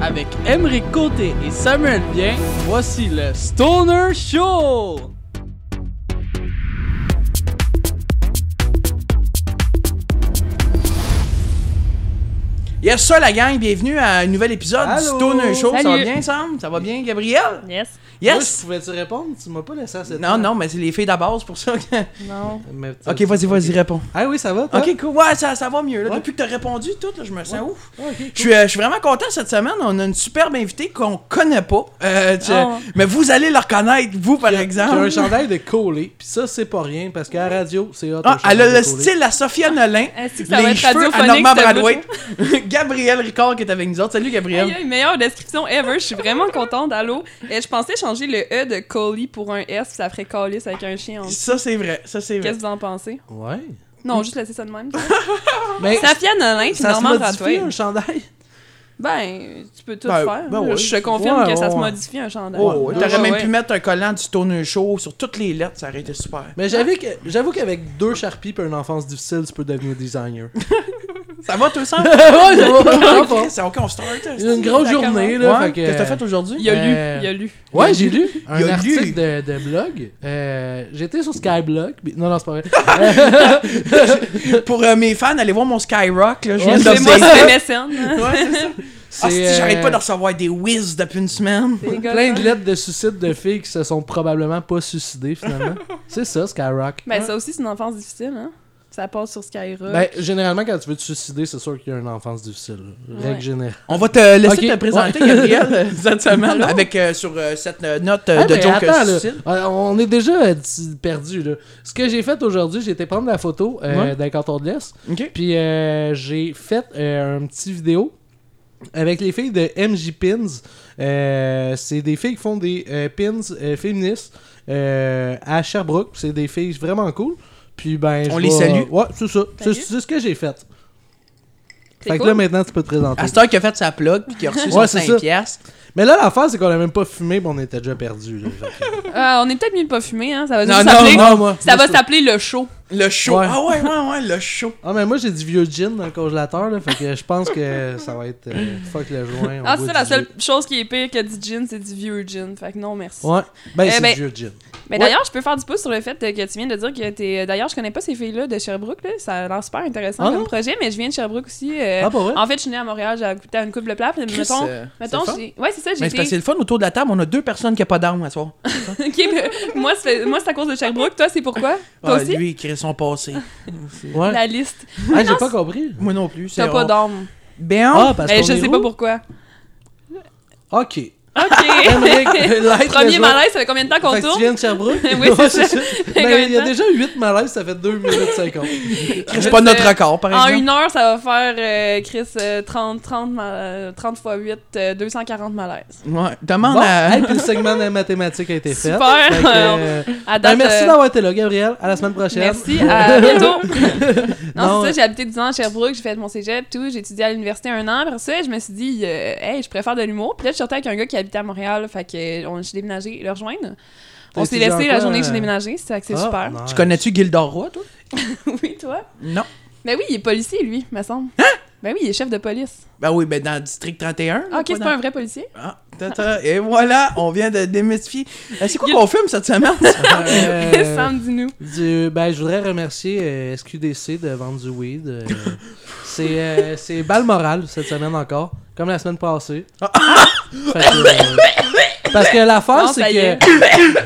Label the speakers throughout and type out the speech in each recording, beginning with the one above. Speaker 1: avec Emery Côté et Samuel Bien, voici le Stoner Show!
Speaker 2: Yes, ça la gang, bienvenue à un nouvel épisode du
Speaker 3: Allô.
Speaker 2: Stoner Show. Ça va
Speaker 4: Salut.
Speaker 2: bien, Sam? Ça va bien, Gabriel?
Speaker 4: Yes.
Speaker 3: Moi, je
Speaker 2: Yes!
Speaker 3: pouvais-tu répondre? Tu m'as pas laissé à cette
Speaker 2: non, non, mais c'est les filles d'abord, c'est pour ça que...
Speaker 4: Non.
Speaker 3: Mais t'as-
Speaker 2: Ok, vas-y, vas-y, réponds.
Speaker 3: Ah oui, ça va? toi?
Speaker 2: Ok, cool. Ouais, ça, ça va mieux. là.
Speaker 3: Ouais.
Speaker 2: Depuis que t'as répondu tout, là, je me sens ouf.
Speaker 3: Ouais, ok, cool.
Speaker 2: Je suis, euh, je suis vraiment content cette semaine. On a une superbe invitée qu'on connaît pas. Euh, tu-
Speaker 4: Oh.
Speaker 2: Mais vous allez la reconnaître, vous, par
Speaker 3: J'ai
Speaker 2: exemple.
Speaker 3: un chandail de collé, pis ça, c'est pas rien, parce qu'à la radio, c'est hot.
Speaker 2: Ah,
Speaker 3: un
Speaker 2: elle a
Speaker 3: chandail de
Speaker 2: le
Speaker 3: Colé.
Speaker 2: style à Sophia Nolin.
Speaker 4: Est-ce que ça va
Speaker 2: Les
Speaker 4: être
Speaker 2: cheveux à
Speaker 4: radiophonique,
Speaker 2: Norman
Speaker 4: ce
Speaker 2: Bradway. Gabriel Ricard qui est avec nous autres. Salut, Gabriel.
Speaker 4: Aïe, aïe, meilleure description ever. Je suis vraiment contente. Allô? Et je pensais changer le E de Collie pour un S, puis ça ferait Collis avec un chien en dessous.
Speaker 2: Ça, c'est vrai. Ça, c'est vrai.
Speaker 4: Qu'est-ce que vous en pensez?
Speaker 3: Ouais.
Speaker 4: Non, juste laisser ça de même.
Speaker 3: Mm. Mais
Speaker 4: Safia Nolin, puis
Speaker 3: ça se
Speaker 4: Normand
Speaker 3: modifie,
Speaker 4: Ratouille.
Speaker 3: un chandail?
Speaker 4: Ben, tu peux tout
Speaker 2: Ben,
Speaker 4: faire.
Speaker 3: ben ouais.
Speaker 4: Je te confirme
Speaker 3: Ouais,
Speaker 4: que ça
Speaker 3: ouais,
Speaker 4: se
Speaker 3: ouais.
Speaker 4: modifie un chandail.
Speaker 3: Ouais, Oh, ouais.
Speaker 4: Ah,
Speaker 2: T'aurais même
Speaker 4: ouais.
Speaker 2: pu mettre un collant du Stoner Show sur toutes les lettres, ça aurait été super.
Speaker 3: Mais j'avoue que- j'avoue qu'avec deux Sharpies pis une enfance difficile, tu peux devenir designer.
Speaker 2: Ça va, tout ça?
Speaker 3: ouais, ça va, ça va.
Speaker 2: C'est ok, on start.
Speaker 3: Une grosse
Speaker 4: Ça
Speaker 3: journée,
Speaker 4: commence.
Speaker 3: là.
Speaker 2: Ouais,
Speaker 3: fait que-
Speaker 2: Qu'est-ce que t'as fait aujourd'hui?
Speaker 4: Il a lu,
Speaker 3: Euh,
Speaker 4: il a lu.
Speaker 3: Ouais, j'ai lu un
Speaker 2: Il a lu.
Speaker 3: article De, de blog. Euh, J'étais sur Skyblog. mais- Non, non, c'est pas vrai.
Speaker 2: Ah, Pour euh, mes fans, allez voir mon Skyrock. Là, je viens
Speaker 3: Ouais,
Speaker 2: de
Speaker 4: C'est moi,
Speaker 2: l'observer.
Speaker 4: c'est MSN. hein.
Speaker 2: Ouais, c'est ça. Ah, si, j'arrête pas de recevoir des whiz depuis une semaine.
Speaker 4: C'est dégueulasse.
Speaker 3: plein de lettres de suicide de filles qui se sont probablement pas suicidées finalement. c'est ça, Skyrock.
Speaker 4: Ben, ça aussi, c'est une enfance difficile, hein? Ça passe sur Skyrock.
Speaker 3: Ben, généralement, quand tu veux te suicider, c'est sûr qu'il y a une enfance difficile. là. Règle
Speaker 4: Ouais.
Speaker 3: générale.
Speaker 2: On va te laisser
Speaker 3: Ok,
Speaker 2: te présenter,
Speaker 3: ouais.
Speaker 2: Gabriel, euh, cette semaine,
Speaker 3: Allô?
Speaker 2: avec, euh, sur euh, cette euh, note euh,
Speaker 3: Ah,
Speaker 2: de
Speaker 3: mais
Speaker 2: joke
Speaker 3: attends,
Speaker 2: euh,
Speaker 3: là.
Speaker 2: suicide.
Speaker 3: Euh, On est déjà euh, d- perdu. Là. Ce que j'ai fait aujourd'hui, j'ai été prendre la photo euh,
Speaker 2: Ouais.
Speaker 3: d'un canton de l'Est.
Speaker 2: Ok.
Speaker 3: Puis euh, j'ai fait euh, un petit vidéo avec les filles de MJ Pins. Euh, c'est des filles qui font des euh, pins euh, féministes euh, à Sherbrooke. C'est des filles vraiment cool. Puis ben,
Speaker 2: On
Speaker 3: je
Speaker 2: les
Speaker 3: vais-
Speaker 2: salue.
Speaker 3: Ouais, c'est ça. C'est
Speaker 4: Salut.
Speaker 3: c'est ce que j'ai fait.
Speaker 4: C'est
Speaker 3: Fait que
Speaker 4: cool.
Speaker 3: là maintenant tu peux te présenter.
Speaker 2: Astor qui a fait sa plug puis qui a reçu son
Speaker 3: Ouais, c'est
Speaker 2: 5
Speaker 3: ça.
Speaker 2: piastres.
Speaker 3: Mais là l'affaire c'est qu'on a même pas fumé, mais on était déjà perdu. là. Fait que-
Speaker 4: Ah, on est peut-être mieux de pas fumer, hein? Ça va
Speaker 2: Non,
Speaker 4: juste
Speaker 2: non,
Speaker 4: s'appeler-
Speaker 3: non, moi.
Speaker 4: Ça
Speaker 3: Moi,
Speaker 4: va
Speaker 3: je-
Speaker 4: s'appeler le show.
Speaker 2: Le show.
Speaker 3: Ouais.
Speaker 2: Ah ouais, ouais, ouais, le show.
Speaker 3: Ah mais moi j'ai du vieux gin dans le congélateur là, fait que je pense que ça va être euh, fuck le joint. on
Speaker 4: Ah,
Speaker 3: boit
Speaker 4: c'est
Speaker 3: du
Speaker 4: la seule
Speaker 3: vieux.
Speaker 4: chose qui est pire que du gin, c'est du vieux gin. Fait que non, merci.
Speaker 3: Ouais, ben
Speaker 4: Eh
Speaker 3: c'est
Speaker 4: ben-
Speaker 3: du vieux gin.
Speaker 4: Mais d'ailleurs, je peux faire du pouce sur le fait euh, que tu viens de dire que t'es. D'ailleurs, je connais pas ces filles-là de Sherbrooke, là. Ça a l'air super intéressant
Speaker 3: Ah
Speaker 4: comme
Speaker 3: non?
Speaker 4: projet, mais je viens de Sherbrooke aussi. euh,
Speaker 3: Ah pas vrai?
Speaker 4: En fait, je suis née à Montréal, j'ai goûté à une couple de plats. puis
Speaker 2: Chris,
Speaker 4: Mettons,
Speaker 2: euh,
Speaker 4: mettons
Speaker 3: c'est le
Speaker 4: j'ai- Ouais, c'est ça, j'ai
Speaker 2: Mais c'est parce que c'est
Speaker 4: été.
Speaker 2: le fun autour de la table, on a deux personnes qui n'ont pas d'armes à soir.
Speaker 4: Ok, mais moi, c'est moi, c'est à cause de Sherbrooke. Toi, c'est pourquoi? Toi
Speaker 2: Ah,
Speaker 4: aussi?
Speaker 2: lui, qui sont passés.
Speaker 3: Ouais.
Speaker 4: La liste.
Speaker 3: Ah, j'ai pas compris.
Speaker 2: Moi non plus. c'est
Speaker 4: T'as pas
Speaker 2: on-
Speaker 4: d'armes.
Speaker 2: Ben,
Speaker 3: Ah, parce
Speaker 4: Mais
Speaker 3: qu'on
Speaker 4: je
Speaker 3: est
Speaker 4: sais pas
Speaker 3: roux.
Speaker 4: pourquoi.
Speaker 3: Ok. euh,
Speaker 4: Ok.
Speaker 3: Emmerich, like,
Speaker 4: Premier
Speaker 3: les
Speaker 4: malaise, ça fait combien de temps
Speaker 3: autres.
Speaker 4: qu'on
Speaker 3: Fait que tu
Speaker 4: tourne?
Speaker 3: viens de Sherbrooke?
Speaker 4: Oui, c'est
Speaker 3: Ouais,
Speaker 4: ça.
Speaker 3: Ben, il y a
Speaker 4: Combien de temps?
Speaker 3: déjà 8 malaises, ça fait 2 minutes 50.
Speaker 2: c'est
Speaker 4: Euh,
Speaker 2: pas notre record, par
Speaker 4: En
Speaker 2: exemple.
Speaker 4: une heure, ça va faire, euh, Chris, euh, 30, 30, ma- euh, 30 fois 8, euh, 240 malaises.
Speaker 2: Ouais. Demande
Speaker 3: Bon,
Speaker 2: à.
Speaker 3: hey, puis le segment de mathématiques a été fait.
Speaker 4: euh, Super.
Speaker 3: Fait que, euh, ben,
Speaker 4: À date,
Speaker 3: merci
Speaker 4: euh,
Speaker 3: d'avoir été là, Gabriel. À la semaine prochaine.
Speaker 4: Merci, à bientôt. non,
Speaker 3: Non,
Speaker 4: c'est
Speaker 3: euh,
Speaker 4: ça, j'ai habité 10 ans à Sherbrooke, j'ai fait mon cégep, tout, j'ai étudié à l'université un an. Après ça, je me suis dit, euh, hey, je préfère de l'humour. Puis là, je sortais avec un gars qui habitait à Montréal, fait que euh, on, je suis déménagée le rejoindre.
Speaker 3: T'as
Speaker 4: On s'est
Speaker 3: étudié en
Speaker 4: laissé la
Speaker 3: quoi,
Speaker 4: journée que
Speaker 3: euh?
Speaker 4: j'ai déménagé, c'est c'est
Speaker 3: Ah,
Speaker 4: super.
Speaker 3: nice.
Speaker 2: Tu connais-tu Gildor Roy, toi
Speaker 4: oui, toi?
Speaker 2: Non.
Speaker 4: Ben oui, il est policier, lui, me semble.
Speaker 3: Hein?
Speaker 4: Ben oui, il est chef de police.
Speaker 2: Ben oui, ben dans le District 31.
Speaker 4: Ah,
Speaker 2: là,
Speaker 4: ok, c'est
Speaker 2: dans-
Speaker 4: pas un vrai policier?
Speaker 2: Ah, tata, et voilà, on vient de démystifier. Euh, C'est quoi
Speaker 4: Gil-
Speaker 2: qu'on filme cette semaine?
Speaker 3: Euh,
Speaker 4: Sam, dis-nous.
Speaker 3: du- ben, je voudrais remercier euh, SQDC de vendre du weed. euh, c'est euh, c'est Balmoral cette semaine encore, comme la semaine passée.
Speaker 2: Ah!
Speaker 3: Fait que, euh, parce que l'affaire,
Speaker 4: Non, ça
Speaker 3: c'est
Speaker 4: y est.
Speaker 3: que.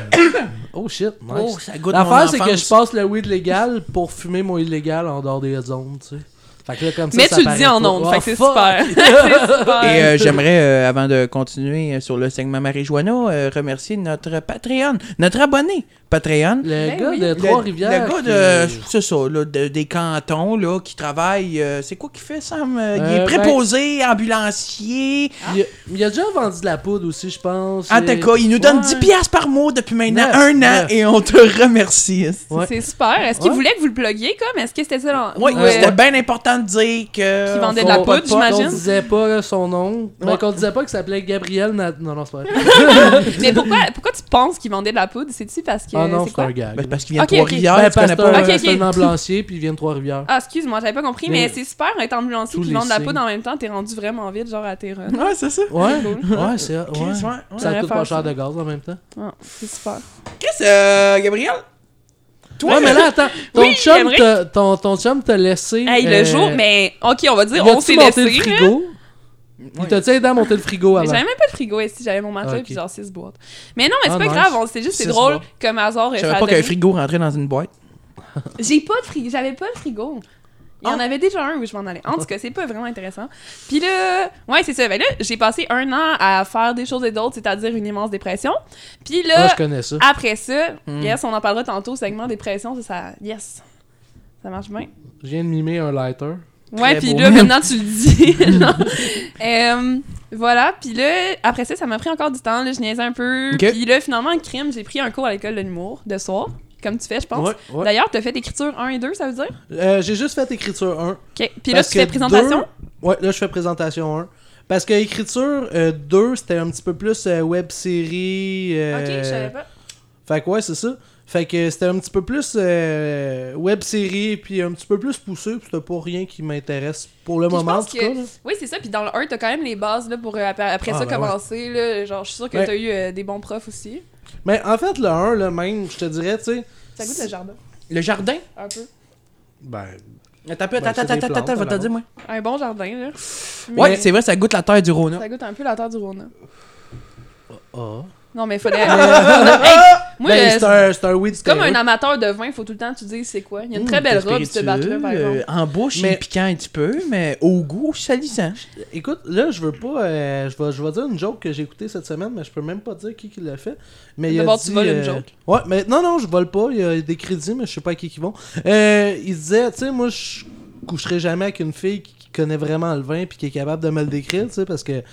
Speaker 3: Oh shit, nice.
Speaker 2: Oh, ça goûte
Speaker 3: L'affaire,
Speaker 2: mon
Speaker 3: c'est que je
Speaker 2: enfance.
Speaker 3: passe le weed légal pour fumer mon illégal en dehors des zones, tu sais. Fait que là, comme ça,
Speaker 4: Mais
Speaker 3: ça
Speaker 4: tu le
Speaker 3: paraît
Speaker 4: dis en
Speaker 3: pas.
Speaker 4: ondes,
Speaker 3: Oh,
Speaker 4: fait que c'est
Speaker 3: fuck.
Speaker 4: super. C'est super.
Speaker 2: Et euh, j'aimerais, euh, avant de continuer euh, sur le segment marijuana, euh, remercier notre Patreon, notre abonné Patreon.
Speaker 3: Le
Speaker 4: Ben
Speaker 3: gars
Speaker 4: oui.
Speaker 3: de
Speaker 4: Le-
Speaker 3: Trois-Rivières.
Speaker 2: Le
Speaker 3: qui-
Speaker 2: gars de, c'est ça, là, de- des cantons là, qui travaille. euh, c'est quoi qu'il fait, Sam? Euh, il est
Speaker 3: Euh, ben-
Speaker 2: préposé, ambulancier.
Speaker 3: Il, a, il a déjà vendu de la poudre aussi, je pense.
Speaker 2: En tout cas, il nous donne
Speaker 3: Ouais.
Speaker 2: 10 piastres par mois depuis maintenant
Speaker 3: Neuf,
Speaker 2: un an
Speaker 3: neuf.
Speaker 2: et on te remercie.
Speaker 3: Ouais.
Speaker 4: C'est super. Est-ce qu'il
Speaker 3: Ouais.
Speaker 4: voulait que vous le pluguiez, comme? Est-ce que c'était ça? l'en-
Speaker 2: Oui,
Speaker 4: ou,
Speaker 2: c'était
Speaker 4: euh,
Speaker 2: bien important de dire que.
Speaker 4: Qu'il vendait
Speaker 3: Qu'on-
Speaker 4: de la
Speaker 3: pas-
Speaker 4: poudre,
Speaker 3: pas-
Speaker 4: j'imagine?
Speaker 3: Qu'on disait pas son nom. mais
Speaker 2: Ouais.
Speaker 3: Qu'on disait pas qu'il s'appelait Gabriel Nat... Non, non, c'est pas vrai.
Speaker 4: Mais pourquoi, pourquoi tu penses qu'il vendait de la poudre? C'est-tu parce que...
Speaker 3: Ah non,
Speaker 4: c'est
Speaker 3: c'est un
Speaker 4: quoi?
Speaker 3: gag.
Speaker 2: Ben, c'est parce qu'il vient
Speaker 4: Ok,
Speaker 2: de
Speaker 4: ok.
Speaker 2: Trois-Rivières, tu
Speaker 3: Ben, parce
Speaker 2: connais
Speaker 3: que
Speaker 2: pas. euh,
Speaker 4: Ok,
Speaker 3: c'est un-
Speaker 4: ok.
Speaker 3: c'est un ambulancier, puis il vient de Trois-Rivières.
Speaker 4: Ah, excuse-moi, j'avais pas compris,
Speaker 3: Mais-
Speaker 4: mais c'est super être ambulancier
Speaker 3: Tous
Speaker 4: puis
Speaker 3: les
Speaker 4: vendre de la
Speaker 3: signes.
Speaker 4: poudre en même temps, t'es rendu vraiment vite, genre à tes runs.
Speaker 2: Ouais, c'est ça.
Speaker 3: Ouais,
Speaker 4: Ah, cool.
Speaker 3: ouais, c'est ouais.
Speaker 2: Chris, ouais, ouais.
Speaker 3: Ça
Speaker 4: Ouais,
Speaker 3: coûte pas
Speaker 4: faire
Speaker 3: cher
Speaker 4: ça.
Speaker 3: de gaz en même temps.
Speaker 4: Ah, c'est super.
Speaker 2: Chris, euh, Gabriel,
Speaker 3: Ouais,
Speaker 2: toi,
Speaker 3: mais là, attends, ton,
Speaker 4: Oui,
Speaker 3: chum,
Speaker 4: Aymeric.
Speaker 3: t'a- ton, ton chum t'a laissé.
Speaker 4: Hey, le
Speaker 3: euh,
Speaker 4: jour, mais ok, on va
Speaker 3: il
Speaker 4: dire, on
Speaker 3: a-tu
Speaker 4: s'est
Speaker 3: monté le
Speaker 4: laissé. là.
Speaker 3: frigo? Il t'a-tu aidé à monter le frigo
Speaker 4: Mais
Speaker 3: avant?
Speaker 4: J'avais même pas de frigo ici, j'avais mon matelas
Speaker 3: Ah, ok.
Speaker 4: puis genre 6 boîtes. Mais non, mais c'est
Speaker 3: Ah,
Speaker 4: pas
Speaker 3: nice.
Speaker 4: grave, on- c'est juste c'est
Speaker 3: Six
Speaker 4: drôle
Speaker 3: boîtes.
Speaker 4: comme hasard.
Speaker 2: je
Speaker 4: euh,
Speaker 2: savais
Speaker 4: ça a
Speaker 2: pas qu'un
Speaker 4: donné.
Speaker 2: frigo rentrait dans une boîte.
Speaker 4: J'ai pas de frigo, j'avais pas de frigo. Il
Speaker 2: Ah.
Speaker 4: y en avait déjà un où je m'en allais. En tout cas, c'est pas vraiment intéressant. Puis là, ouais, c'est ça. Ben là, j'ai passé un an à faire des choses et d'autres, c'est-à-dire une immense dépression. Puis
Speaker 3: Ah,
Speaker 4: là,
Speaker 3: je connais ça.
Speaker 4: après ça,
Speaker 2: Hmm.
Speaker 4: yes, on en parlera tantôt, segment dépression, ça, ça yes. Ça marche bien.
Speaker 3: Je viens de mimer un lighter.
Speaker 4: Ouais,
Speaker 2: Très
Speaker 4: puis
Speaker 2: beau.
Speaker 4: là, maintenant, tu le dis. Non. Euh, voilà, puis là, après ça, ça m'a pris encore du temps. Là, je niaisais un peu.
Speaker 2: Ok.
Speaker 4: Puis là, finalement, en crime, j'ai pris un cours à l'école de l'humour de soir, comme tu fais, je pense. Ben-
Speaker 3: Ouais, ouais.
Speaker 4: D'ailleurs, t'as fait écriture 1 et 2, ça veut dire?
Speaker 3: Euh, J'ai juste fait écriture 1.
Speaker 4: OK. Puis là, tu fais présentation?
Speaker 3: Ouais, là, je fais présentation 1. Parce que écriture euh, 2, c'était un petit peu plus euh, web-série. euh,
Speaker 4: OK, je savais pas.
Speaker 3: Fait que ouais, c'est ça. Fait que c'était un petit peu plus euh, web-série, puis un petit peu plus poussé, puis c'était pas rien qui m'intéresse pour le
Speaker 4: Puis je
Speaker 3: moment, en
Speaker 4: pense
Speaker 3: tout
Speaker 4: que-
Speaker 3: cas. là.
Speaker 4: Oui, c'est ça. Puis dans le 1, t'as quand même les bases là, pour euh, après, après
Speaker 3: Ah,
Speaker 4: ça
Speaker 3: ben ouais.
Speaker 4: commencer. Là, genre, je suis sûre que
Speaker 3: Ouais.
Speaker 4: t'as eu euh, des bons profs aussi.
Speaker 3: Mais en fait, le 1, là, même, je te dirais, tu sais...
Speaker 4: Ça goûte le jardin,
Speaker 2: Le jardin?
Speaker 4: un peu.
Speaker 3: Ben,
Speaker 2: Attends, un peu,
Speaker 3: Ben,
Speaker 2: attends,
Speaker 3: c'est
Speaker 2: attends,
Speaker 3: des
Speaker 2: attends,
Speaker 3: plantes,
Speaker 2: attends, va te
Speaker 3: là-bas.
Speaker 2: dire, moi.
Speaker 4: Un bon jardin, là. Mais
Speaker 2: Ouais, c'est vrai, ça goûte la terre du Rona.
Speaker 4: Ça goûte un peu la terre du Rhône.
Speaker 3: ah.
Speaker 4: Non, mais il fallait. Hey, moi,
Speaker 3: Ben,
Speaker 4: euh,
Speaker 3: c'est un, c'est un weed
Speaker 4: c'est comme
Speaker 3: stéréo.
Speaker 4: un amateur de vin, faut tout le temps que tu dises c'est quoi. Il y a une très
Speaker 2: Mm,
Speaker 4: belle
Speaker 2: c'est
Speaker 4: robe, ce batte-là, par
Speaker 2: spiritueux,
Speaker 4: exemple.
Speaker 2: euh, en bouche, il
Speaker 3: Mais-
Speaker 2: est piquant un petit peu, mais au goût salissant.
Speaker 3: Écoute, là, je veux pas. euh, je, vais, je vais dire une joke que j'ai écoutée cette semaine, mais je peux même pas dire qui, qui l'a fait. Mais il a
Speaker 4: D'abord,
Speaker 3: dit,
Speaker 4: tu voles une
Speaker 3: euh,
Speaker 4: joke.
Speaker 3: Ouais, mais non, non, je vole pas. Il y a des crédits, mais je sais pas à qui qui vont. Euh, il disait, tu sais, moi, je coucherai jamais avec une fille qui qui connaît vraiment le vin puis qui est capable de me le décrire, tu sais, parce que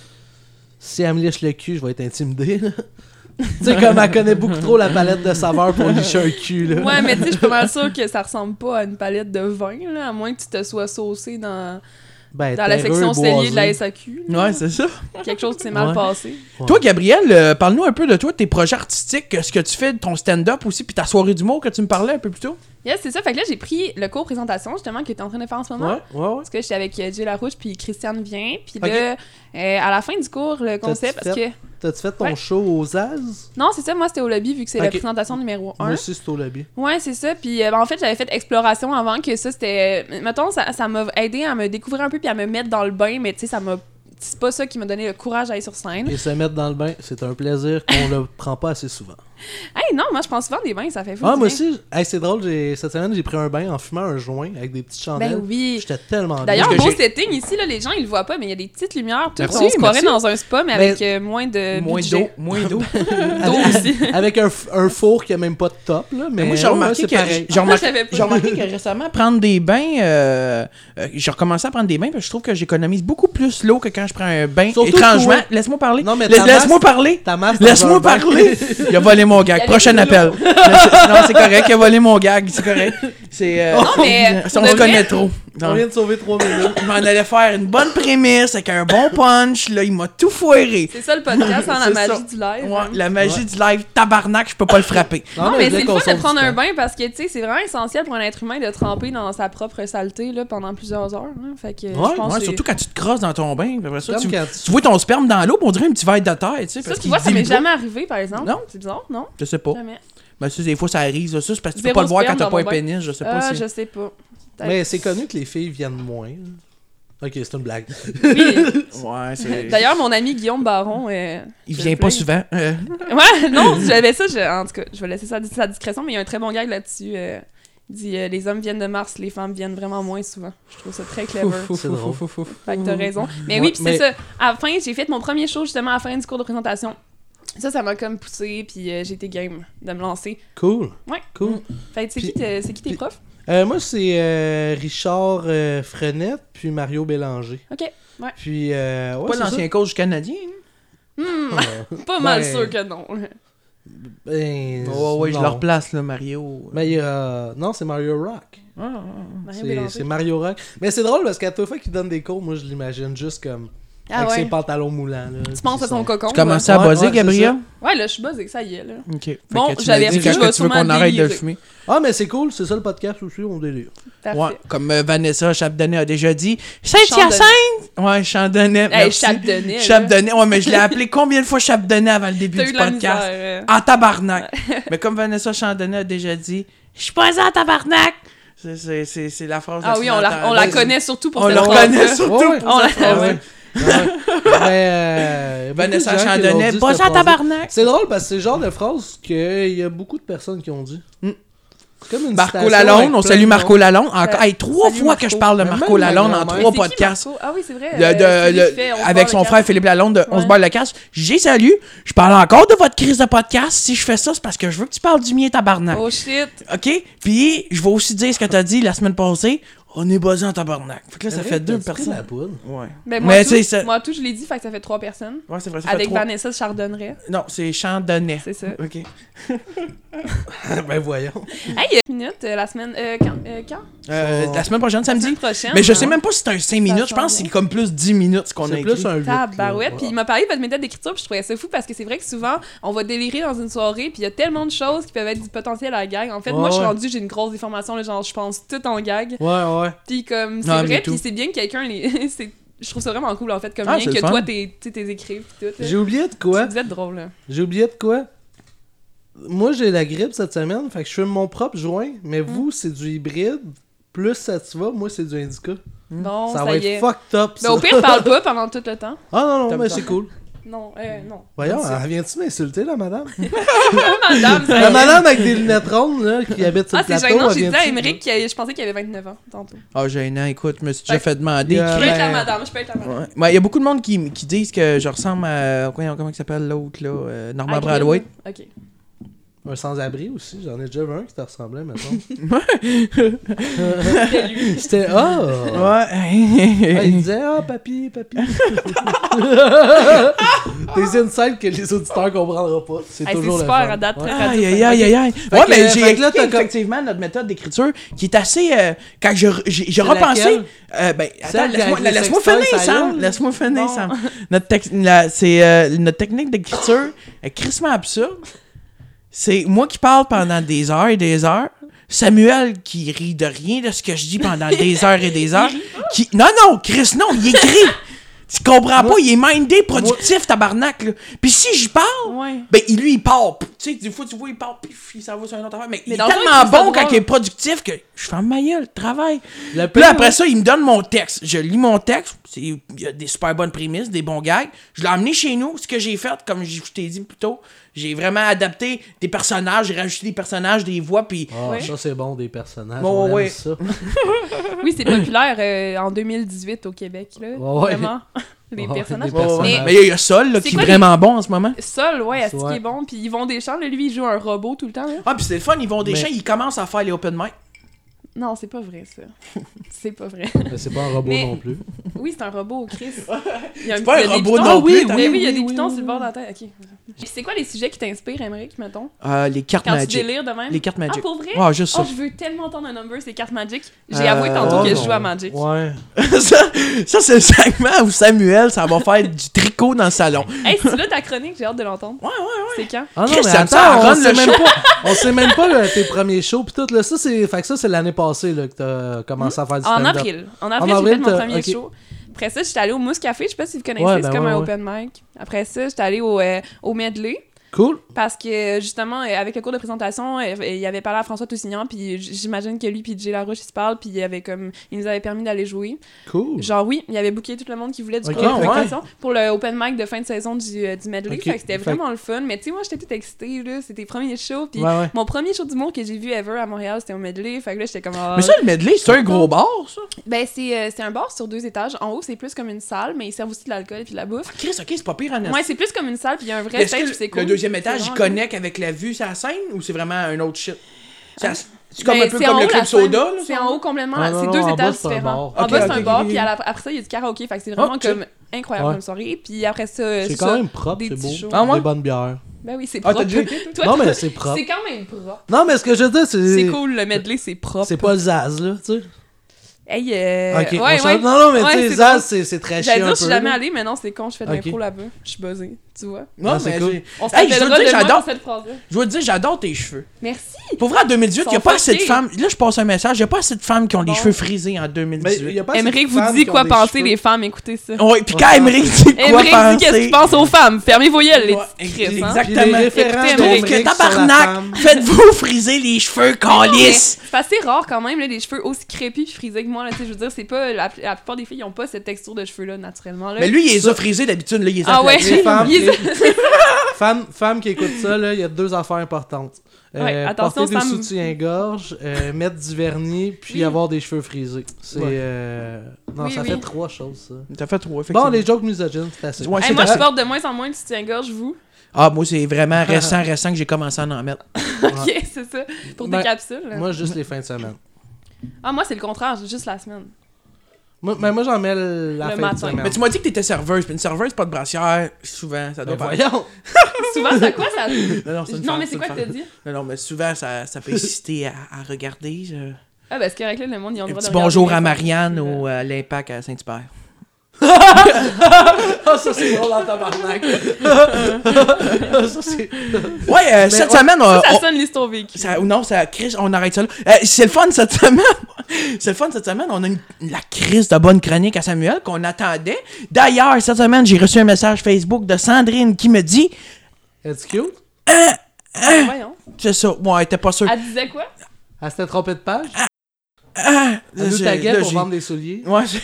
Speaker 3: si elle me liche le cul, je vais être intimidé. là. tu sais, comme elle connaît beaucoup trop la palette de saveurs pour licher un cul, là.
Speaker 4: Ouais, mais tu sais, je suis pas mal sûre que ça ressemble pas à une palette de vin, là, à moins que tu te sois saucé dans,
Speaker 3: Ben,
Speaker 4: dans la
Speaker 3: terreux,
Speaker 4: section cellier de la
Speaker 3: boisé.
Speaker 4: SAQ. là.
Speaker 2: Ouais, c'est ça.
Speaker 4: Quelque chose qui s'est mal
Speaker 3: Ouais.
Speaker 4: passé.
Speaker 3: Ouais.
Speaker 2: Toi, Gabriel, euh, parle-nous un peu de toi, tes projets artistiques, euh, ce que tu fais, de ton stand-up aussi, puis ta soirée d'humour que tu me parlais un peu plus tôt.
Speaker 4: Yes, c'est ça. Fait que là, j'ai pris le cours présentation, justement, que tu es en train de faire en ce moment.
Speaker 3: Ouais, ouais, ouais.
Speaker 4: Parce que j'étais avec euh, Jill Larouche puis Christiane vient. Puis
Speaker 3: Ok.
Speaker 4: là, euh, à la fin du cours, le concept, parce que.
Speaker 3: T'as-tu fait ton
Speaker 4: Ouais.
Speaker 3: show aux As?
Speaker 4: Non, c'est ça, moi, c'était au lobby, vu que c'est la
Speaker 3: Ok.
Speaker 4: présentation numéro 1.
Speaker 3: Moi aussi, c'est au lobby.
Speaker 4: Ouais, c'est ça. Puis euh, ben, en fait, j'avais fait exploration avant que ça, c'était. euh, Mettons, ça ça m'a aidé à me découvrir un peu puis à me mettre dans le bain, mais tu sais, ça m'a. C'est pas ça qui m'a donné le courage d'aller sur scène.
Speaker 3: Et se mettre dans le bain, c'est un plaisir qu'on le prend pas assez souvent.
Speaker 4: Hey, non, moi, je pense souvent des bains, ça fait fou.
Speaker 3: Ah, moi aussi, hey, c'est drôle, j'ai- cette semaine, j'ai pris un bain en fumant un joint avec des petites chandelles.
Speaker 4: Ben oui.
Speaker 3: J'étais tellement
Speaker 4: D'ailleurs,
Speaker 2: Parce que
Speaker 4: beau
Speaker 2: j'ai-
Speaker 4: setting ici, là, les gens, ils le voient pas, mais il y a des petites lumières. Tout,
Speaker 2: Merci,
Speaker 4: on se croirait
Speaker 2: merci. Ben,
Speaker 4: dans un spa, mais
Speaker 3: Mais-
Speaker 4: avec euh, moins de.
Speaker 2: Moins
Speaker 4: budget.
Speaker 2: d'eau, moins d'eau.
Speaker 3: bien.
Speaker 4: d'eau
Speaker 3: Avec-
Speaker 4: aussi.
Speaker 3: Avec un, f- un four qui a même pas de top, là. Mais
Speaker 2: Ah, moi, j'ai
Speaker 3: ouais,
Speaker 2: remarqué,
Speaker 3: c'est
Speaker 2: que,
Speaker 3: pareil.
Speaker 2: j'ai remarqué-
Speaker 4: Ah, Je savais pas.
Speaker 2: j'ai remarqué que récemment, prendre des bains, euh, euh, j'ai recommencé à prendre des bains parce que je trouve que j'économise beaucoup plus l'eau que quand je prends un bain.
Speaker 3: Surtout
Speaker 2: Étrangement,
Speaker 3: toi.
Speaker 2: laisse-moi parler.
Speaker 3: Non, mais
Speaker 2: Laisse-
Speaker 3: ta
Speaker 2: Laisse-moi
Speaker 3: masse-
Speaker 2: parler.
Speaker 3: Ta masse dans un
Speaker 2: Laisse-moi
Speaker 3: bain.
Speaker 2: parler. Il a volé mon
Speaker 4: Il y
Speaker 2: gag.
Speaker 4: avait
Speaker 2: Prochain
Speaker 4: du
Speaker 2: appel. Mais c'est- Non, c'est correct. Il a volé mon gag. C'est correct. C'est. euh,
Speaker 4: Non, mais
Speaker 2: on
Speaker 4: pour
Speaker 2: se
Speaker 4: de vrai-
Speaker 2: connaît trop.
Speaker 3: On
Speaker 2: Non.
Speaker 3: vient de sauver 3 minutes.
Speaker 2: Je m'en allais faire une bonne prémisse avec un bon punch. Là, il m'a tout foiré.
Speaker 4: C'est ça le podcast, sans la
Speaker 2: C'est
Speaker 4: magie
Speaker 2: ça.
Speaker 4: du live.
Speaker 2: Ouais,
Speaker 4: hein.
Speaker 2: la magie du live, tabarnak, je peux pas le frapper.
Speaker 4: Non, mais
Speaker 3: je voulais
Speaker 4: c'est le
Speaker 3: qu'on
Speaker 4: fun
Speaker 3: sauve
Speaker 4: de prendre
Speaker 3: du
Speaker 4: un
Speaker 3: temps.
Speaker 4: bain parce que, tu sais, c'est vraiment essentiel pour un être humain de tremper dans sa propre saleté là, pendant plusieurs heures. hein. Fait que, je
Speaker 3: Ouais,
Speaker 4: pense
Speaker 2: Ouais,
Speaker 4: que-
Speaker 2: surtout quand tu te crosses dans ton bain. puis après ça,
Speaker 3: Comme
Speaker 2: tu,
Speaker 3: quand
Speaker 2: tu vois ton sperme dans l'eau, puis on dirait un petit verre de terre. Tu sais,
Speaker 4: Ça,
Speaker 2: parce
Speaker 4: tu
Speaker 2: qu'il
Speaker 4: vois, ça
Speaker 2: dilue
Speaker 4: m'est
Speaker 2: pas.
Speaker 4: jamais arrivé, par exemple.
Speaker 2: Non. Oh,
Speaker 4: C'est bizarre, non?
Speaker 2: Je sais pas.
Speaker 4: Jamais.
Speaker 2: Mais ça, des fois, ça arrive. ça, c'est parce que tu peux
Speaker 4: Zéro
Speaker 2: pas le voir quand t'as
Speaker 4: sperme
Speaker 2: pas un
Speaker 4: dans mon bain.
Speaker 2: pénis. Je sais pas
Speaker 4: Ah,
Speaker 2: si.
Speaker 4: je sais pas.
Speaker 3: Mais c'est connu que les filles viennent moins. Ok, c'est une blague.
Speaker 4: Oui.
Speaker 2: Ouais, c'est.
Speaker 4: D'ailleurs, mon ami Guillaume Baron. euh,
Speaker 2: il
Speaker 4: je
Speaker 2: vient
Speaker 4: le
Speaker 2: pas
Speaker 4: plains.
Speaker 2: souvent. euh,
Speaker 4: Ouais, non, j'avais ça. je- En tout cas, je vais laisser ça à sa discrétion, mais il y a un très bon gag là-dessus. euh, Il dit euh, Les hommes viennent de Mars, les femmes viennent vraiment moins souvent. Je trouve ça très clever.
Speaker 3: C'est drôle.
Speaker 4: Fait que t'as raison. Mais
Speaker 3: Ouais,
Speaker 4: oui, puis
Speaker 3: mais-
Speaker 4: c'est ça. À la fin, j'ai fait mon premier show justement à la fin du cours de présentation. Ça, ça m'a comme poussé, puis euh, j'ai été game de me lancer.
Speaker 3: Cool.
Speaker 4: Ouais.
Speaker 3: Cool.
Speaker 4: Fait que c'est
Speaker 3: Puis-
Speaker 4: qui, tes- c'est qui tes
Speaker 3: puis-
Speaker 4: profs
Speaker 3: Euh, moi, c'est euh, Richard euh, Frenette, puis Mario Bélanger.
Speaker 4: Ok, ouais.
Speaker 3: Puis, euh, ouais,
Speaker 2: pas
Speaker 3: c'est
Speaker 2: l'ancien coach canadien. hein.
Speaker 4: Hmm,
Speaker 3: ça.
Speaker 4: pas mal
Speaker 3: Ben,
Speaker 4: sûr que non.
Speaker 3: Ben,
Speaker 2: Ouais, ouais, je
Speaker 3: non.
Speaker 2: le replace, là, Mario.
Speaker 3: Mais il y a- Non, c'est Mario Rock.
Speaker 2: Ah, ah, ah.
Speaker 4: Mario
Speaker 3: C'est
Speaker 4: Bélanger.
Speaker 3: c'est Mario Rock. Mais c'est drôle parce qu'à toute fois qu'il donne des cours, moi, je l'imagine juste comme
Speaker 4: Ah
Speaker 3: avec
Speaker 4: ouais.
Speaker 3: ses pantalons moulants. Là,
Speaker 4: Tu penses à ton cocon.
Speaker 2: Tu commences à
Speaker 3: Ouais,
Speaker 2: bosser,
Speaker 3: ouais, c'est
Speaker 2: Gabriel?
Speaker 4: là. Ouais, là, je suis buzzée, ça y est, là.
Speaker 2: Ok. Fait
Speaker 4: Bon,
Speaker 2: que tu
Speaker 4: j'avais
Speaker 2: m'as dit
Speaker 4: appris,
Speaker 2: que
Speaker 4: je vais
Speaker 2: tu veux qu'on
Speaker 4: sûrement
Speaker 2: arrête de le
Speaker 4: délirer.
Speaker 2: fumer.
Speaker 3: Ah, mais c'est cool, c'est ça le podcast aussi, on délire.
Speaker 4: Parfait.
Speaker 2: Ouais, comme euh, Vanessa Chapdonnet a déjà dit.
Speaker 4: Chandonnet.
Speaker 2: Saint-Hyacinthe! Ouais, Chandonnet.
Speaker 4: Hey,
Speaker 2: merci.
Speaker 4: Chapdonnet, là.
Speaker 2: Chapdonnet. Ouais, mais je l'ai appelé combien de fois Chapdonnet avant le début
Speaker 4: T'as
Speaker 2: du
Speaker 4: eu de la
Speaker 2: podcast?
Speaker 4: misère. euh.
Speaker 2: En tabarnak. mais comme Vanessa Chandonnet a déjà dit, je suis pas en tabarnak. C'est- C'est c'est- c'est la phrase.
Speaker 4: Ah
Speaker 2: la
Speaker 4: oui,
Speaker 2: plus
Speaker 4: on la, on la
Speaker 2: entendue.
Speaker 4: connaît surtout pour
Speaker 2: On
Speaker 4: cette
Speaker 2: la
Speaker 4: phrase-là.
Speaker 2: connaît surtout.
Speaker 3: Ouais, ouais.
Speaker 2: pour
Speaker 4: On la-
Speaker 2: cette phrase-là.
Speaker 4: ouais.
Speaker 3: Ouais.
Speaker 2: Vanessa Chandonnet, pas en tabarnak.
Speaker 3: C'est drôle parce que c'est le genre de phrase qu'il y a beaucoup de personnes qui ont dit.
Speaker 2: Mm.
Speaker 3: C'est comme une
Speaker 2: Marco
Speaker 3: citation
Speaker 2: Lalonde,
Speaker 3: avec
Speaker 2: on
Speaker 3: plein
Speaker 2: salue
Speaker 3: de
Speaker 2: Marco
Speaker 3: noms.
Speaker 2: Lalonde. Encore,
Speaker 4: Ouais.
Speaker 2: hey, trois
Speaker 4: Salut,
Speaker 2: fois que
Speaker 4: Marco.
Speaker 2: je parle de
Speaker 3: Mais
Speaker 2: Marco
Speaker 3: même ma
Speaker 2: Lalonde en
Speaker 3: grand-mère.
Speaker 4: Mais
Speaker 2: trois
Speaker 4: c'est qui,
Speaker 2: podcasts.
Speaker 4: Marco? Ah oui, c'est vrai.
Speaker 2: Le-
Speaker 4: euh,
Speaker 2: de-
Speaker 4: celui qui
Speaker 2: le-
Speaker 4: fait, on
Speaker 2: avec
Speaker 4: se
Speaker 2: son
Speaker 4: parle
Speaker 2: frère Philippe Lalonde de On se
Speaker 4: Ouais.
Speaker 2: barre le casse. J'ai salué. Je parle encore de votre crise de podcast. Si je fais ça, c'est parce que je veux que tu parles du mien,
Speaker 4: de-
Speaker 2: tabarnak.
Speaker 4: Oh shit.
Speaker 2: OK? Puis, je vais aussi dire ce que t'as dit la semaine passée. On est basé en tabarnak. Fait que là, ça fait deux
Speaker 3: T'as-tu pris la
Speaker 2: personnes.
Speaker 3: poudre?
Speaker 2: Ouais.
Speaker 4: Ben, moi,
Speaker 2: Mais
Speaker 4: tout,
Speaker 2: c'est ça-
Speaker 4: moi, tout, je l'ai dit, fait que ça fait trois personnes.
Speaker 2: Ouais, c'est vrai, ça fait
Speaker 4: Avec
Speaker 2: trois.
Speaker 4: Vanessa Chardonneret,
Speaker 2: Non, c'est Chandonnet.
Speaker 4: c'est ça.
Speaker 2: OK.
Speaker 3: ben voyons.
Speaker 4: Hey, euh, minutes euh, la semaine. euh, quand euh, Quand
Speaker 2: Euh,
Speaker 3: Oh.
Speaker 2: La semaine prochaine,
Speaker 4: La
Speaker 2: samedi.
Speaker 4: semaine prochaine.
Speaker 2: Mais je
Speaker 4: hein?
Speaker 2: sais même pas si c'est un 5 minutes. Je pense que c'est comme plus 10 minutes ce qu'on a
Speaker 3: C'est plus
Speaker 2: écrit.
Speaker 3: un huit, là.
Speaker 4: Tabarouette. Puis il m'a parlé de votre méthode d'écriture, puis je trouvais ça fou parce que c'est vrai que souvent, on va délirer dans une soirée, puis il y a tellement de choses qui peuvent être du potentiel à la gag. En fait, moi, je suis
Speaker 3: Ouais.
Speaker 4: rendue, j'ai une grosse déformation, là, genre, je pense tout en gag.
Speaker 3: Ouais, ouais.
Speaker 4: Puis comme, c'est
Speaker 2: Ah, mais
Speaker 4: vrai,
Speaker 2: tout.
Speaker 4: puis c'est bien que quelqu'un les. c'est- je trouve ça vraiment cool, en fait, comme
Speaker 2: Ah,
Speaker 4: bien
Speaker 2: c'est
Speaker 4: que
Speaker 2: le fun.
Speaker 4: toi, t'es tu sais, t'es écrit, puis tout. là.
Speaker 3: J'ai oublié de quoi?
Speaker 4: Vous êtes drôle, là.
Speaker 3: J'ai oublié de quoi? Moi, j'ai la grippe cette semaine, fait que je fume mon propre joint,
Speaker 4: Mm.
Speaker 3: mais vous, c'est du hybride, plus sativa, moi, c'est du indica.
Speaker 4: Bon,
Speaker 3: Mm. ça
Speaker 4: ça,
Speaker 3: va
Speaker 4: y est.
Speaker 3: être fucked up,
Speaker 4: Mais
Speaker 3: ça.
Speaker 4: au pire, parle pas pendant tout le temps.
Speaker 3: Ah non, non,
Speaker 2: T'aimes
Speaker 3: mais
Speaker 2: ça?
Speaker 3: c'est cool.
Speaker 4: Non,
Speaker 3: Mm.
Speaker 4: euh, non.
Speaker 3: Voyons,
Speaker 2: Comme ça.
Speaker 3: elle vient-tu m'insulter, la madame?
Speaker 4: Madame, ça y
Speaker 3: La
Speaker 4: est.
Speaker 3: madame avec des lunettes rondes, là, qui habite sur
Speaker 4: Ben Ah,
Speaker 3: le
Speaker 4: c'est
Speaker 3: plateau,
Speaker 4: gênant,
Speaker 3: elle
Speaker 4: j'ai dit à
Speaker 3: vient-tu-
Speaker 4: Émeric que je pensais qu'il avait 29 ans, tantôt.
Speaker 2: Ah, gênant. Écoute, je me suis déjà
Speaker 4: Fait-
Speaker 2: fait demander.
Speaker 3: Yeah.
Speaker 4: Je
Speaker 3: Ah,
Speaker 4: peux être la
Speaker 3: ben-
Speaker 4: madame, je peux être la madame.
Speaker 2: Ouais. Ben, Il y a beaucoup de monde qui, qui disent que je ressemble à. voyons, comment il s'appelle l'autre, là euh, Norman
Speaker 4: Ah,
Speaker 2: Bradway.
Speaker 4: Ok.
Speaker 3: Un sans-abri aussi, j'en ai déjà vu un qui te ressemblait, maintenant.
Speaker 4: C'est lui.
Speaker 3: C'était, ah! Ah, il
Speaker 2: Ouais.
Speaker 3: disait Ah, papy, papy. Des insights que les auditeurs comprendront pas. C'est
Speaker 4: Hey,
Speaker 3: toujours
Speaker 4: c'est
Speaker 3: le
Speaker 4: super
Speaker 3: fun.
Speaker 4: à date, très
Speaker 3: Ouais.
Speaker 2: Aïe, aïe, aïe, aïe, aïe.
Speaker 3: Fait
Speaker 2: Ouais,
Speaker 3: que-
Speaker 2: mais
Speaker 3: fait
Speaker 2: j'ai
Speaker 3: que là, t'as
Speaker 2: expliqué
Speaker 3: comme-
Speaker 2: effectivement notre méthode d'écriture qui est assez. euh, quand je, re- j'ai, j'ai
Speaker 3: C'est
Speaker 2: repensé.
Speaker 3: laquelle?
Speaker 2: euh, ben, attends,
Speaker 3: Celle
Speaker 2: laisse-moi,
Speaker 3: avec les
Speaker 2: laisse-moi
Speaker 3: sextoys,
Speaker 2: finir,
Speaker 3: ça
Speaker 2: Sam.
Speaker 3: gueule?
Speaker 2: Laisse-moi finir,
Speaker 4: Bon.
Speaker 2: Sam. Notre, tec- la- c'est, euh, notre technique d'écriture est crissement absurde. C'est moi qui parle pendant des heures et des heures. Samuel qui rit de rien de ce que je dis pendant des heures et des heures. qui... Non, non, Chris, non, il écrit. Tu comprends pas, il est mindé, productif, tabarnak. là. Puis si je parle,
Speaker 4: Ouais.
Speaker 2: ben, il- lui, il part. P- Tu sais, des fois, tu vois, il part, pif, il s'en va sur un autre affaire. Mais, il est
Speaker 4: dans le fond,
Speaker 2: tellement
Speaker 4: il trouve ça
Speaker 2: bon quand
Speaker 4: drôle.
Speaker 2: il est productif que je ferme ma gueule, travail.
Speaker 3: Le
Speaker 2: Puis là,
Speaker 3: pire,
Speaker 2: après ça, il me donne mon texte. Je lis mon texte. C'est- Il y a des super bonnes prémices, des bons gags. Je l'ai emmené chez nous. Ce que j'ai fait, comme je je t'ai dit plus tôt, j'ai vraiment adapté des personnages, j'ai rajouté des personnages, des voix, puis...
Speaker 3: Ah,
Speaker 4: Ouais.
Speaker 3: ça, c'est bon, des personnages.
Speaker 2: Bon,
Speaker 3: on aime
Speaker 2: ouais.
Speaker 3: ça.
Speaker 4: Oui, c'est populaire euh, en 2018 au Québec, là.
Speaker 3: Ouais.
Speaker 4: Vraiment. Les
Speaker 3: Ouais,
Speaker 4: personnages.
Speaker 3: des personnages.
Speaker 4: Mais-
Speaker 2: Mais il y a- il y a Sol, là,
Speaker 4: C'est
Speaker 2: qui
Speaker 4: quoi
Speaker 2: est
Speaker 4: les-
Speaker 2: vraiment bon en ce moment.
Speaker 4: Seul, ouais, à ce qui
Speaker 3: Ouais.
Speaker 4: est bon. Puis Yvon Deschamps, là, lui, il joue un robot tout le temps, là.
Speaker 2: Ah, puis c'est le fun, ils vont des
Speaker 3: Mais-
Speaker 2: champs, ils commencent à faire les open mic.
Speaker 4: Non, c'est pas vrai, ça. c'est pas vrai.
Speaker 3: Mais c'est pas un robot
Speaker 4: Mais-
Speaker 3: non plus.
Speaker 4: Oui, c'est un robot, Chris. Il y a
Speaker 2: C'est pas
Speaker 4: il y a
Speaker 2: un
Speaker 4: des
Speaker 2: robot
Speaker 4: boutons.
Speaker 2: non
Speaker 4: Ah oui,
Speaker 2: plus, t'as-
Speaker 4: mais oui, il y a
Speaker 3: oui,
Speaker 4: des
Speaker 3: oui,
Speaker 4: boutons
Speaker 3: oui,
Speaker 4: sur le bord de
Speaker 3: oui.
Speaker 4: la tête. OK. C'est quoi les sujets qui t'inspirent, Émeric, mettons?
Speaker 2: Euh, les cartes
Speaker 4: Quand tu
Speaker 2: Magic.
Speaker 4: délires de même?
Speaker 2: Les cartes
Speaker 4: Ah,
Speaker 2: Magic.
Speaker 4: pour vrai?
Speaker 2: Ouais, juste ça.
Speaker 4: Oh, je veux tellement entendre un number, c'est cartes Magic. J'ai
Speaker 2: Euh,
Speaker 4: avoué tantôt
Speaker 2: oh,
Speaker 4: que je
Speaker 3: Ah, non.
Speaker 4: joue à Magic.
Speaker 3: Ouais.
Speaker 2: ça, ça, c'est le segment où Samuel, ça va faire du tricot dans le salon.
Speaker 4: Hey, c'est là ta chronique, j'ai hâte de l'entendre.
Speaker 2: Ouais, ouais, ouais.
Speaker 4: C'est quand?
Speaker 3: Ah non,
Speaker 2: Chris,
Speaker 3: mais
Speaker 2: ça me sert à
Speaker 3: attends, on
Speaker 2: rendre
Speaker 3: sait
Speaker 2: le
Speaker 3: même
Speaker 2: show.
Speaker 3: pas, on sait même pas là, tes premiers shows pis tout. Là, ça, c'est, fait que ça, c'est l'année passée là, que t'as commencé à faire du
Speaker 4: En
Speaker 3: stand-up.
Speaker 4: avril. En avril,
Speaker 3: En
Speaker 4: j'ai fait
Speaker 3: avril,
Speaker 4: mon
Speaker 3: t'as-
Speaker 4: premier
Speaker 3: ok.
Speaker 4: show. Après ça, j'étais allée au Mousse Café, je sais pas si vous connaissez,
Speaker 3: Ouais,
Speaker 4: c'est
Speaker 3: ben
Speaker 4: comme
Speaker 3: ouais,
Speaker 4: un
Speaker 3: ouais.
Speaker 4: open mic. Après ça, j'étais allée au, euh, au Medley.
Speaker 3: Cool.
Speaker 4: Parce que justement, euh, avec le cours de présentation, euh, il avait parlé à François Toussignan, puis j- j'imagine que lui puis Jay Larouche, ils se parlent, puis il, avait comme, il nous avait permis d'aller jouer.
Speaker 3: Cool.
Speaker 4: Genre oui, il avait booké tout le monde qui voulait du
Speaker 3: Ok,
Speaker 4: cours de
Speaker 3: ouais.
Speaker 4: présentation pour le open mic de fin de saison du, euh, du medley.
Speaker 3: Ok,
Speaker 4: Fait que c'était
Speaker 3: fait-
Speaker 4: vraiment le fun. Mais tu sais, moi, j'étais toute excitée, là. C'était les premiers shows, puis
Speaker 3: Ouais, ouais.
Speaker 4: mon premier show d'humour que j'ai vu ever à Montréal, c'était au medley. Fait que là, j'étais comme... ah,
Speaker 2: Mais ça, le medley, c'est un gros bar, ça.
Speaker 4: ben, c'est euh, c'est un bar sur deux étages. En haut, c'est plus comme une salle, mais ils servent aussi de l'alcool et de la bouffe.
Speaker 2: Chris, ok, c'est pas pire en
Speaker 4: Ouais, c'est plus comme une salle, puis il y a un vrai
Speaker 2: Est-ce
Speaker 4: stage,
Speaker 2: que
Speaker 4: puis c'est
Speaker 2: le,
Speaker 4: cool.
Speaker 2: le deuxième
Speaker 4: C'est
Speaker 2: étage, il
Speaker 4: vraiment
Speaker 2: connecte avec la vue sur la scène ou c'est vraiment un autre shit? Ça- C'est
Speaker 4: Ben,
Speaker 2: comme un peu
Speaker 4: c'est en
Speaker 2: comme le
Speaker 4: haut, la
Speaker 2: club soda,
Speaker 4: scène.
Speaker 2: là?
Speaker 4: C'est en haut complètement.
Speaker 3: Ah, non,
Speaker 4: c'est
Speaker 3: non,
Speaker 4: deux
Speaker 3: en bas,
Speaker 4: étages
Speaker 3: c'est un
Speaker 4: différents.
Speaker 3: bar.
Speaker 4: En
Speaker 2: Ok,
Speaker 4: bas, c'est
Speaker 2: ok,
Speaker 4: un
Speaker 2: ok,
Speaker 4: bar,
Speaker 2: ok.
Speaker 4: puis à la- après ça, il y a du karaoké. Fait que c'est vraiment
Speaker 2: Oh,
Speaker 4: comme incroyable
Speaker 3: Ouais.
Speaker 4: comme soirée. Puis après ça, euh,
Speaker 3: C'est
Speaker 4: ça,
Speaker 3: quand même propre,
Speaker 4: des
Speaker 3: c'est
Speaker 4: petits shows.
Speaker 3: beau.
Speaker 2: Ah ouais?
Speaker 3: Des bonnes bières.
Speaker 4: Ben oui, c'est
Speaker 2: Ah,
Speaker 4: propre.
Speaker 2: t'as déjà été, toi?
Speaker 4: Toi,
Speaker 3: Non,
Speaker 4: t'as-
Speaker 3: mais c'est propre.
Speaker 4: c'est quand même propre.
Speaker 3: Non, mais ce que je veux dire,
Speaker 4: C'est
Speaker 3: c'est.
Speaker 4: cool, le medley, c'est propre.
Speaker 3: C'est pas le Zaz, là, tu sais.
Speaker 4: Hey, euh,
Speaker 3: Ok,
Speaker 4: ouais,
Speaker 3: on
Speaker 4: ouais.
Speaker 3: chante- Non, non, mais
Speaker 4: Ouais,
Speaker 3: tu sais,
Speaker 4: c'est
Speaker 3: Zaz,
Speaker 4: drôle.
Speaker 3: c'est c'est très chiant.
Speaker 4: J'allais dire,
Speaker 3: un
Speaker 4: je suis
Speaker 3: peu,
Speaker 4: jamais
Speaker 3: là.
Speaker 4: allée, mais non, c'est con, je fais de
Speaker 3: Ok.
Speaker 4: l'impro là-bas. Je suis buzzée, tu vois.
Speaker 2: Non,
Speaker 3: Non, c'est
Speaker 2: mais
Speaker 3: cool.
Speaker 2: j'ai-
Speaker 4: On se
Speaker 2: Hey, je veux
Speaker 4: rappellera
Speaker 2: dire,
Speaker 4: de moi
Speaker 2: j'adore-
Speaker 4: pour cette phrase-là.
Speaker 2: je veux te dire, j'adore tes cheveux.
Speaker 4: Merci!
Speaker 2: Pour vrai, en 2018, il
Speaker 4: Ils
Speaker 2: n'y a
Speaker 4: sont
Speaker 2: pas assez de
Speaker 4: fuckés.
Speaker 2: femmes. Là, je passe un message. Il n'y a pas assez de femmes qui ont
Speaker 4: Bon.
Speaker 2: les cheveux frisés en
Speaker 3: Mais il
Speaker 2: 2018.
Speaker 3: y a pas assez de
Speaker 4: Emmerich vous
Speaker 3: femmes
Speaker 4: dit
Speaker 3: qui ont
Speaker 4: quoi
Speaker 3: des
Speaker 4: penser,
Speaker 3: cheveux.
Speaker 4: les femmes, écoutez ça.
Speaker 2: Ouais, puis quand Emmerich dit quoi
Speaker 4: Emmerich dit qu'est-ce
Speaker 2: penser.
Speaker 4: qu'il pense aux femmes. Fermez vos yeux, les
Speaker 2: Ouais,
Speaker 4: petites crises, hein.
Speaker 2: exact.
Speaker 3: Puis les
Speaker 2: Exactement.
Speaker 3: référents
Speaker 4: Écoutez,
Speaker 2: Je trouve
Speaker 4: Emmerich
Speaker 3: d'Emmerich
Speaker 2: que
Speaker 3: sur la femme.
Speaker 2: tabarnak, faites-vous friser les cheveux,
Speaker 4: Mais
Speaker 2: calice!
Speaker 4: C'est assez rare quand même, là, les cheveux aussi crépus puis frisés que moi. Là, tu sais, je veux dire, c'est pas. La, la plupart des filles n'ont pas cette texture de cheveux-là, naturellement. Là.
Speaker 2: Mais lui, il les a frisés d'habitude, là, il les a
Speaker 4: ah ouais,
Speaker 3: Les femmes,
Speaker 4: Il-
Speaker 3: les- femmes, femmes qui écoutent ça, là, il y a deux affaires importantes. Euh,
Speaker 4: Ouais, attention,
Speaker 3: porter des
Speaker 4: femmes-
Speaker 3: soutiens-gorge, euh, mettre du vernis, puis
Speaker 4: Oui.
Speaker 3: avoir des cheveux frisés. C'est,
Speaker 2: Ouais.
Speaker 3: euh, Non,
Speaker 4: Oui,
Speaker 3: ça
Speaker 4: oui.
Speaker 3: fait trois choses, ça.
Speaker 2: T'as fait trop,
Speaker 3: Bon, les jokes misogynes, c'est assez.
Speaker 2: Ouais,
Speaker 4: Hey,
Speaker 2: c'est
Speaker 4: moi,
Speaker 2: assez.
Speaker 4: je porte de moins en moins de soutien-gorge, vous.
Speaker 2: Ah, moi, c'est vraiment récent, récent que j'ai commencé à en mettre.
Speaker 4: Ok, c'est ça. Pour
Speaker 3: Ben,
Speaker 4: des capsules. là.
Speaker 3: Moi, juste les fins de semaine.
Speaker 4: Ah, moi, c'est le contraire, j'ai juste la semaine.
Speaker 3: Moi, mais moi j'en mets la
Speaker 4: Le
Speaker 3: fin
Speaker 4: matin.
Speaker 3: de semaine.
Speaker 2: Mais tu m'as dit que t'étais serveuse, puis une serveuse, pas de brassière, souvent, ça
Speaker 3: Ben
Speaker 2: doit pas...
Speaker 3: voyons!
Speaker 4: Souvent, c'est à quoi ça. Non,
Speaker 2: Non, non, une femme,
Speaker 4: mais c'est quoi que
Speaker 2: une
Speaker 4: t'as
Speaker 2: femme.
Speaker 4: dit?
Speaker 2: Non, non, mais souvent, ça, ça peut exciter à, à regarder. je-
Speaker 4: Ah, ben, c'est correct, là, le monde, ils ont
Speaker 2: Un
Speaker 4: le droit
Speaker 2: petit
Speaker 4: de regarder
Speaker 2: bonjour
Speaker 4: les
Speaker 2: à
Speaker 4: femmes.
Speaker 2: Marianne ou euh, à l'Impact à Saint-Hubert.
Speaker 3: Ah, ça c'est drôle en tabarnak! ça c'est.
Speaker 2: Ouais, euh, cette
Speaker 3: ouais,
Speaker 2: semaine, on-
Speaker 4: Ça
Speaker 2: on-
Speaker 4: sonne l'histoire vécue.
Speaker 2: Ça- ou non, ça crise, on arrête ça là. Euh, c'est le fun cette semaine. c'est le fun cette semaine. On a une- la crise de bonne chronique à Samuel qu'on attendait. D'ailleurs, cette semaine, j'ai reçu un message Facebook de Sandrine qui me dit
Speaker 3: Est-ce cute?
Speaker 4: Voyons.
Speaker 2: C'est ça, ouais, t'es pas sûr.
Speaker 4: Elle disait quoi?
Speaker 3: Elle s'était trompée de page?
Speaker 2: Là,
Speaker 3: Elle nous
Speaker 2: Ah, j'ai-
Speaker 3: taguait
Speaker 2: là,
Speaker 3: pour
Speaker 2: j'ai-
Speaker 3: vendre des souliers.
Speaker 2: Ouais, j'ai-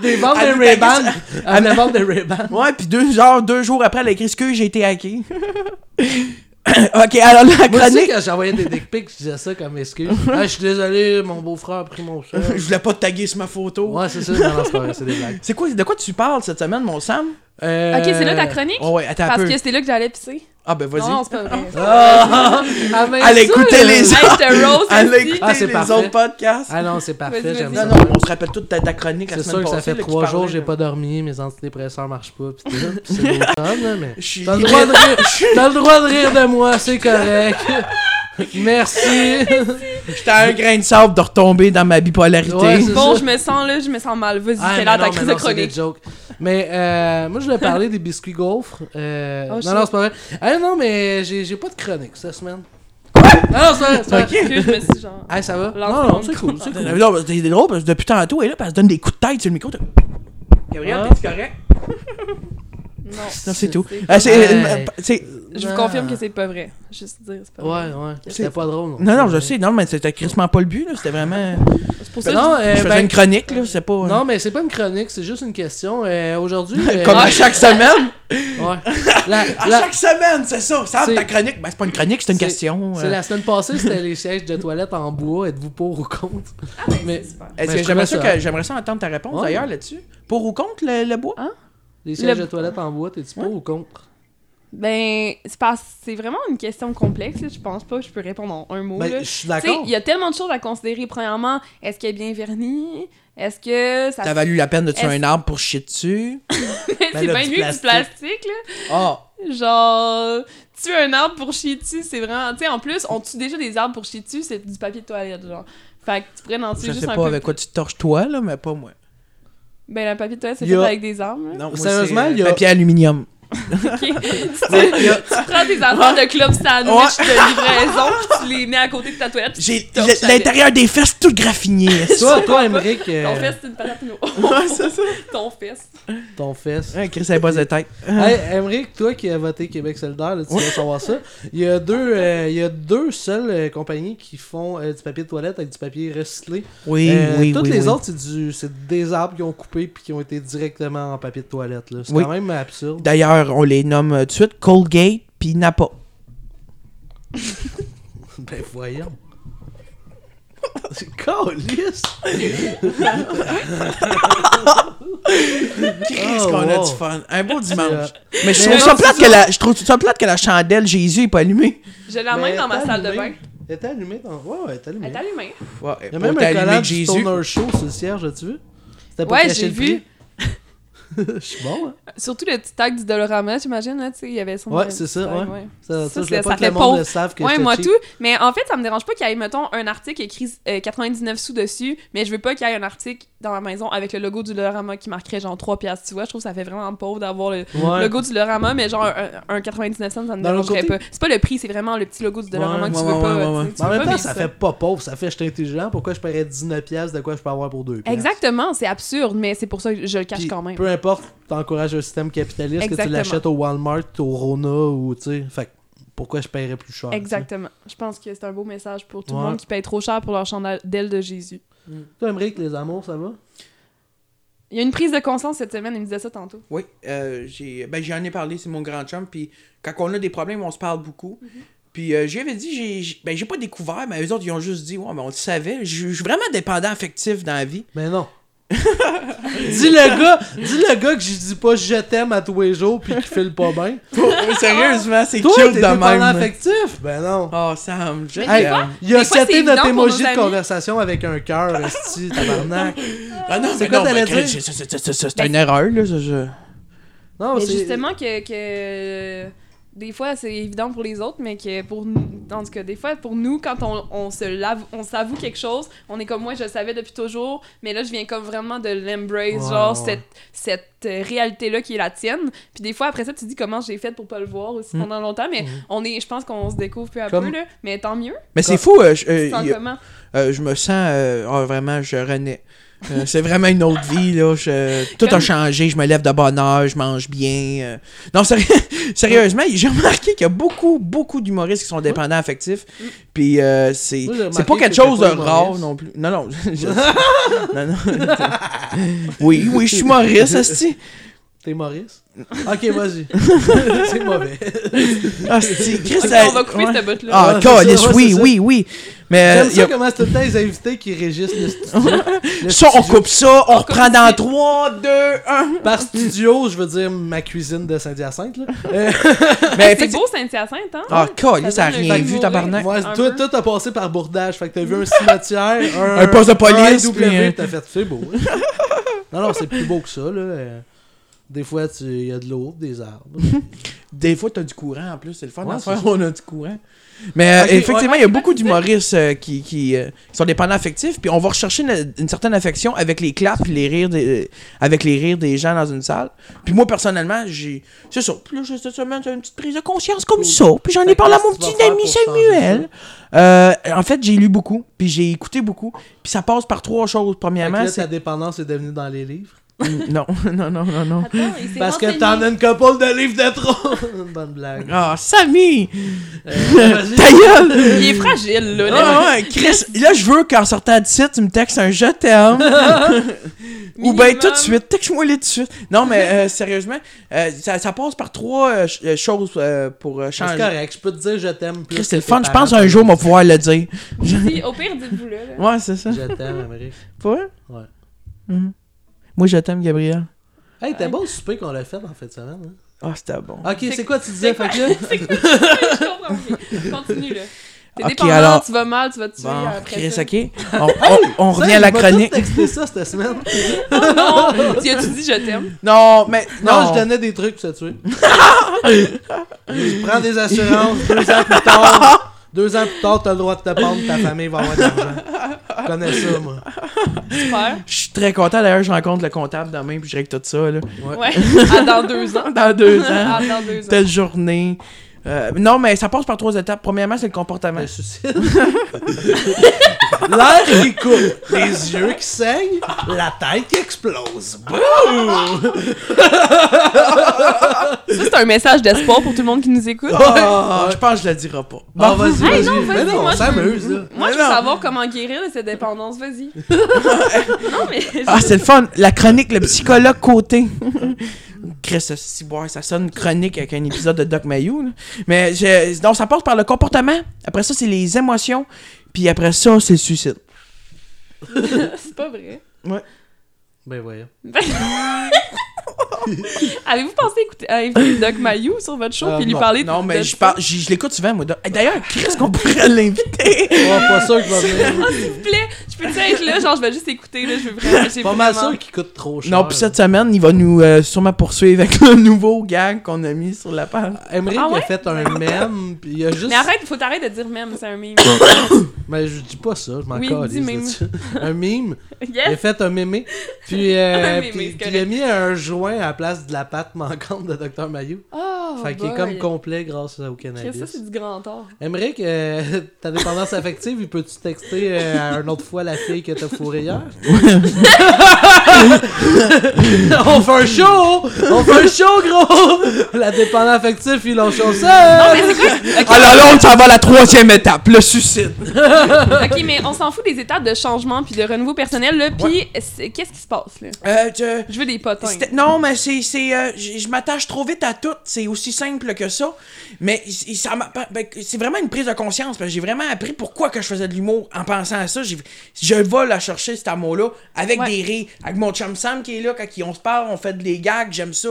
Speaker 3: Des ventes
Speaker 2: Elle
Speaker 3: de
Speaker 2: nous taguait
Speaker 3: Ray-Ban!
Speaker 2: sur-
Speaker 3: Elle voulait vendre des Ray-Ban!
Speaker 2: ouais, puis deux, genre, deux jours après, elle a écrit ce que j'ai été hacké. ok, alors la
Speaker 3: Moi, tu sais,
Speaker 2: chronique.
Speaker 3: quand j'envoyais des dick pics, je disais ça comme excuse. Ah, je suis désolé, mon beau-frère a pris mon chat.
Speaker 2: Je voulais pas te taguer sur ma photo.
Speaker 3: Ouais, c'est ça, non, non, c'est pas vrai, c'est des blagues.
Speaker 2: C'est quoi, de quoi tu parles cette semaine, mon Sam?
Speaker 3: Euh,
Speaker 4: Ok, c'est là ta chronique?
Speaker 2: Oh ouais, attends un
Speaker 4: Parce
Speaker 2: peu.
Speaker 4: que c'était là que j'allais pisser.
Speaker 2: Ah ben vas-y.
Speaker 4: Non, non, c'est pas vrai.
Speaker 3: Ah, ah, mais
Speaker 2: Elle
Speaker 3: ça,
Speaker 2: écoutait
Speaker 3: là.
Speaker 2: les
Speaker 4: Hey, je te rose,
Speaker 2: Elle a
Speaker 4: esti.
Speaker 2: écouté
Speaker 3: Ah, c'est
Speaker 2: les
Speaker 3: parfait.
Speaker 2: autres podcasts.
Speaker 3: Ah non, c'est parfait,
Speaker 4: Vas-y,
Speaker 3: j'aime
Speaker 4: vas-y.
Speaker 3: ça.
Speaker 2: Non, non, on se rappelle toute ta, ta chronique la
Speaker 3: C'est
Speaker 2: semaine
Speaker 3: sûr que ça
Speaker 2: passée.
Speaker 3: fait
Speaker 2: là, qui
Speaker 3: trois jours,
Speaker 2: parlait,
Speaker 3: j'ai
Speaker 2: là.
Speaker 3: pas dormi, mes antidépresseurs marchent pas, pis tout, pis c'est l'automne, là, mais...
Speaker 2: Je suis-
Speaker 3: T'as le droit de rire, t'as le droit de rire de moi, c'est correct. Merci.
Speaker 2: J'étais à un grain de sable de retomber dans ma bipolarité.
Speaker 3: Ouais, c'est-
Speaker 4: Bon,
Speaker 3: ça.
Speaker 4: je me sens là, je me sens mal. Vas-y,
Speaker 3: Ah,
Speaker 4: fais
Speaker 3: mais
Speaker 4: là
Speaker 3: non,
Speaker 4: ta
Speaker 3: mais
Speaker 4: crise de
Speaker 3: non, c'est des
Speaker 4: chronique.
Speaker 3: jokes. Mais euh, moi, je voulais parler des biscuits gaufres. Euh,
Speaker 4: Oh,
Speaker 3: non,
Speaker 4: shit.
Speaker 3: non, c'est pas vrai. Ah non, mais j'ai j'ai pas de chronique cette semaine. Quoi? Non, non, c'est pas vrai, c'est pas vrai.
Speaker 4: Parce que je me suis genre.
Speaker 3: Ah, ça va?
Speaker 4: Lance
Speaker 3: Non,
Speaker 4: ton
Speaker 3: non, c'est
Speaker 4: micro.
Speaker 3: cool, c'est cool.
Speaker 2: Euh, non, c'est drôle parce que depuis tantôt, elle est là, puis elle se donne des coups de tête sur le micro. t'as- Gabriel,
Speaker 3: Ah.
Speaker 2: t'es-tu correct?
Speaker 4: Non.
Speaker 2: Non, c'est tout.
Speaker 4: c'est-
Speaker 2: Euh, c'est-
Speaker 3: Hey.
Speaker 2: euh, c'est-
Speaker 4: Je vous
Speaker 3: Ah.
Speaker 4: confirme que c'est pas vrai. Juste dire, c'est pas vrai.
Speaker 3: Ouais, ouais. C'était pas drôle.
Speaker 2: Non, non, je sais, non, mais c'était crissement pas le but, là. C'était vraiment.
Speaker 4: C'est pour ça
Speaker 3: Mais
Speaker 4: que
Speaker 3: Non,
Speaker 2: Je
Speaker 3: euh,
Speaker 2: faisais
Speaker 3: ben,
Speaker 2: une chronique, là, c'est pas. euh,
Speaker 3: non, mais c'est pas une chronique, c'est juste une question. Euh, Aujourd'hui. euh,
Speaker 2: Comme à
Speaker 4: Ouais.
Speaker 2: chaque semaine.
Speaker 3: Ouais. La-
Speaker 2: À
Speaker 3: la-
Speaker 2: chaque semaine, c'est ça. Ça,
Speaker 3: C'est-
Speaker 2: ta chronique. Ben, c'est pas une chronique, c'est une
Speaker 3: C'est-
Speaker 2: question.
Speaker 3: C'est
Speaker 2: euh.
Speaker 3: la semaine passée, c'était les sièges de toilette en bois. Êtes-vous pour ou contre?
Speaker 4: Ah,
Speaker 3: mais
Speaker 2: Est-ce
Speaker 3: Ben,
Speaker 2: que
Speaker 3: je
Speaker 2: j'aimerais
Speaker 3: trouvais
Speaker 2: ça
Speaker 3: ça.
Speaker 2: que- j'aimerais ça entendre ta réponse
Speaker 3: Ouais.
Speaker 2: d'ailleurs là-dessus? Pour ou contre le, le bois?
Speaker 3: les sièges
Speaker 4: Le-
Speaker 3: de toilette en bois, t'es-tu pour ou contre?
Speaker 4: Ben, c'est pas- c'est vraiment une question complexe. là. Je pense pas que je peux répondre en un mot.
Speaker 3: Ben,
Speaker 4: là.
Speaker 3: je suis
Speaker 4: Tu sais,
Speaker 3: d'accord.
Speaker 4: il y a tellement de choses à considérer. Premièrement, est-ce qu'elle est bien vernie? Est-ce que ça
Speaker 2: T'as valu la peine de tuer
Speaker 4: Est-ce-
Speaker 2: un arbre pour chier dessus?
Speaker 4: c'est
Speaker 2: ben là,
Speaker 4: bien
Speaker 2: du
Speaker 4: mieux que du plastique, là?
Speaker 2: Ah!
Speaker 4: Genre, tuer un arbre pour chier dessus, c'est vraiment. Tu sais, en plus, on tue déjà des arbres pour chier dessus, c'est du papier de toilette, genre. Fait que tu pourrais en tuer
Speaker 2: Je
Speaker 4: juste
Speaker 2: sais
Speaker 4: un
Speaker 2: pas
Speaker 4: peu.
Speaker 2: avec quoi tu te torches toi, là, mais pas moi.
Speaker 4: Ben, le papier de toilette, c'est
Speaker 3: Il y a-
Speaker 4: fait avec des arbres. là.
Speaker 2: Non,
Speaker 3: Sérieusement,
Speaker 2: c'est, euh,
Speaker 3: il y a-
Speaker 2: Papier aluminium.
Speaker 4: Ok. tu, tu prends des affaires de club sandwich de livraison, puis tu les mets à côté de ta toilette. puis tu
Speaker 2: J'ai
Speaker 4: te torches
Speaker 2: l- l'intérieur des fesses tout graffiné.
Speaker 3: Toi, toi, Emmerich,
Speaker 4: avec. Ton
Speaker 3: euh,
Speaker 4: fesse, c'est une patate no.
Speaker 2: c'est ça.
Speaker 4: Ton fesse.
Speaker 3: ton fesse.
Speaker 2: Hein, Chris, elle bosse de tête.
Speaker 3: Hey, Emmerich, toi qui as voté Québec solidaire, là, tu vas savoir ça. Il y a deux, euh, il y a deux seules euh, compagnies qui font euh, du papier de toilette avec du papier recyclé.
Speaker 2: Oui,
Speaker 3: Euh,
Speaker 2: oui,
Speaker 3: toutes
Speaker 2: oui,
Speaker 3: les
Speaker 2: oui.
Speaker 3: autres, c'est du, c'est des arbres qui ont coupé puis qui ont été directement en papier de toilette. là. C'est
Speaker 2: Oui.
Speaker 3: quand même absurde.
Speaker 2: D'ailleurs, on les nomme euh, tout de suite Colgate puis Napa.
Speaker 3: ben voyons. C'est caliste!
Speaker 2: Qu'est-ce
Speaker 3: Oh,
Speaker 2: qu'on a
Speaker 3: wow.
Speaker 2: du fun. Un beau dimanche.
Speaker 3: C'est,
Speaker 2: Mais je
Speaker 3: Mais
Speaker 2: trouve ça
Speaker 3: non,
Speaker 2: plate
Speaker 3: c'est
Speaker 2: que la, je trouve ça plate que la chandelle Jésus est pas allumée.
Speaker 4: Je la main
Speaker 3: Mais
Speaker 4: dans ma
Speaker 3: Ben, t'as
Speaker 4: salle de bain.
Speaker 3: allumé. Elle était allumée dans. Ouais, ouais, elle était allumée.
Speaker 4: Elle est allumée.
Speaker 2: Ouais,
Speaker 3: Il y a
Speaker 2: pour
Speaker 3: même un
Speaker 2: t'allumer
Speaker 3: collage du
Speaker 2: Jésus.
Speaker 3: Stoner Show sur le cierge, as-tu vu? C'était
Speaker 4: Ouais,
Speaker 3: cacher
Speaker 4: j'ai
Speaker 3: le
Speaker 4: vu.
Speaker 3: prix. Je suis bon, hein?
Speaker 4: Surtout le petit tag du Dolorama, j'imagine, là, tu sais, il y avait son...
Speaker 3: Ouais, c'est ça,
Speaker 4: tag,
Speaker 3: ouais. Ça, ça,
Speaker 4: Ça,
Speaker 3: je
Speaker 4: c'est-
Speaker 3: veux
Speaker 4: ça
Speaker 3: pas que
Speaker 4: fait
Speaker 3: le monde
Speaker 4: pauvre.
Speaker 3: le savent que
Speaker 4: Ouais,
Speaker 3: j'étais
Speaker 4: moi
Speaker 3: cheap.
Speaker 4: tout. Mais en fait, ça me dérange pas qu'il y ait, mettons, un article écrit euh, 99 sous dessus, mais je veux pas qu'il y ait un article dans ma maison avec le logo du Dolorama qui marquerait genre 3 piastres, tu vois. Je trouve que ça fait vraiment pauvre d'avoir le
Speaker 3: Ouais.
Speaker 4: logo du Dolorama, mais genre un, un 99 cents, ça me
Speaker 3: Dans l'autre
Speaker 4: dérangerait pas.
Speaker 3: côté-
Speaker 4: C'est pas le prix, c'est vraiment le petit logo du Dolorama
Speaker 2: Ouais,
Speaker 4: que tu
Speaker 2: ouais,
Speaker 4: veux
Speaker 2: ouais,
Speaker 4: pas.
Speaker 2: ouais,
Speaker 4: tu sais,
Speaker 2: ouais.
Speaker 4: tu
Speaker 3: Mais en
Speaker 4: veux
Speaker 3: même
Speaker 4: pas
Speaker 3: temps,
Speaker 4: vivre
Speaker 3: ça fait pas pauvre, ça fait je suis intelligent, pourquoi je paierais 19$ piastres de quoi je peux avoir pour 2$? piastres?
Speaker 4: Exactement, c'est absurde, mais c'est pour ça que je le cache
Speaker 3: Puis,
Speaker 4: quand même.
Speaker 3: Peu hein, importe, t'encourages un système capitaliste, que tu
Speaker 4: Exactement.
Speaker 3: l'achètes au Walmart, au Rona ou tu sais. Fait que pourquoi je paierais plus cher?
Speaker 4: Exactement. Je pense que c'est un beau message pour tout
Speaker 3: Ouais.
Speaker 4: le monde qui paye trop cher pour leur chandelle de Jésus.
Speaker 3: tu sais? Toi, Aymeric, les amours, ça va?
Speaker 4: Il y a une prise de conscience cette semaine, il me disait ça tantôt.
Speaker 2: Oui, euh, j'ai- ben, j'en ai parlé, c'est mon grand chum. Puis quand on a des problèmes, on se parle beaucoup.
Speaker 3: Mm-hmm.
Speaker 2: Puis euh, j'avais dit, j'ai- j'ai ben, j'ai pas découvert, mais eux autres, ils ont juste dit, ouais, mais on le savait. Je je suis vraiment dépendant affectif dans la vie.
Speaker 3: Mais Ben non. dis le gars, dis le gars que je dis pas je t'aime à tous les jours puis qu'il file pas bien.
Speaker 2: Sérieusement, c'est
Speaker 3: Oh, Toi,
Speaker 2: cute
Speaker 3: t'es
Speaker 2: de
Speaker 3: dépendant
Speaker 2: même.
Speaker 3: affectif? Ben non.
Speaker 2: Oh, Sam, je
Speaker 4: Mais
Speaker 3: Hey,
Speaker 2: t'aime.
Speaker 3: il a
Speaker 4: des fois, c'est
Speaker 3: seté notre
Speaker 4: évident pour
Speaker 3: émoji
Speaker 4: nos
Speaker 3: de
Speaker 4: amis.
Speaker 3: conversation avec un cœur, esti, tabarnak.
Speaker 2: Ah non,
Speaker 3: C'est
Speaker 2: mais
Speaker 3: quoi
Speaker 2: non,
Speaker 3: t'allais
Speaker 2: mais Chris,
Speaker 3: dire?
Speaker 2: c'est- c'est- c'est- c'est c'est une erreur, là. ça, je-
Speaker 3: Non,
Speaker 2: Oh,
Speaker 4: Mais
Speaker 3: c'est-
Speaker 4: justement que, que des fois c'est évident pour les autres, mais que pour nous, en tout cas des fois pour nous quand on, on se lave, on s'avoue quelque chose, on est comme moi je le savais depuis toujours, mais là je viens comme vraiment de l'embrace,
Speaker 3: Ouais,
Speaker 4: genre
Speaker 3: ouais.
Speaker 4: cette cette réalité là qui est la tienne. Puis des fois après ça tu dis comment j'ai fait pour pas le voir aussi
Speaker 2: Mm.
Speaker 4: pendant longtemps, mais
Speaker 3: Mhm.
Speaker 4: on est, je pense qu'on se découvre peu à
Speaker 3: Comme-
Speaker 4: peu là, mais tant mieux.
Speaker 2: Mais c'est fou, euh, je- euh,
Speaker 4: Tu te sens
Speaker 2: y a-
Speaker 4: comment?
Speaker 2: euh, je me sens euh, oh, vraiment, je renais. Euh, c'est vraiment une autre vie, là. je- tout a
Speaker 4: Comme-
Speaker 2: changé, je me lève de bonne heure, je mange bien. euh. Non, sérieux- sérieusement, j'ai remarqué qu'il y a beaucoup, beaucoup d'humoristes qui sont dépendants affectifs. Puis euh, c'est
Speaker 3: Mm. Moi, j'ai remarqué
Speaker 2: c'est pas quelque
Speaker 3: que t'es
Speaker 2: chose de
Speaker 3: pas
Speaker 2: rare
Speaker 3: humoriste.
Speaker 2: non plus. Non, non. je- non, non. oui, oui, je suis humoriste, Asti.
Speaker 3: T'es Maurice? Ok, vas-y. c'est mauvais.
Speaker 2: Euh, Asti, Chris,
Speaker 4: Ok,
Speaker 2: ça-
Speaker 4: on va couper
Speaker 2: ouais.
Speaker 4: cette botte là.
Speaker 2: Ah,
Speaker 3: Ouais, c'est
Speaker 2: câlisse,
Speaker 3: ça, ouais,
Speaker 2: oui,
Speaker 3: c'est ça.
Speaker 2: oui, oui. Mais
Speaker 3: J'aime
Speaker 2: euh, y a-
Speaker 3: ça comment c'est tout le temps les invités qui régissent le studio. Le
Speaker 2: ça, on
Speaker 3: studio.
Speaker 2: coupe ça, on, reprend dans
Speaker 4: ça.
Speaker 2: 3, 2, 1.
Speaker 3: Par studio, je veux dire ma cuisine de Saint-Hyacinthe. là. Euh,
Speaker 2: Mais
Speaker 4: c'est
Speaker 2: effectivement.
Speaker 4: beau Saint-Hyacinthe, hein?
Speaker 2: ben, Ah, câlisse, ça a
Speaker 4: Ça donne le
Speaker 2: rien
Speaker 4: goût
Speaker 2: vu,
Speaker 4: de
Speaker 2: tabarnak.
Speaker 3: ouais,
Speaker 4: Un
Speaker 3: toi,
Speaker 4: peu.
Speaker 3: toi, t'as passé par bourdage. Fait que t'as vu un cimetière, un,
Speaker 2: Un poste de police,
Speaker 3: un
Speaker 2: puis un-
Speaker 3: IW, t'as fait c'est beau. hein. non, non, c'est plus beau que ça. là. Euh, Des fois, il y a de l'eau, des arbres.
Speaker 2: Des fois, t'as du courant en plus, c'est le fun.
Speaker 3: Ouais,
Speaker 2: d'en
Speaker 3: c'est
Speaker 2: faire,
Speaker 3: ça.
Speaker 2: on a du courant. Mais euh,
Speaker 3: Ok,
Speaker 2: effectivement, il y a beaucoup
Speaker 4: Ouais, c'est
Speaker 2: d'humoristes euh, qui, qui, euh, qui sont dépendants affectifs, puis on va rechercher une, une certaine affection avec les claps, puis les rires des, euh, avec les rires des gens dans une salle. Puis moi, personnellement, j'ai. C'est ça. Puis là, j'ai- cette semaine, j'ai une petite prise de conscience comme
Speaker 3: Cool.
Speaker 2: ça. Puis j'en
Speaker 3: Fait
Speaker 2: ai parlé à
Speaker 3: qu'est-ce
Speaker 2: mon
Speaker 3: que tu
Speaker 2: petit
Speaker 3: vas faire
Speaker 2: ami
Speaker 3: pour
Speaker 2: Samuel. Euh, en fait, j'ai lu beaucoup, puis j'ai écouté beaucoup, puis ça passe par trois choses.
Speaker 3: Fait que
Speaker 2: Premièrement,
Speaker 3: là,
Speaker 2: c'est.
Speaker 3: ta dépendance est devenue dans les livres.
Speaker 2: non, non, non, non, non.
Speaker 4: Attends, il s'est
Speaker 3: Parce que
Speaker 4: renseigné.
Speaker 3: t'en as une couple de livres de trop. Bonne blague.
Speaker 2: Ah, Samy!
Speaker 3: Euh, vas-y.
Speaker 2: Ta gueule!
Speaker 4: Il est fragile, là.
Speaker 2: Ah
Speaker 4: là.
Speaker 2: ouais, Chris, là, je veux qu'en sortant d'ici, tu me textes un je t'aime. Ou ben
Speaker 4: Minimum.
Speaker 2: tout de suite, texte-moi les tout de suite. Non, mais euh, sérieusement, euh, ça, ça passe par trois euh, ch- euh, choses euh, pour euh,
Speaker 3: C'est
Speaker 2: changer.
Speaker 3: correct, je peux te dire je t'aime plus.
Speaker 2: Chris, c'est
Speaker 3: que
Speaker 2: le fun,
Speaker 3: tes
Speaker 2: je pense
Speaker 3: parents.
Speaker 2: un jour, on va pouvoir le dire.
Speaker 4: Si, au pire, dites-vous là. là.
Speaker 2: Ouais, c'est ça.
Speaker 3: Je t'aime, Aymeric.
Speaker 2: Pas vrai?
Speaker 3: Ouais.
Speaker 2: Mhm. Moi, je t'aime, Gabriel.
Speaker 3: Hey, t'as beau le souper qu'on l'a fait en fin de semaine.
Speaker 2: Ah, c'était bon.
Speaker 3: Hein? Ok,
Speaker 4: C'est-
Speaker 3: c'est quoi tu disais, fait que là?
Speaker 4: C'est quoi Je comprends plus. Continue, là. T'es
Speaker 2: Ok,
Speaker 4: dépendant,
Speaker 2: alors-
Speaker 4: tu vas mal, tu vas te tuer euh,
Speaker 2: Bon,
Speaker 4: après
Speaker 2: Chris,
Speaker 4: ça.
Speaker 2: ok. On, on- on revient à la chronique.
Speaker 3: J'ai texté ça cette semaine.
Speaker 4: Oh non! Tu as-tu dit je t'aime?
Speaker 2: Non, mais.
Speaker 3: Non, je donnais des trucs pour se tuer. je prends des assurances, deux ans plus tard. Deux ans plus tard, t'as le droit de te pendre, ta famille va avoir de l'argent. Je connais ça, moi.
Speaker 4: Super.
Speaker 2: Je suis très content. D'ailleurs, je rencontre le comptable demain, puis je règle tout ça. Là.
Speaker 4: Ouais. À dans deux ans.
Speaker 2: Dans deux ans.
Speaker 4: À dans deux ans.
Speaker 2: telle journée. Euh, non, mais ça passe par trois étapes. Premièrement, c'est le comportement.
Speaker 3: Un suicide. L'air qui coule, les yeux qui saignent, la tête qui explose.
Speaker 4: Ça, c'est un message d'espoir pour tout le monde qui nous écoute.
Speaker 2: Ah, je pense que je le dirai pas.
Speaker 3: Bon,
Speaker 2: Bon,
Speaker 3: vas-y, vas-y.
Speaker 4: Hey, non, vas-y,
Speaker 3: Mais Ah, non,
Speaker 4: moi,
Speaker 3: on
Speaker 4: je-
Speaker 3: s'amuse, là.
Speaker 4: Moi, je veux
Speaker 2: Mais non.
Speaker 4: savoir comment guérir de cette dépendance. Vas-y. Non, mais.
Speaker 2: ah, c'est le fun. La chronique, le psychologue côté. Chris, ce ciboire, ça sonne chronique avec un épisode de Doc Mayou. là. Mais je- donc, ça passe par le comportement. Après ça, c'est les émotions. Puis après ça, c'est le suicide.
Speaker 4: C'est pas vrai.
Speaker 3: Ben voyons.
Speaker 4: Avez-vous pensé écouter, à écouter Doc Mayou sur votre show
Speaker 3: Euh,
Speaker 4: puis lui
Speaker 3: non.
Speaker 4: parler de
Speaker 2: Non, mais
Speaker 4: de
Speaker 2: je,
Speaker 4: ça?
Speaker 2: par- j'y- je l'écoute souvent, moi. Doc. Hey, D'ailleurs, Chris, qu'on pourrait l'inviter.
Speaker 3: Oh, pas sûr que je vais venir.
Speaker 4: S'il vous plaît, je peux-tu être là? Genre, je vais juste écouter, là, je veux vraiment. j'ai
Speaker 3: Pas mal
Speaker 4: vraiment-
Speaker 3: sûr qu'il coûte trop cher.
Speaker 2: Non, puis cette semaine, il va nous euh, sûrement poursuivre avec le nouveau gag qu'on a mis sur la page.
Speaker 3: Emmerich
Speaker 4: Ah ouais?
Speaker 3: a fait un mème, puis il a juste.
Speaker 4: Mais arrête, faut t'arrêter de dire même, c'est un meme.
Speaker 3: Mais je dis pas ça, je m'en
Speaker 4: Oui,
Speaker 3: calisse
Speaker 4: dis meme.
Speaker 3: là-dessus. Un mime. Il a
Speaker 4: yes!
Speaker 3: fait un mémé. Puis, euh,
Speaker 4: Un mémé,
Speaker 3: puis-
Speaker 4: c'est
Speaker 3: puis il a
Speaker 4: correct.
Speaker 3: mis un joint à la place de la patte manquante de Dr. Mayou.
Speaker 4: Oh!
Speaker 3: fait qu'il est
Speaker 4: boy.
Speaker 3: comme complet grâce au
Speaker 4: Chris, Ça, c'est
Speaker 3: cannabis.
Speaker 4: du grand tort.
Speaker 3: Emmerich, euh, ta dépendance affective, il peut-tu texter euh, une autre fois la fille que t'as fourrée hier? on fait un show! On fait un show, gros! La dépendance affective, ils l'ont chancé!
Speaker 4: Non, mais c'est quoi?
Speaker 2: Alors là, on s'en va à la troisième étape, le suicide.
Speaker 4: ok, mais on s'en fout des étapes de changement puis de renouveau personnel, là. Puis, c'est- qu'est-ce qui se passe, là?
Speaker 2: Euh, je-
Speaker 4: Je veux des potins.
Speaker 2: c'était- Non, mais c'est. c'est, euh, j- je m'attache trop vite à tout. C'est aussi simple que ça. Mais il- il- ça m'a pas- ben, c'est vraiment une prise de conscience. Parce que j'ai vraiment appris pourquoi que je faisais de l'humour en pensant à ça. J'ai- Je vais la chercher, cet amour-là, avec
Speaker 4: Ouais.
Speaker 2: des rires. Avec mon chum Sam qui est là, quand il- on se parle, on fait des gags, j'aime ça.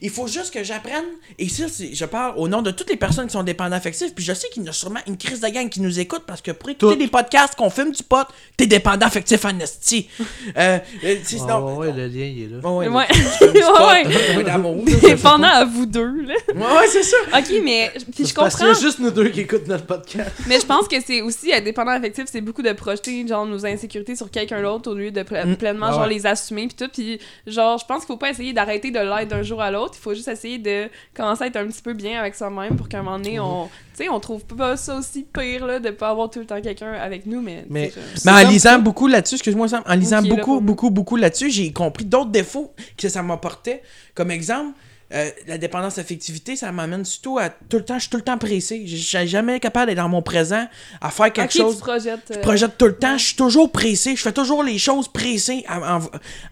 Speaker 2: Il faut juste que j'apprenne. Et ça, c'est- je parle au nom de toutes les personnes qui sont dépendantes affectives. Puis je sais qu'il y en a sûrement une crise de gang qui nous écoute parce que pour écouter
Speaker 3: Toutes.
Speaker 2: des podcasts qu'on fume du pot, t'es dépendant affectif en esti. Euh, euh, c'est-
Speaker 3: Ah
Speaker 2: non,
Speaker 3: ouais, le lien, il est là.
Speaker 2: Ouais, ouais,
Speaker 4: Ouais.
Speaker 2: mais-
Speaker 4: ouais, ouais.
Speaker 2: Ouais, d'amour.
Speaker 4: Dépendant à vous deux, là.
Speaker 2: Ouais, ouais, c'est ça.
Speaker 4: Ok, mais. Puis je
Speaker 3: C'est parce qu'il y
Speaker 4: comprends.
Speaker 3: a juste nous deux qui écoutent notre podcast.
Speaker 4: Mais je pense que c'est aussi euh, dépendant affectif, c'est beaucoup de projeter genre nos insécurités sur quelqu'un d'autre au lieu de ple-
Speaker 2: Mm.
Speaker 4: pleinement
Speaker 3: Ah
Speaker 4: genre
Speaker 3: ouais.
Speaker 4: les assumer puis tout puis genre je pense qu'il faut pas essayer d'arrêter de l'être d'un jour à l'autre, il faut juste essayer de commencer à être un petit peu bien avec soi-même pour qu'à un moment donné on tu sais on trouve pas ça aussi pire là de pas avoir tout le temps quelqu'un avec nous mais,
Speaker 3: Mais-
Speaker 4: tu sais, je-
Speaker 2: Mais en lisant beaucoup là-dessus, excuse-moi Sam, en lisant
Speaker 4: Ok, là,
Speaker 2: beaucoup,
Speaker 4: pour moi.
Speaker 2: beaucoup, beaucoup là-dessus, j'ai compris d'autres défauts que ça m'apportait. Comme exemple, euh, la dépendance affectivité, ça m'amène surtout à tout le temps, je suis tout le temps pressé. Je je suis jamais capable d'être dans mon présent, à faire quelque
Speaker 4: Ok, tu
Speaker 2: chose.
Speaker 4: projettes, euh,
Speaker 2: Je projette tout le temps, je suis toujours pressé, je fais toujours les choses pressées. en- en-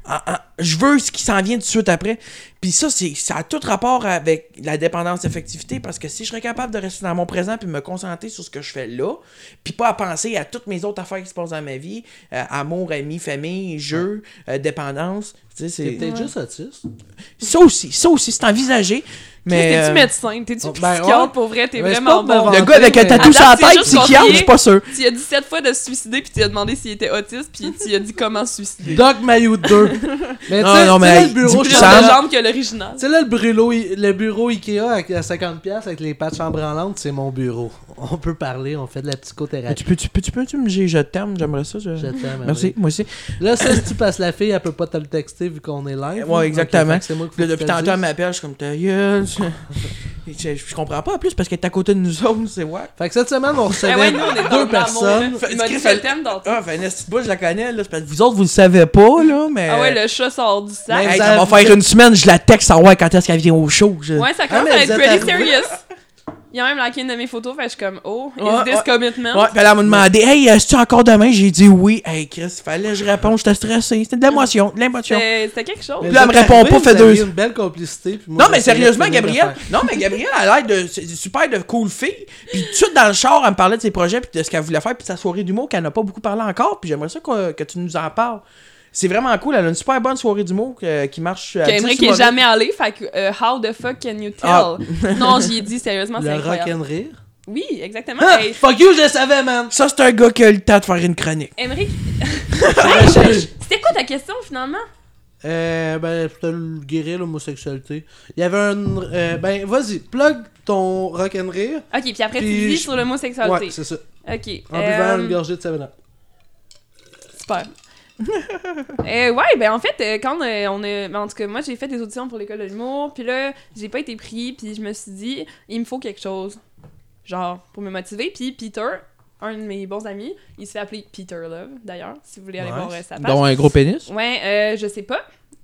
Speaker 2: en- en- je veux ce qui s'en vient tout de suite après. Puis ça, c'est, ça a tout rapport avec la dépendance affectivité parce que si je serais capable de rester dans mon présent puis me concentrer sur ce que je fais là, puis pas à penser à toutes mes autres affaires qui se passent dans ma vie, euh, amour, amis, famille, jeu, euh, dépendance, tu sais,
Speaker 3: T'es
Speaker 2: c'est...
Speaker 3: peut-être juste autiste.
Speaker 2: Ça aussi, ça aussi, c'est envisagé,
Speaker 4: Chris,
Speaker 2: mais...
Speaker 4: t'es-tu
Speaker 2: euh,
Speaker 4: médecin, t'es-tu
Speaker 3: ben,
Speaker 4: psychiatre
Speaker 3: ouais.
Speaker 4: pour vrai, t'es
Speaker 3: Mais c'est
Speaker 4: vraiment
Speaker 3: pas
Speaker 4: bon.
Speaker 3: mauvais.
Speaker 2: le gars avec un tatou sur la
Speaker 4: Adapté
Speaker 2: tête,
Speaker 4: juste
Speaker 2: psychiatre,
Speaker 4: confié.
Speaker 2: je suis pas sûr.
Speaker 4: Tu y as dit sept fois de se suicider puis tu lui as demandé s'il était autiste puis tu lui as dit comment se suicider.
Speaker 3: Doc Mayou 2. Mais
Speaker 2: Non,
Speaker 3: tu sais-
Speaker 2: non,
Speaker 3: tu
Speaker 2: mais
Speaker 3: sais, là, le bureau,
Speaker 2: dis plus
Speaker 4: Plus
Speaker 3: je-
Speaker 4: de
Speaker 2: Sam-
Speaker 4: jambes que l'original.
Speaker 3: Tu sais, là, le bureau, le bureau Ikea avec- à 50$ piastres avec les patchs en branlante, c'est mon bureau. On peut parler, on fait de la
Speaker 2: Mais Tu
Speaker 3: psychothérapie.
Speaker 2: peux, tu peux, tu peux, tu me j'ai- je t'aime, j'aimerais ça. je-
Speaker 3: Je t'aime,
Speaker 2: Merci, moi aussi.
Speaker 3: Amélie. Là, ça, si tu passes la fille, elle peut pas te le texter vu qu'on est live.
Speaker 2: Ouais,
Speaker 3: hein.
Speaker 2: exactement.
Speaker 3: Ok, fait que c'est moi qu'il faut
Speaker 2: Puis là,
Speaker 3: que
Speaker 2: depuis
Speaker 3: tu le
Speaker 2: tantôt, elle
Speaker 3: dises.
Speaker 2: m'appelle, je suis comme ta gueule. Je, je- je comprends pas en plus parce qu'elle est à côté de nous autres, c'est ouais.
Speaker 3: Fait que cette semaine, on recevait
Speaker 4: Eh ouais, nous, on est dans
Speaker 3: deux
Speaker 4: le amour,
Speaker 3: personnes.
Speaker 4: là.
Speaker 2: Fait-
Speaker 4: Il m'a
Speaker 2: Chris,
Speaker 4: dit
Speaker 2: fallait-
Speaker 4: le thème dans
Speaker 2: Ah, fait, Nasty Bull, je la connais, là. c'est parce que vous autres, vous le savez pas, là, mais.
Speaker 4: Ah ouais, le chat sort du sac.
Speaker 3: Mais-
Speaker 2: Hey,
Speaker 3: Vous
Speaker 2: ça va
Speaker 3: avez-
Speaker 2: faire une semaine, je la texte, ah ouais, quand est-ce qu'elle vient au show. je-
Speaker 4: Ouais, ça
Speaker 3: Ah,
Speaker 4: commence
Speaker 3: mais
Speaker 4: à
Speaker 3: vous
Speaker 4: être
Speaker 3: êtes
Speaker 4: pretty
Speaker 3: arrivés.
Speaker 4: serious. Il a même liké une de mes photos, fait que je suis comme, oh, is
Speaker 2: Ouais,
Speaker 4: this
Speaker 2: ouais.
Speaker 4: commitment?
Speaker 2: Ouais, puis elle m'a demandé, hey, est-ce que tu es encore demain? J'ai dit oui. Hey, Chris, fallait que je réponde, j'étais stressé. C'était de l'émotion, de l'émotion.
Speaker 4: C'était c'était quelque chose.
Speaker 3: Mais
Speaker 2: Puis là, elle
Speaker 3: vous
Speaker 2: me répond
Speaker 3: arrivez,
Speaker 2: pas,
Speaker 3: vous
Speaker 2: fait
Speaker 3: aviez
Speaker 2: deux-
Speaker 3: une belle complicité. puis moi,
Speaker 2: Non,
Speaker 3: j'ai
Speaker 2: mais
Speaker 3: essayé de
Speaker 2: sérieusement,
Speaker 3: finir
Speaker 2: Gabrielle.
Speaker 3: l'affaire.
Speaker 2: Non, mais Gabrielle a l'air de c'est- c'est super de cool fille. Puis tout de suite dans le char, elle me parlait de ses projets, puis de ce qu'elle voulait faire, puis de sa soirée d'humour qu'elle n'a pas beaucoup parlé encore. Puis j'aimerais ça que, que tu nous en parles. C'est vraiment cool. Elle a une super bonne soirée d'humour que- qui marche. euh, à 10
Speaker 4: J'aimerais qu'il
Speaker 2: sur
Speaker 4: est
Speaker 2: 20.
Speaker 4: jamais allé, fait que, euh, how the fuck can you tell?
Speaker 2: Ah.
Speaker 4: Non, j'y ai dit, sérieusement, c'est
Speaker 3: Le rock
Speaker 4: incroyable.
Speaker 3: and rire.
Speaker 4: Oui, exactement.
Speaker 3: Ah,
Speaker 4: Hey,
Speaker 3: Fuck you, je le savais, man!
Speaker 2: Ça, c'est un gars qui a le temps de faire une chronique.
Speaker 4: Emmerich, c'était quoi ta question finalement?
Speaker 3: Euh, ben, c'était le- guérir l'homosexualité. Il y avait un. euh, ben, vas-y, plug ton rock and rire.
Speaker 4: Ok, puis après, tu
Speaker 3: Puis
Speaker 4: dis
Speaker 3: je-
Speaker 4: sur l'homosexualité.
Speaker 3: Ouais, c'est ça.
Speaker 4: ok.
Speaker 3: En
Speaker 4: euh,
Speaker 3: buvant une gorgée de 7
Speaker 4: Super. Euh, ouais, ben en fait, euh, quand euh, on a. ben, en tout cas, moi, j'ai fait des auditions pour l'école de l'humour, puis là, j'ai pas été pris, puis je me suis dit, il me faut quelque chose, genre, pour me motiver. Puis Peter, un de mes bons amis, il se fait appeler Peter Love, d'ailleurs, si vous voulez aller
Speaker 3: Ouais.
Speaker 4: voir euh, sa page.
Speaker 2: Dont un gros pénis.
Speaker 4: Ouais, euh, je sais pas,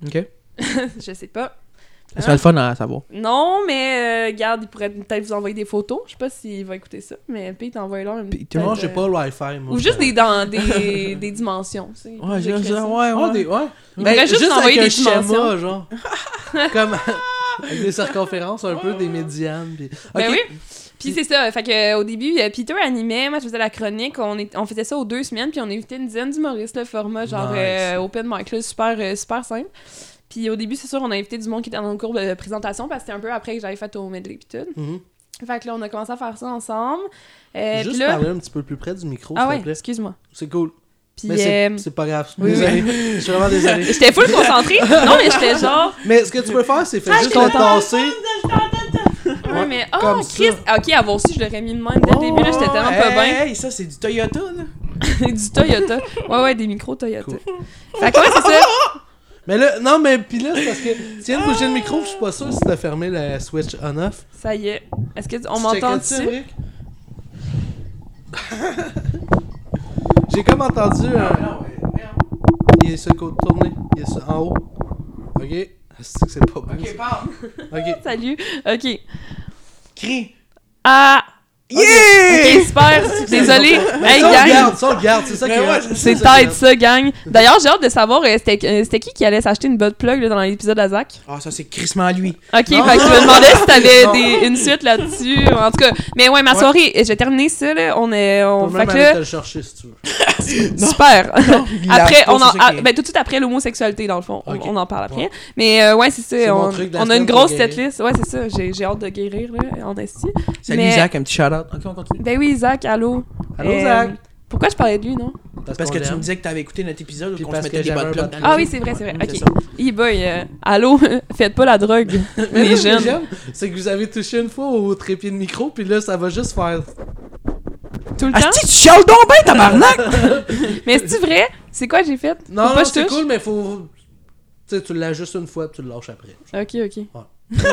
Speaker 2: Ok.
Speaker 4: je sais pas.
Speaker 2: Ça serait le fun à savoir.
Speaker 4: Non, mais euh, regarde, il pourrait peut-être vous envoyer des photos, je sais pas s'il va écouter ça, mais Pete, envoie-leur une.
Speaker 2: Peter,
Speaker 4: peut-être,
Speaker 3: Non, j'ai
Speaker 4: euh,
Speaker 3: pas le Wi-Fi, moi.
Speaker 4: Ou juste des, dans, des, des dimensions, tu sais.
Speaker 2: Ouais, j'ai
Speaker 4: J'ai écrit
Speaker 2: ça,
Speaker 4: ça. Oh,
Speaker 2: ouais,
Speaker 3: Ah,
Speaker 2: ouais.
Speaker 3: des. Ouais.
Speaker 4: Il
Speaker 3: Ben,
Speaker 4: pourrait juste envoyer
Speaker 3: avec
Speaker 4: des
Speaker 3: un
Speaker 4: dimensions.
Speaker 3: schéma, genre. Comme. avec des circonférences un peu, des médianes. Pis...
Speaker 4: Ben
Speaker 3: Ok.
Speaker 4: oui. Puis c'est ça, fait que euh, au début euh, Peter animait, moi je faisais la chronique, on, est, on faisait ça aux deux semaines puis on invitait une dizaine d'humoristes le format genre
Speaker 3: Nice.
Speaker 4: euh, open mic là, super euh, super simple. Puis au début c'est sûr on a invité du monde qui était dans le cours de présentation parce que c'était un peu après que j'avais fait au medley puis tout.
Speaker 3: Mhm.
Speaker 4: Fait que là on a commencé à faire ça ensemble. Euh, puis
Speaker 3: Juste
Speaker 4: là
Speaker 3: parler un petit peu plus près du micro,
Speaker 4: Ah
Speaker 3: s'il
Speaker 4: ouais,
Speaker 3: te plaît.
Speaker 4: excuse-moi.
Speaker 3: C'est cool.
Speaker 4: Puis,
Speaker 3: Mais c'est-
Speaker 4: euh,
Speaker 3: c'est pas grave.
Speaker 4: oui,
Speaker 3: Désolé. Je suis vraiment désolé.
Speaker 4: j'étais full concentrée. Non, mais j'étais genre.
Speaker 3: Mais ce que tu peux faire, c'est faire
Speaker 4: Ah,
Speaker 3: juste
Speaker 4: je
Speaker 3: le
Speaker 4: t'entends.
Speaker 3: tasser.
Speaker 4: Ouais, mais. Oh,
Speaker 3: comme ça. Oh,
Speaker 4: Chris. Ah, ok, avant aussi, je l'aurais mis de même dès le début, là, j'étais tellement pas bien.
Speaker 2: Hey, ça, c'est du Toyota, là.
Speaker 4: du Toyota. Ouais, ouais, des micros Toyota.
Speaker 3: Cool.
Speaker 4: Fait que ouais, c'est ça.
Speaker 3: Mais là, non, mais pis là, c'est parce que tu viens de bouger le micro, je suis pas sûr si t'as fermé la switch on-off.
Speaker 4: Ça y est. Est-ce que tu- on
Speaker 3: Tu
Speaker 4: m'entend
Speaker 3: checkeras-tu,
Speaker 4: dessus?
Speaker 3: Rick? J'ai comme entendu un. Il est sur le côté tourné. Il est sur- en haut. Ok. Ah, C'est que c'est pas bon. ça.
Speaker 2: parle.
Speaker 3: Ok.
Speaker 4: Salut. Ok.
Speaker 2: Crie.
Speaker 4: Ah!
Speaker 2: Yeah!
Speaker 4: Ok, super. Désolé. Hey,
Speaker 3: ça, on le
Speaker 4: gang.
Speaker 3: garde, ça, on le garde. C'est ça qui
Speaker 2: Mais ouais,
Speaker 3: ça,
Speaker 4: C'est
Speaker 3: ça qui
Speaker 4: tête, ça, gang. D'ailleurs, j'ai hâte de savoir, euh, c'était euh, c'était qui qui allait s'acheter une butt plug là, dans l'épisode à Zach?
Speaker 2: Ah, ça, c'est crissement lui.
Speaker 4: Ok,
Speaker 3: Non.
Speaker 4: fait que je me demandais si
Speaker 3: Non.
Speaker 4: t'avais des- une suite là-dessus. En tout cas, mais ouais, ma soirée, euh, j'ai terminé ça, là. On est. On,
Speaker 3: Toi-même,
Speaker 4: fait que
Speaker 3: allez te
Speaker 4: là,
Speaker 3: le chercher si tu veux.
Speaker 4: super.
Speaker 2: Il
Speaker 4: Après,
Speaker 2: lâche pas,
Speaker 4: on en,
Speaker 2: c'est ça
Speaker 4: ah,
Speaker 2: qui est-
Speaker 4: ben, tout de suite après l'homosexualité, dans le fond. On-
Speaker 3: Ok.
Speaker 4: On en parle après.
Speaker 3: Ouais.
Speaker 4: Mais euh, ouais, c'est
Speaker 3: C'est
Speaker 4: ça.
Speaker 3: mon
Speaker 4: On,
Speaker 3: truc de la
Speaker 4: on a une
Speaker 3: semaine
Speaker 4: grosse
Speaker 3: pour guérir.
Speaker 4: setlist. Ouais, c'est ça. J'ai j'ai hâte de guérir, là, en esti.
Speaker 2: Salut,
Speaker 4: mais-
Speaker 2: Zach, un petit shout-out. Ok, on continue.
Speaker 4: Ben oui, Zach, allô.
Speaker 3: Allô,
Speaker 4: Euh,
Speaker 3: Zach?
Speaker 4: Pourquoi je parlais de lui, non?
Speaker 2: Parce
Speaker 3: qu'on
Speaker 2: que tu
Speaker 3: l'aime.
Speaker 2: me disais que t'avais écouté notre épisode
Speaker 3: Puis
Speaker 2: où on se
Speaker 3: parce
Speaker 2: mettait
Speaker 3: que
Speaker 2: des
Speaker 3: j'avais
Speaker 2: bonnes
Speaker 3: un
Speaker 2: plugs
Speaker 3: bon
Speaker 2: dans
Speaker 4: Ah
Speaker 2: le-
Speaker 4: oui, c'est vrai, c'est vrai.
Speaker 2: C'est
Speaker 4: Ok.
Speaker 2: ça.
Speaker 4: E-boy, euh, allô, faites pas la drogue,
Speaker 3: Mais là,
Speaker 4: les
Speaker 3: ce que
Speaker 4: jeunes.
Speaker 3: j'aime, c'est que vous avez touché une fois au trépied de micro, puis là, ça va juste faire.
Speaker 4: Tout le
Speaker 3: Ah,
Speaker 4: temps.
Speaker 2: Asti, Ah, tu chiales donc ben, tabarnak!
Speaker 4: Mais c'est-tu vrai? C'est quoi que j'ai fait?
Speaker 3: Non,
Speaker 4: Faut
Speaker 3: non,
Speaker 4: pas que
Speaker 3: c'est
Speaker 4: je touche?
Speaker 3: cool, mais faut. Tu sais, tu l'as juste une fois, puis tu le lâches après.
Speaker 4: Ok, ok.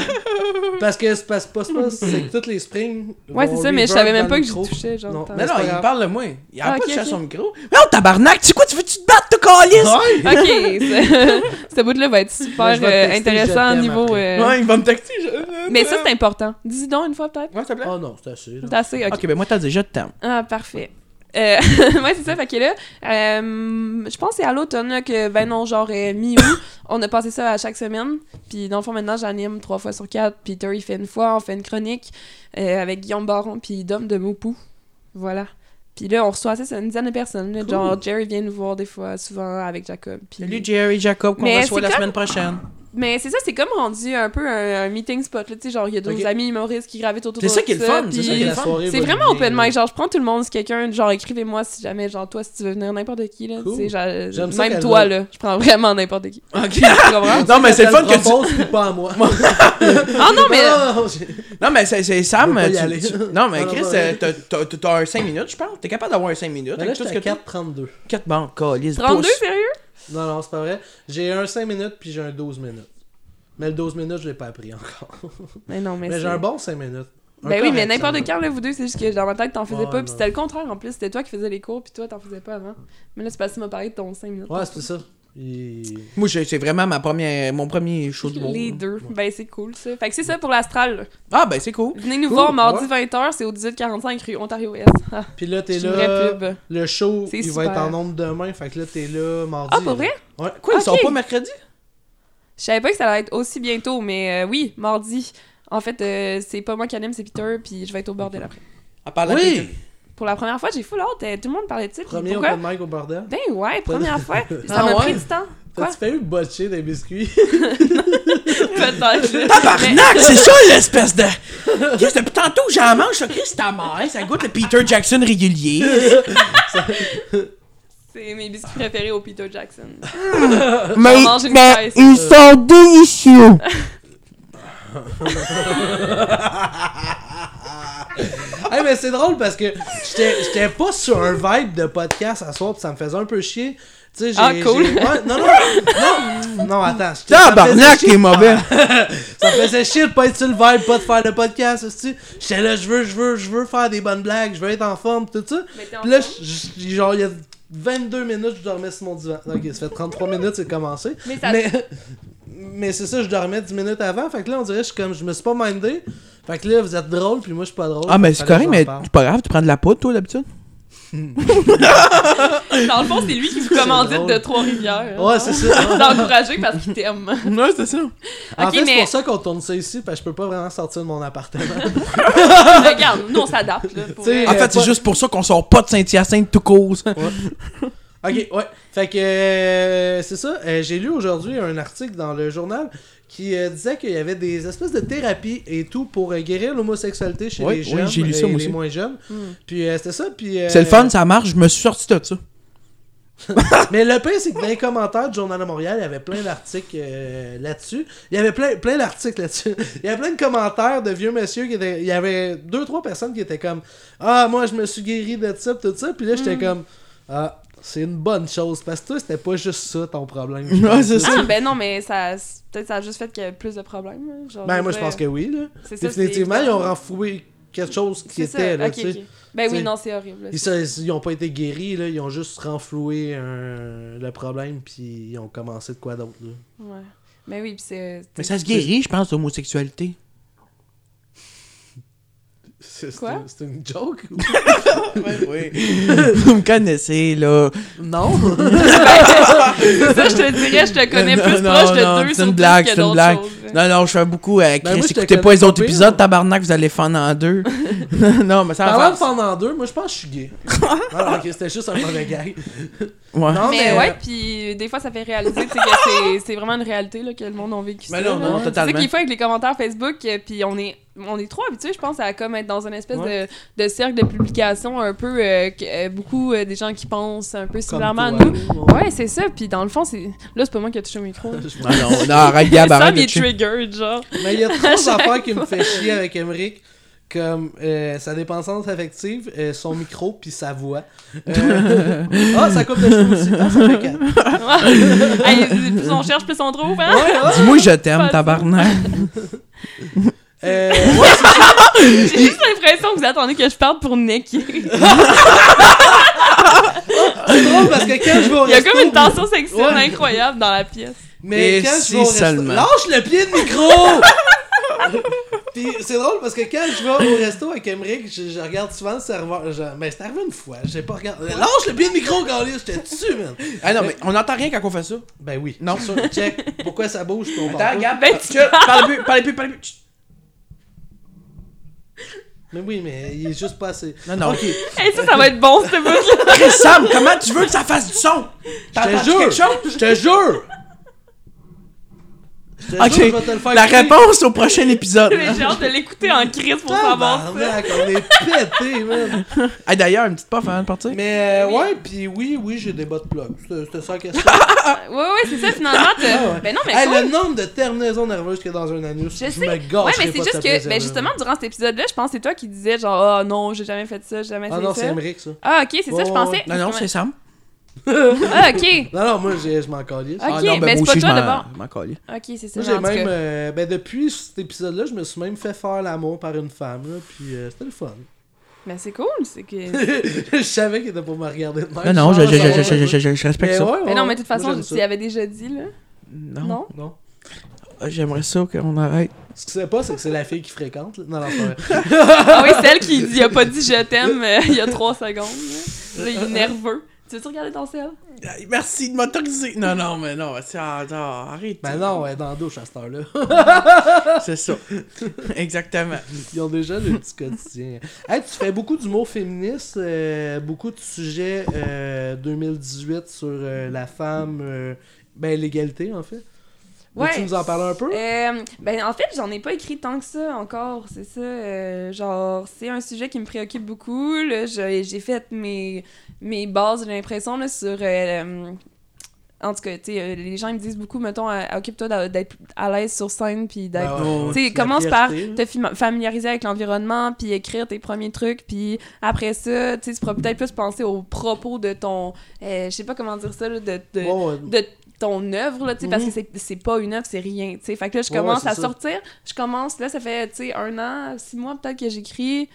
Speaker 3: Parce que c'est parce pas ça, c'est que toutes les springs.
Speaker 4: Ouais,
Speaker 3: vont
Speaker 4: c'est ça, mais je
Speaker 3: reverb
Speaker 4: savais même
Speaker 3: dans
Speaker 4: pas
Speaker 3: le
Speaker 4: que je
Speaker 3: micro.
Speaker 4: touchais, genre.
Speaker 3: Non,
Speaker 4: tant-
Speaker 2: Mais non,
Speaker 3: pas
Speaker 2: il
Speaker 3: grave.
Speaker 2: parle de moi. Il a
Speaker 4: Ah,
Speaker 2: pas
Speaker 4: ok,
Speaker 2: de chat
Speaker 4: ok.
Speaker 2: son micro. Mais non, tabarnak, tu sais quoi, tu veux-tu te battre, toi, calice?
Speaker 3: Ouais!
Speaker 4: Ok, ce ce bout-là va être super
Speaker 3: Moi, je vais
Speaker 4: euh,
Speaker 3: texter,
Speaker 4: intéressant
Speaker 3: je
Speaker 4: au
Speaker 3: t'aime
Speaker 4: niveau.
Speaker 3: après.
Speaker 4: euh,
Speaker 2: Ouais, il va me texter. je-
Speaker 4: Mais ça, c'est important. Dis donc une fois, peut-être.
Speaker 2: Ouais, s'il te plaît.
Speaker 3: Oh non, c'est assez. là.
Speaker 4: C'est assez, ok.
Speaker 2: Ok, ben moi, t'as déjà de temps.
Speaker 4: Ah, parfait. Euh, ouais, c'est ça, fait que là, euh, je pense que c'est à l'automne là, que, ben non, genre euh, mi-août, on a passé ça à chaque semaine. Puis dans le fond, maintenant, j'anime trois fois sur quatre. Puis Terry fait une fois, on fait une chronique euh, avec Guillaume Baron, puis Dom de Maupou. Voilà. Puis là, on reçoit assez une dizaine de personnes. là. Genre, Jerry vient nous voir des fois, souvent avec Jacob. Puis...
Speaker 2: Salut Jerry Jacob, qu'on
Speaker 4: Mais
Speaker 2: reçoit
Speaker 4: c'est
Speaker 2: la
Speaker 4: comme-
Speaker 2: semaine prochaine.
Speaker 4: Mais c'est ça, c'est comme rendu un peu un, un meeting spot. là, Tu sais, genre, il y a d'autres
Speaker 3: Ok.
Speaker 4: amis humoristes qui gravitent autour de
Speaker 2: C'est ça qui est le fun, c'est
Speaker 4: puis-
Speaker 2: ça qui est le
Speaker 3: La
Speaker 2: fun.
Speaker 3: soirée
Speaker 4: c'est
Speaker 3: va
Speaker 4: vraiment
Speaker 3: bien,
Speaker 4: open
Speaker 3: là.
Speaker 4: mic, genre je prends tout le monde, si quelqu'un, genre écrivez-moi si jamais, genre toi si tu veux venir n'importe qui, là,
Speaker 3: Cool.
Speaker 4: tu sais, genre, euh,
Speaker 3: J'aime ça
Speaker 4: même
Speaker 3: qu'elle
Speaker 4: toi
Speaker 3: va.
Speaker 4: là, je prends vraiment n'importe qui.
Speaker 2: Ok.
Speaker 4: Tu comprends?
Speaker 2: non, mais c'est le fun que tu.
Speaker 3: propose, puis pas à moi.
Speaker 4: Ah non mais,
Speaker 3: Non, non, j'ai-
Speaker 2: Non, mais c'est c'est Sam.
Speaker 3: Je veux pas y
Speaker 2: tu-
Speaker 3: aller.
Speaker 2: tu- Non, mais
Speaker 3: Non, non,
Speaker 2: Chris,
Speaker 3: non,
Speaker 2: euh,
Speaker 3: non.
Speaker 2: t'as- t'as t'as un 5 minutes, je pense. T'es capable d'avoir un 5 minutes.
Speaker 3: Mais
Speaker 2: avec
Speaker 3: là,
Speaker 2: tout
Speaker 3: j'étais
Speaker 2: ce
Speaker 3: à
Speaker 2: que t'as.
Speaker 3: 4,32.
Speaker 2: 4 banques, calice.
Speaker 4: 32
Speaker 2: pouce.
Speaker 4: sérieux?
Speaker 3: Non, non, c'est pas vrai. J'ai un 5 minutes, puis j'ai un 12 minutes. Mais le 12 minutes, je l'ai pas appris encore.
Speaker 4: Mais non mais,
Speaker 3: Mais
Speaker 4: c'est-
Speaker 3: j'ai un bon 5 minutes. Un
Speaker 4: Ben oui,
Speaker 3: correct
Speaker 4: mais
Speaker 3: 5
Speaker 4: n'importe
Speaker 3: minutes.
Speaker 4: quand là, vous deux, c'est juste que dans ma tête t'en faisais
Speaker 3: Ouais,
Speaker 4: pas,
Speaker 3: non.
Speaker 4: puis c'était le contraire en plus, c'était toi qui faisais les cours, puis toi t'en faisais pas avant. Mais là c'est parce que tu m'as parlé de ton 5 minutes.
Speaker 3: Ouais, c'est ça. Il-
Speaker 2: Moi, j'ai- c'est vraiment ma première, mon premier show du monde.
Speaker 3: hein.
Speaker 4: les deux. Ben c'est cool ça. Fait que c'est ça pour l'Astral.
Speaker 2: Ah, ben c'est cool.
Speaker 4: Venez nous
Speaker 3: Cool,
Speaker 4: voir mardi
Speaker 3: ouais.
Speaker 4: 20h, c'est au 1845 rue Ontario Est. Ah,
Speaker 3: Puis là, t'es
Speaker 4: c'est une vraie
Speaker 3: là.
Speaker 4: pub.
Speaker 3: Le show,
Speaker 4: C'est
Speaker 3: il va
Speaker 4: super.
Speaker 3: être en nombre demain. Fait que là, t'es là mardi.
Speaker 4: Ah pour vrai?
Speaker 3: Ouais.
Speaker 2: Quoi, ils
Speaker 4: Ok.
Speaker 2: sont pas mercredi?
Speaker 4: Je savais pas que ça allait être aussi bientôt, mais euh, oui, mardi. En fait, euh, c'est pas moi qui anime, c'est Peter, puis je vais être au bordel après.
Speaker 2: À parler
Speaker 3: Oui!
Speaker 4: Pour la première fois, j'ai full hâte. euh, tout le monde parlait de ça. puis
Speaker 3: Premier
Speaker 4: pourquoi?
Speaker 3: open mic au bordel.
Speaker 4: Ben ouais, première fois. Ça
Speaker 2: Ah
Speaker 4: m'a
Speaker 2: ouais?
Speaker 4: pris du temps. Quoi?
Speaker 3: T'as-tu failli botcher des biscuits?
Speaker 4: Peut-être.
Speaker 2: Tabarnak, c'est ça l'espèce de. Qu'est-ce que depuis tantôt que j'en mange, ça, Chris, c'est amer, ça goûte le Peter Jackson régulier.
Speaker 4: C'est mes biscuits préférés au Peter Jackson.
Speaker 2: Mais,
Speaker 4: On mange une mais caisse.
Speaker 2: ils sont délicieux.
Speaker 3: hey, mais c'est drôle parce que j'étais j'étais pas sur un vibe de podcast à soir, pis ça me faisait un peu chier. Tu sais, j'ai.
Speaker 4: Ah, cool.
Speaker 3: j'ai- ouais, non, non, non, non, attends. j'étais- ça me faisait
Speaker 2: Tabarnak,
Speaker 3: chier-
Speaker 2: t'es mauvais.
Speaker 3: Ça me faisait chier de pas être sur le vibe, pas de faire de podcast, aussi. J'étais là, je veux, je veux, je veux faire des bonnes blagues, je veux être en forme, pis tout ça.
Speaker 4: Mais t'es en
Speaker 3: Pis là,
Speaker 4: forme.
Speaker 3: je- je- genre, il y a 22 minutes, je dormais sur mon divan. Ok, ça fait 33 minutes, c'est commencé.
Speaker 4: Mais ça-
Speaker 3: mais, mais c'est ça, je dormais 10 minutes avant. Fait que là, on dirait, que je, suis comme, je me suis pas mindé. Fait que là, vous êtes drôle, puis moi, je suis pas drôle.
Speaker 2: Ah, mais c'est correct,
Speaker 3: Fallait que j'en
Speaker 2: mais
Speaker 3: parle.
Speaker 2: c'est pas grave, tu prends de la poudre, toi, d'habitude?
Speaker 4: Dans le fond, c'est lui qui vous commandite
Speaker 3: drôle.
Speaker 4: de Trois-Rivières.
Speaker 3: Ouais, c'est ça.
Speaker 4: Vous encouragez parce qu'il t'aime.
Speaker 2: Non, c'est ça.
Speaker 3: En
Speaker 4: Ok,
Speaker 3: fait, c'est
Speaker 4: mais-
Speaker 3: pour ça qu'on tourne ça ici, parce que je peux pas vraiment sortir de mon appartement.
Speaker 4: Regarde, nous on s'adapte. là, pour
Speaker 3: Tu sais,
Speaker 4: vrai.
Speaker 2: En fait, c'est
Speaker 3: pas-
Speaker 2: juste pour ça qu'on sort pas de Saint-Hyacinthe tout cause.
Speaker 3: Ok, ouais. Fait que euh, c'est ça. Euh, J'ai lu aujourd'hui un article dans le journal qui euh, disait qu'il y avait des espèces de thérapies et tout pour euh, guérir l'homosexualité chez
Speaker 2: Ouais,
Speaker 3: les
Speaker 2: ouais,
Speaker 3: jeunes
Speaker 2: j'ai lu ça,
Speaker 3: et
Speaker 2: moi
Speaker 3: les
Speaker 2: aussi.
Speaker 3: moins jeunes. Puis euh, c'était ça. Puis euh,
Speaker 2: C'est le fun, ça marche, je me suis sorti de ça.
Speaker 3: Mais le pire, c'est que dans les commentaires du Journal de Montréal, il y avait plein d'articles euh, là-dessus. Il y avait plein, plein d'articles là-dessus. Il y avait plein de commentaires de vieux messieurs qui étaient. Il y avait deux, trois personnes qui étaient comme Ah, moi, je me suis guéri de ça, pis tout ça. Puis là,
Speaker 4: Mm.
Speaker 3: j'étais comme Ah, c'est une bonne chose. Parce que toi, c'était pas juste ça ton problème.
Speaker 2: Ouais, c'est ça.
Speaker 4: Ah, ben non, mais ça. Peut-être ça a juste fait qu'il y a plus de problèmes. hein, genre,
Speaker 3: Ben,
Speaker 4: je
Speaker 3: moi,
Speaker 4: veux
Speaker 3: je
Speaker 4: dire.
Speaker 3: pense que oui, là.
Speaker 4: C'est ça,
Speaker 3: Définitivement,
Speaker 4: c'est-
Speaker 3: ils ont renfloué quelque chose qui
Speaker 4: C'est ça,
Speaker 3: était, là,
Speaker 4: ok,
Speaker 3: tu sais.
Speaker 4: ok. Ben
Speaker 3: Tu
Speaker 4: oui,
Speaker 3: sais.
Speaker 4: non, c'est horrible. là,
Speaker 3: Ils,
Speaker 4: c'est-
Speaker 3: se- ils ont pas été guéris, là, ils ont juste renfloué un- le problème, puis ils ont commencé de quoi d'autre. là.
Speaker 4: Ouais. Mais oui, pis c'est.
Speaker 2: Mais ça se guérit, je pense, l'homosexualité.
Speaker 3: C'est c'est
Speaker 4: Quoi?
Speaker 3: une- c'est une joke? ou-
Speaker 2: Vous me connaissez, là.
Speaker 3: non!
Speaker 4: ça, je te dirais, je te connais
Speaker 2: Non,
Speaker 4: plus
Speaker 2: non,
Speaker 4: proche
Speaker 2: non,
Speaker 4: de deux
Speaker 2: c'est une
Speaker 4: sur
Speaker 2: blague,
Speaker 4: que
Speaker 2: c'est une
Speaker 4: d'autres
Speaker 2: blague.
Speaker 4: choses.
Speaker 2: Non, non, je fais beaucoup. Euh, Chris,
Speaker 3: Ben, moi, je te
Speaker 2: écoutez pas
Speaker 3: connais
Speaker 2: les autres
Speaker 3: pas pire.
Speaker 2: épisodes, tabarnak, vous allez fendre en deux. non, mais ça
Speaker 3: Parlant de
Speaker 2: va.
Speaker 3: pendant deux, moi je pense que je suis gay.
Speaker 4: Ah,
Speaker 3: Alors, ok, c'était juste un mauvais gag.
Speaker 2: Ouais.
Speaker 3: Non,
Speaker 4: Mais
Speaker 3: mais.
Speaker 4: ouais,
Speaker 2: euh,
Speaker 4: puis des fois ça fait réaliser tu sais, que c'est- c'est vraiment une réalité là, que le monde a vécu.
Speaker 2: Mais
Speaker 4: ça,
Speaker 2: non,
Speaker 4: là.
Speaker 2: non,
Speaker 4: C'est ça
Speaker 2: totalement.
Speaker 4: qu'il faut avec les commentaires Facebook, euh, puis on est, on est trop habitués, je pense, à comme être dans une espèce de, de cercle de publication un peu, euh, que- euh, beaucoup euh, des gens qui pensent un peu similairement à nous. Ouais, c'est ça, puis dans le fond, c'est là, c'est pas moi qui ai touché au micro.
Speaker 2: Non, non, non, arrête, Gab,
Speaker 4: ça,
Speaker 2: arrête. bah
Speaker 4: il
Speaker 2: de
Speaker 4: est
Speaker 2: chier.
Speaker 4: triggered, genre.
Speaker 3: Mais il y a trois affaires qui me fait chier avec Emmerich. Comme euh, sa dépendance affective, euh, son micro, puis sa voix. Euh, Ah, ça coupe de cheveux aussi. Ah, ça fait quatre.
Speaker 4: Hey, plus on cherche, plus on trouve, hein?
Speaker 2: Dis-moi, je t'aime,
Speaker 4: Pas
Speaker 2: tabarnak.
Speaker 3: Euh, ouais, c'est ça.
Speaker 4: J'ai juste l'impression que vous attendez que je parte pour necker.
Speaker 3: C'est drôle parce que quand je vais au
Speaker 4: Il y a
Speaker 3: resto,
Speaker 4: comme une tension sexuelle
Speaker 3: Ouais.
Speaker 4: incroyable dans la pièce.
Speaker 3: Mais
Speaker 2: Et
Speaker 3: quand
Speaker 2: si
Speaker 3: je vais au resto-
Speaker 2: seulement.
Speaker 3: Lâche le pied de micro! Puis c'est drôle parce que quand je vais au resto avec Emmerich, je, je regarde souvent le serveur. Je- Mais c'est arrivé une fois, j'ai pas regardé. Lâche le pied de micro, Carlis, j'étais dessus, man!
Speaker 2: Ah non, mais on n'entend rien quand on fait ça.
Speaker 3: Ben oui.
Speaker 2: Non.
Speaker 3: C'est sûr, check pourquoi ça bouge, puis on parle
Speaker 2: Attends,
Speaker 3: pas.
Speaker 2: Gab,
Speaker 4: Ben,
Speaker 2: tu- parle plus, parle plus, parle plus. Chut.
Speaker 3: Mais oui, mais il est juste pas assez.
Speaker 2: Non, non.
Speaker 3: Ok.
Speaker 4: Hey, ça, ça va être bon, ce bout-là.
Speaker 2: Chris Sam, comment tu veux que ça fasse du son?
Speaker 3: Je te
Speaker 2: T'entends-tu quelque chose?
Speaker 3: jure! Je te jure! Je te jure, je vais
Speaker 2: Ok,
Speaker 3: te le faire
Speaker 2: la
Speaker 3: écouter.
Speaker 2: réponse au prochain épisode.
Speaker 4: Mais J'ai hâte de l'écouter en crise pour savoir ça.
Speaker 3: Tabarnak, on est pété, man!
Speaker 2: Ah, D'ailleurs, une petite puff avant de partir.
Speaker 3: Mais euh, ouais, puis oui, oui, j'ai des bas de plug. C'était c'était ça la question.
Speaker 4: Ouais, ouais, c'est ça, finalement. t'as-
Speaker 3: Ah ouais.
Speaker 4: Ben non, mais
Speaker 3: Hey,
Speaker 4: cool.
Speaker 3: le nombre de terminaisons nerveuses qu'il y a dans un anus,
Speaker 4: Je
Speaker 3: je,
Speaker 4: sais.
Speaker 3: me gâche.
Speaker 4: Ouais, mais c'est juste que, ben justement, durant cet épisode-là, je pense que c'est toi qui disais genre, ah non, j'ai jamais fait ça, j'ai jamais
Speaker 3: Ah
Speaker 4: fait
Speaker 3: non, c'est
Speaker 4: ça.
Speaker 3: Emmerich, ça.
Speaker 4: Ah, ok, c'est ça, je
Speaker 3: Ouais,
Speaker 4: pensais.
Speaker 2: Non,
Speaker 3: ouais.
Speaker 2: non, c'est Sam.
Speaker 4: Ah, ok.
Speaker 3: Non, non, moi, j'ai- je m'en calisse.
Speaker 4: Ah, Ok,
Speaker 2: non,
Speaker 4: ben,
Speaker 2: moi
Speaker 4: c'est
Speaker 2: aussi,
Speaker 4: pas toi,
Speaker 2: je
Speaker 4: d'abord.
Speaker 2: m'en- je m'en calais.
Speaker 4: Ok, c'est ça.
Speaker 3: Moi,
Speaker 4: mais
Speaker 3: j'ai
Speaker 4: en tout
Speaker 3: même.
Speaker 4: cas.
Speaker 3: euh, ben, depuis cet épisode-là, je me suis même fait faire l'amour par une femme, là, puis euh, c'était le fun.
Speaker 4: Ben c'est cool, c'est que.
Speaker 3: je savais qu'il était pour me regarder de même.
Speaker 2: Non, non, je,
Speaker 3: Ah,
Speaker 2: je,
Speaker 3: ça va,
Speaker 2: je,
Speaker 3: ça va.
Speaker 2: je, je, je, je respecte
Speaker 3: Mais
Speaker 2: ça.
Speaker 3: ouais, ouais,
Speaker 4: Mais Ben non, mais
Speaker 3: ouais.
Speaker 4: de toute
Speaker 3: Moi,
Speaker 4: façon,
Speaker 3: j'aime
Speaker 4: tu
Speaker 3: ça.
Speaker 4: l'avais déjà dit, là.
Speaker 2: Ah Non,
Speaker 4: Non?
Speaker 3: Non.
Speaker 2: j'aimerais ça qu'on arrête.
Speaker 3: Ce que tu sais pas, c'est que c'est la fille qui fréquente. là. Non, non, c'est pas vrai.
Speaker 4: Ah oui, celle qui dit, a pas dit je t'aime euh, il y a trois secondes. Là, Là, il est nerveux. Tu veux-tu regarder ton sel?
Speaker 2: Merci de m'autoriser. Non, non, mais non, c'est- ah, non, arrête.
Speaker 3: Ben non, elle est dans la douche à cette heure-là.
Speaker 2: C'est ça. Exactement.
Speaker 3: Ils ont déjà le petit quotidien. Hey, tu fais beaucoup d'humour féministe, euh, beaucoup de sujets euh, 2018 sur euh, la femme, euh, ben l'égalité en fait.
Speaker 4: Ouais.
Speaker 3: Veux-tu nous en parler un peu?
Speaker 4: Euh, ben en fait, j'en ai pas écrit tant que ça encore, c'est ça. euh, genre, c'est un sujet qui me préoccupe beaucoup. là. J'ai j'ai fait mes, mes bases, j'ai l'impression, là, sur... euh, en tout cas, tu sais, euh, les gens ils me disent beaucoup, mettons, euh, occupe-toi d'a- d'être à l'aise sur scène, puis d'être
Speaker 3: Ben ouais,
Speaker 4: tu sais,
Speaker 3: la
Speaker 4: commence par
Speaker 3: fierté, là.
Speaker 4: te fima- familiariser avec l'environnement, puis écrire tes premiers trucs, puis après ça, tu sais, tu pourras peut-être plus penser aux propos de ton, euh, je sais pas comment dire ça, là, de, de,
Speaker 3: Ouais, ouais.
Speaker 4: de ton œuvre, là, tu sais, parce que
Speaker 3: Mhm.
Speaker 4: c'est- c'est pas une œuvre, c'est rien, tu sais. Fait que là, je
Speaker 3: Ouais, ouais,
Speaker 4: commence
Speaker 3: c'est
Speaker 4: à
Speaker 3: ça.
Speaker 4: sortir, je commence, là, ça fait, tu sais, un an, six mois peut-être que j'écris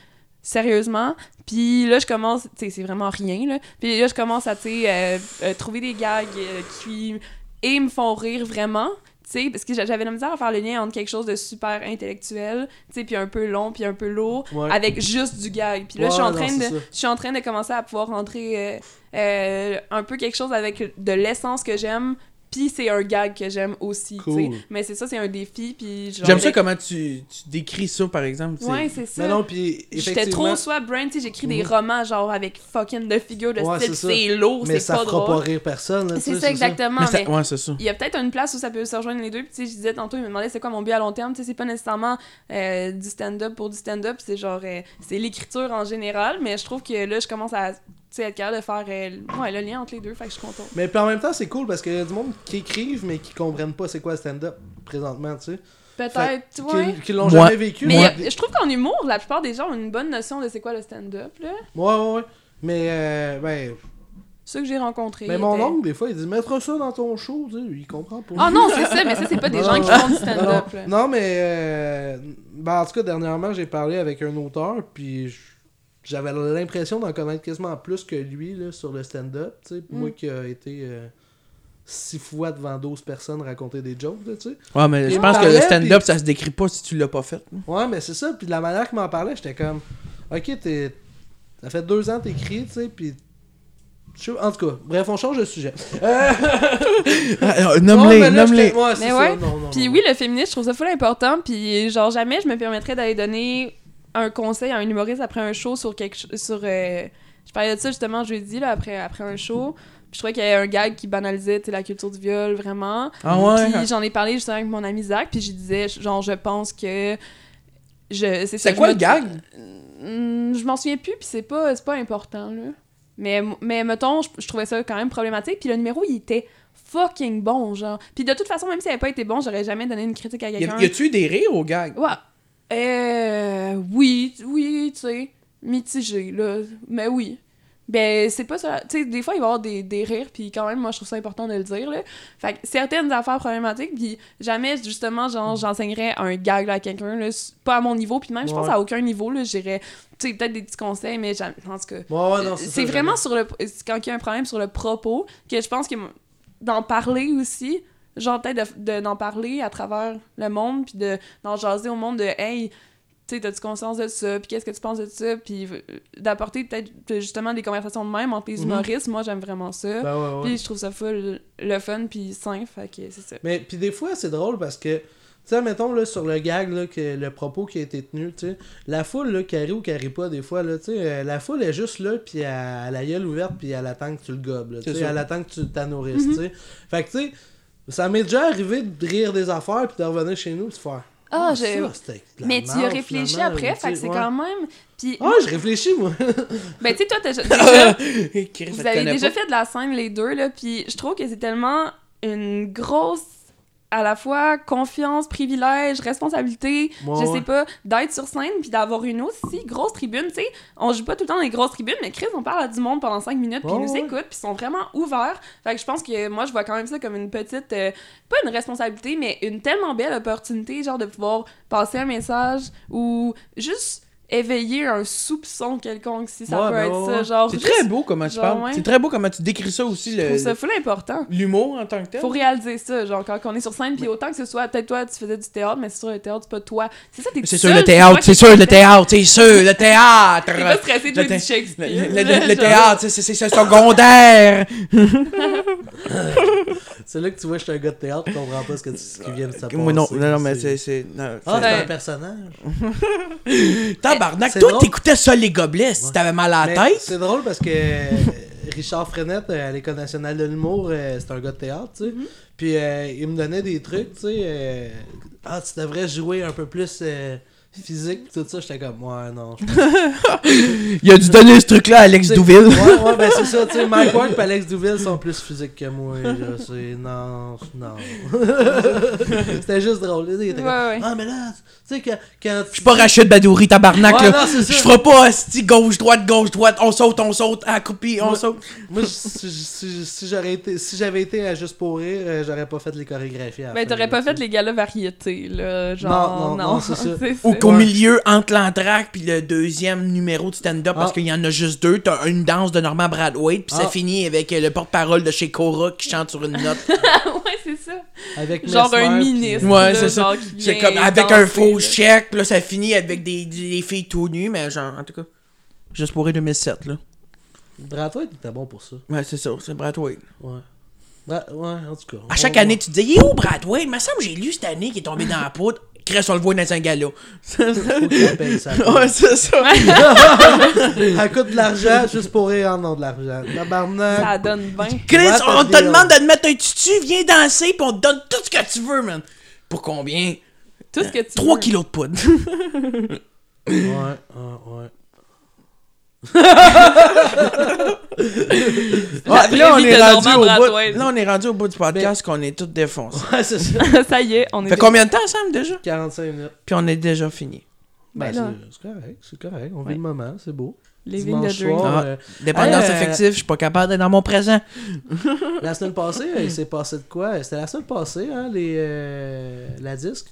Speaker 4: sérieusement, puis là, je commence, tu sais, c'est vraiment rien, là. Puis là, je commence à, tu sais, euh, euh, trouver des gags euh, qui, et me font rire vraiment, tu sais, parce que j'a- j'avais la misère à faire le lien entre quelque chose de super intellectuel, tu sais, puis un peu long, puis un peu lourd,
Speaker 3: Ouais.
Speaker 4: avec juste du gag. Puis là,
Speaker 3: Ouais,
Speaker 4: je suis en
Speaker 3: non,
Speaker 4: train
Speaker 3: c'est
Speaker 4: de,
Speaker 3: ça.
Speaker 4: je suis en train de commencer à pouvoir rentrer euh, euh, un peu quelque chose avec de l'essence que j'aime. Puis c'est un gag que j'aime aussi, tu sais.
Speaker 3: Cool.
Speaker 4: Mais c'est ça, c'est un défi. Puis genre-
Speaker 2: J'aime ça comment tu, tu décris ça, par exemple. tu sais.
Speaker 4: Ouais, c'est ça.
Speaker 3: Mais non, puis
Speaker 4: J'étais
Speaker 3: effectivement, Mhm.
Speaker 4: trop soit brain, tu sais, j'écris des romans genre avec fucking de figures de
Speaker 3: Ouais,
Speaker 4: style,
Speaker 3: c'est ça.
Speaker 4: c'est lourd,
Speaker 3: mais
Speaker 4: c'est
Speaker 3: ça
Speaker 4: pas
Speaker 3: fera
Speaker 4: drôle.
Speaker 3: pas rire personne. là, tu sais,
Speaker 4: C'est ça exactement.
Speaker 2: Mais ça-
Speaker 4: mais-
Speaker 2: ouais, c'est ça.
Speaker 4: il y a peut-être une place où ça peut se rejoindre les deux. Puis, tu sais, je disais tantôt, il me demandait c'est quoi mon but à long terme. Tu sais, c'est pas nécessairement euh, du stand-up pour du stand-up. C'est genre, euh, c'est l'écriture en général. Mais je trouve que là, je commence à sais, être capable de faire euh, ouais, le lien entre les deux, fait que je suis contente.
Speaker 3: Mais puis en même temps, c'est cool parce qu'il y a du monde qui écrivent, mais qui comprennent pas c'est quoi le stand-up présentement, tu sais.
Speaker 4: Peut-être,
Speaker 3: Qui-
Speaker 4: ouais.
Speaker 3: Qui, l'ont
Speaker 2: Ouais.
Speaker 3: jamais vécu.
Speaker 4: Mais
Speaker 3: ouais.
Speaker 4: euh, je trouve qu'en humour, la plupart des gens ont une bonne notion de c'est quoi le stand-up, là.
Speaker 3: ouais, ouais, ouais. Mais, euh, ben,
Speaker 4: Ceux que j'ai rencontrés.
Speaker 3: mais mon
Speaker 4: étaient-
Speaker 3: oncle, des fois, il dit Mettre ça dans ton show, tu sais, il comprend pas.
Speaker 4: Ah non, c'est ça, mais ça, c'est pas des
Speaker 3: Non,
Speaker 4: gens qui font du stand-up. là.
Speaker 3: non, non, mais, euh, ben, en tout cas, dernièrement, j'ai parlé avec un auteur, puis je- j'avais l'impression d'en connaître quasiment plus que lui là, sur le stand-up, tu sais.
Speaker 4: Mm.
Speaker 3: Moi qui a été. euh, six fois devant 12 personnes raconter des jokes, là, tu sais.
Speaker 2: Ouais, mais je
Speaker 3: Il
Speaker 2: pense que
Speaker 3: parlait,
Speaker 2: le stand-up,
Speaker 3: puis-
Speaker 2: ça se décrit pas si tu l'as pas fait.
Speaker 3: Ouais, mais c'est ça. Puis de la manière qu'il m'en parlait, j'étais comme, ok, t'es- ça fait deux ans que t'écris, tu sais, puis. je sais- En tout cas, bref, on change de sujet.
Speaker 2: Ah, euh,
Speaker 3: Non,
Speaker 2: Nomme-les,
Speaker 3: mais là,
Speaker 2: nomme-les.
Speaker 3: j'étais- ouais, c'est
Speaker 4: Mais
Speaker 3: ça,
Speaker 4: ouais.
Speaker 3: non, non,
Speaker 4: Puis
Speaker 3: non.
Speaker 4: oui, le féminisme, je trouve ça full important. Puis genre, jamais je me permettrais d'aller donner un conseil à un humoriste après un show sur quelque cho- sur euh, Je parlais de ça justement jeudi, là, après, après un show. Puis je trouvais qu'il y avait un gag qui banalisait tu sais, la culture du viol, vraiment.
Speaker 2: Ah ouais?
Speaker 4: Puis j'en ai parlé justement avec mon ami Zach, puis je disais, genre, je pense que. Je, c'est ça,
Speaker 2: C'est
Speaker 4: je
Speaker 2: quoi
Speaker 4: me-
Speaker 2: le gag?
Speaker 4: Hmm, je m'en souviens plus, puis c'est pas, c'est pas important, là. Mais, mais mettons, je, je trouvais ça quand même problématique, puis le numéro, il était fucking bon, genre. Puis de toute façon, même si elle avait pas été bon, j'aurais jamais donné une critique à
Speaker 2: Y a-
Speaker 4: quelqu'un.
Speaker 2: y a-tu des rires au gag?
Speaker 4: Ouais. Euh, oui, oui, tu sais, mitigé, là. Mais oui. Ben, c'est pas ça. Tu sais, des fois, il va y avoir des, des rires, puis quand même, moi, je trouve ça important de le dire, là. Fait que certaines affaires problématiques, puis jamais, justement, genre, j'enseignerais un gag là, à quelqu'un, là, s- pas à mon niveau, puis même, je pense,
Speaker 3: Ouais.
Speaker 4: à aucun niveau, là, j'irais, tu sais, peut-être des petits conseils, mais jamais, en tout cas.
Speaker 3: Ouais, ouais, Ah non,
Speaker 4: C'est
Speaker 3: ça,
Speaker 4: vraiment sur le c'est quand il y a un problème sur le propos que je pense que m- d'en parler aussi, genre peut-être de- de- d'en parler à travers le monde puis de d'en jaser au monde de hey, tu sais t'as-tu conscience de ça puis qu'est-ce que tu penses de ça puis euh, d'apporter peut-être euh, justement des conversations de même entre les
Speaker 3: Mhm.
Speaker 4: humoristes, moi j'aime vraiment ça.
Speaker 3: j'aime. Ben ouais, ouais.
Speaker 4: Puis je trouve ça full le fun puis sain fait que c'est ça.
Speaker 3: Mais puis des fois, c'est drôle parce que, tu sais, mettons là, sur le gag, là, que le propos qui a été tenu, tu sais, la foule, là, qui rit ou qui rit pas, des fois, là, tu sais, euh, la foule est juste là, puis elle, elle a la gueule ouverte, puis elle attend que tu le gobes, là, tu
Speaker 2: C'est
Speaker 3: sais,
Speaker 2: ça.
Speaker 3: elle attend que tu ta nourrisses,
Speaker 4: Mhm.
Speaker 3: tu sais. Fait que, tu sais, ça m'est déjà arrivé de rire des affaires, puis de revenir chez nous, puis de faire.
Speaker 4: Ah,
Speaker 3: ça,
Speaker 4: je-
Speaker 3: c'était de la
Speaker 4: Mais tu y as
Speaker 3: merde,
Speaker 4: réfléchi
Speaker 3: finalement,
Speaker 4: après
Speaker 3: ou, tu sais,
Speaker 4: fait que c'est
Speaker 3: ouais.
Speaker 4: quand même puis
Speaker 3: Ah, je réfléchis, moi!
Speaker 4: ben tu sais toi t'as déjà
Speaker 2: Chris, je
Speaker 4: Vous
Speaker 2: te
Speaker 4: avez
Speaker 2: connais
Speaker 4: déjà
Speaker 2: pas.
Speaker 4: fait de la scène les deux, là, puis je trouve que c'est tellement une grosse à la fois confiance, privilège, responsabilité,
Speaker 3: Ouais,
Speaker 4: je
Speaker 3: ouais.
Speaker 4: sais pas, d'être sur scène puis d'avoir une aussi grosse tribune, tu sais. On joue pas tout le temps dans les grosses tribunes, mais Chris, on parle à du monde pendant 5 minutes puis
Speaker 3: Ouais,
Speaker 4: ils nous
Speaker 3: ouais.
Speaker 4: écoutent puis ils sont vraiment ouverts. Fait que je pense que moi je vois quand même ça comme une petite euh, pas une responsabilité, mais une tellement belle opportunité genre de pouvoir passer un message ou juste éveiller un soupçon quelconque si ça
Speaker 3: Ouais,
Speaker 4: peut
Speaker 3: ben
Speaker 4: être
Speaker 3: ouais,
Speaker 4: ça
Speaker 3: ouais.
Speaker 4: genre
Speaker 2: C'est
Speaker 4: juste-
Speaker 2: très beau comment tu
Speaker 4: genre,
Speaker 2: parles.
Speaker 4: ouais.
Speaker 2: C'est très beau comment tu décris ça aussi,
Speaker 3: Euh,
Speaker 4: je
Speaker 2: le-
Speaker 4: trouve ça full important.
Speaker 2: l'humour en tant que tel.
Speaker 4: Faut réaliser ça, genre, quand on est sur scène, puis autant que ce soit, peut-être toi, tu faisais du théâtre, mais c'est sûr, le théâtre, c'est pas toi. C'est ça, t'es
Speaker 2: C'est sûr,
Speaker 4: tout seul,
Speaker 2: le
Speaker 4: toi
Speaker 2: théâtre,
Speaker 4: qui
Speaker 2: c'est sûr,
Speaker 4: fais-
Speaker 2: le théâtre, c'est sûr, le théâtre.
Speaker 4: T'es pas stressé de
Speaker 2: Le
Speaker 4: jouer du
Speaker 2: thé-
Speaker 4: Shakespeare.
Speaker 2: Le, le- le- le
Speaker 4: genre.
Speaker 2: théâtre, c'est- c'est c'est- c'est secondaire.
Speaker 3: Ah, c'est là que tu vois, je suis un gars de théâtre, tu comprends pas ce, que tu- ce qui vient de s'appeler.
Speaker 2: Euh, Moi, non, non, non, mais c'est. c'est- non,
Speaker 3: Ah, c'est
Speaker 4: Ouais.
Speaker 3: un personnage!
Speaker 2: c'est- Tabarnak,
Speaker 3: c'est
Speaker 2: toi,
Speaker 3: drôle.
Speaker 2: t'écoutais ça, les gobelets, si
Speaker 3: Ouais.
Speaker 2: t'avais mal à la
Speaker 3: Mais
Speaker 2: tête.
Speaker 3: C'est drôle parce que euh, Richard Frenette euh, à l'École nationale de l'humour, euh, c'est un gars de théâtre, tu sais.
Speaker 4: Mm-hmm.
Speaker 3: Puis euh, il me donnait des trucs, tu sais. euh, ah, tu devrais jouer un peu plus euh, physique, pis tout ça. J'étais comme, ouais, non. je pense-
Speaker 2: Il a dû donner ce truc-là à Alex
Speaker 3: C'est-
Speaker 2: Douville.
Speaker 3: ouais, ouais, ben c'est ça, tu sais. Mike Ward et Alex Douville sont plus physiques que moi, là. C'est non, non. C'était juste drôle. Il était comme,
Speaker 4: Ouais, ouais.
Speaker 3: ah, mais là, tu sais, quand, quand
Speaker 2: Je suis pas Rachid Badouri, tabarnak, là.
Speaker 3: Ouais, non, c'est ça.
Speaker 2: Je ferai pas asti gauche-droite, gauche-droite, on saute, on saute, accroupi, on
Speaker 3: Ouais.
Speaker 2: saute.
Speaker 3: Moi, je- si, si- si j'aurais été, si j'avais été à Juste pour rire, euh, j'aurais pas fait les chorégraphies. à la
Speaker 4: Ben,
Speaker 3: fin,
Speaker 4: t'aurais pas
Speaker 3: là,
Speaker 4: fait
Speaker 3: tu sais.
Speaker 4: les galas variétés, là, genre,
Speaker 3: Non, non, non, c'est ça.
Speaker 2: Ou
Speaker 4: ça.
Speaker 2: qu'au
Speaker 3: Ouais.
Speaker 2: milieu, entre l'entraque puis le deuxième numéro de stand-up, parce
Speaker 3: Ah.
Speaker 2: qu'il y en a juste deux, t'as une danse de Norman Bradway, puis ça
Speaker 3: Ah.
Speaker 2: finit avec euh, le porte-parole de chez Cora qui chante sur une note.
Speaker 4: ouais, c'est ça.
Speaker 3: Avec
Speaker 4: Genre un
Speaker 3: Mesmer, puis- euh,
Speaker 4: ministre.
Speaker 2: Ouais,
Speaker 4: là,
Speaker 2: c'est ça.
Speaker 4: genre, qui
Speaker 2: C'est
Speaker 4: vient
Speaker 2: comme avec un
Speaker 4: danser,
Speaker 2: faux
Speaker 4: là.
Speaker 2: chèque, puis là, ça finit avec des, des filles tout nues, mais genre, en tout cas, juste pour 2007, là.
Speaker 3: Bratois était bon pour ça.
Speaker 2: Ouais, c'est ça, c'est Bradway.
Speaker 3: Ouais. Bra- ouais, en tout cas.
Speaker 2: À chaque année, tu te dis, il est où Bradway? Il me semble que j'ai lu cette année qu'il est tombé dans la poudre. Cress, on le voit dans un gala. ouais,
Speaker 3: Elle
Speaker 2: c'est ça.
Speaker 3: coûte de l'argent juste pour rire en nom de l'argent. Tabarnak.
Speaker 4: Ça donne bien.
Speaker 2: Chris,
Speaker 3: What
Speaker 2: on
Speaker 3: a
Speaker 2: te
Speaker 3: deal.
Speaker 2: demande de te mettre un tutu, viens danser, pis on te donne tout ce que tu veux, man. Pour combien?
Speaker 4: Tout ce que tu
Speaker 2: 3
Speaker 4: veux.
Speaker 2: kilos de poudre.
Speaker 3: Ouais, ouais, ouais.
Speaker 4: La
Speaker 2: Ouais,
Speaker 4: vraie vie de Normand
Speaker 2: au
Speaker 4: Bratois.
Speaker 2: bout, là, on est rendu au bout du podcast qu'on est tous défoncés.
Speaker 3: Ouais, c'est ça.
Speaker 4: ça y est, on est.
Speaker 2: Fait combien de temps ensemble déjà?
Speaker 3: 45 minutes.
Speaker 2: Puis on est déjà fini.
Speaker 3: Ben,
Speaker 4: Ben là.
Speaker 3: c'est- c'est correct, c'est correct. On vit
Speaker 4: Ouais.
Speaker 3: le moment, c'est beau.
Speaker 4: Living the
Speaker 3: Dimanche
Speaker 4: dream.
Speaker 3: soir,
Speaker 2: Ah.
Speaker 3: euh,
Speaker 2: Dépendance
Speaker 3: Hey, euh,
Speaker 2: affective, je suis pas capable d'être dans mon présent.
Speaker 3: la semaine passée, euh, il s'est passé de quoi C'était la semaine passée, hein, les, euh, la disque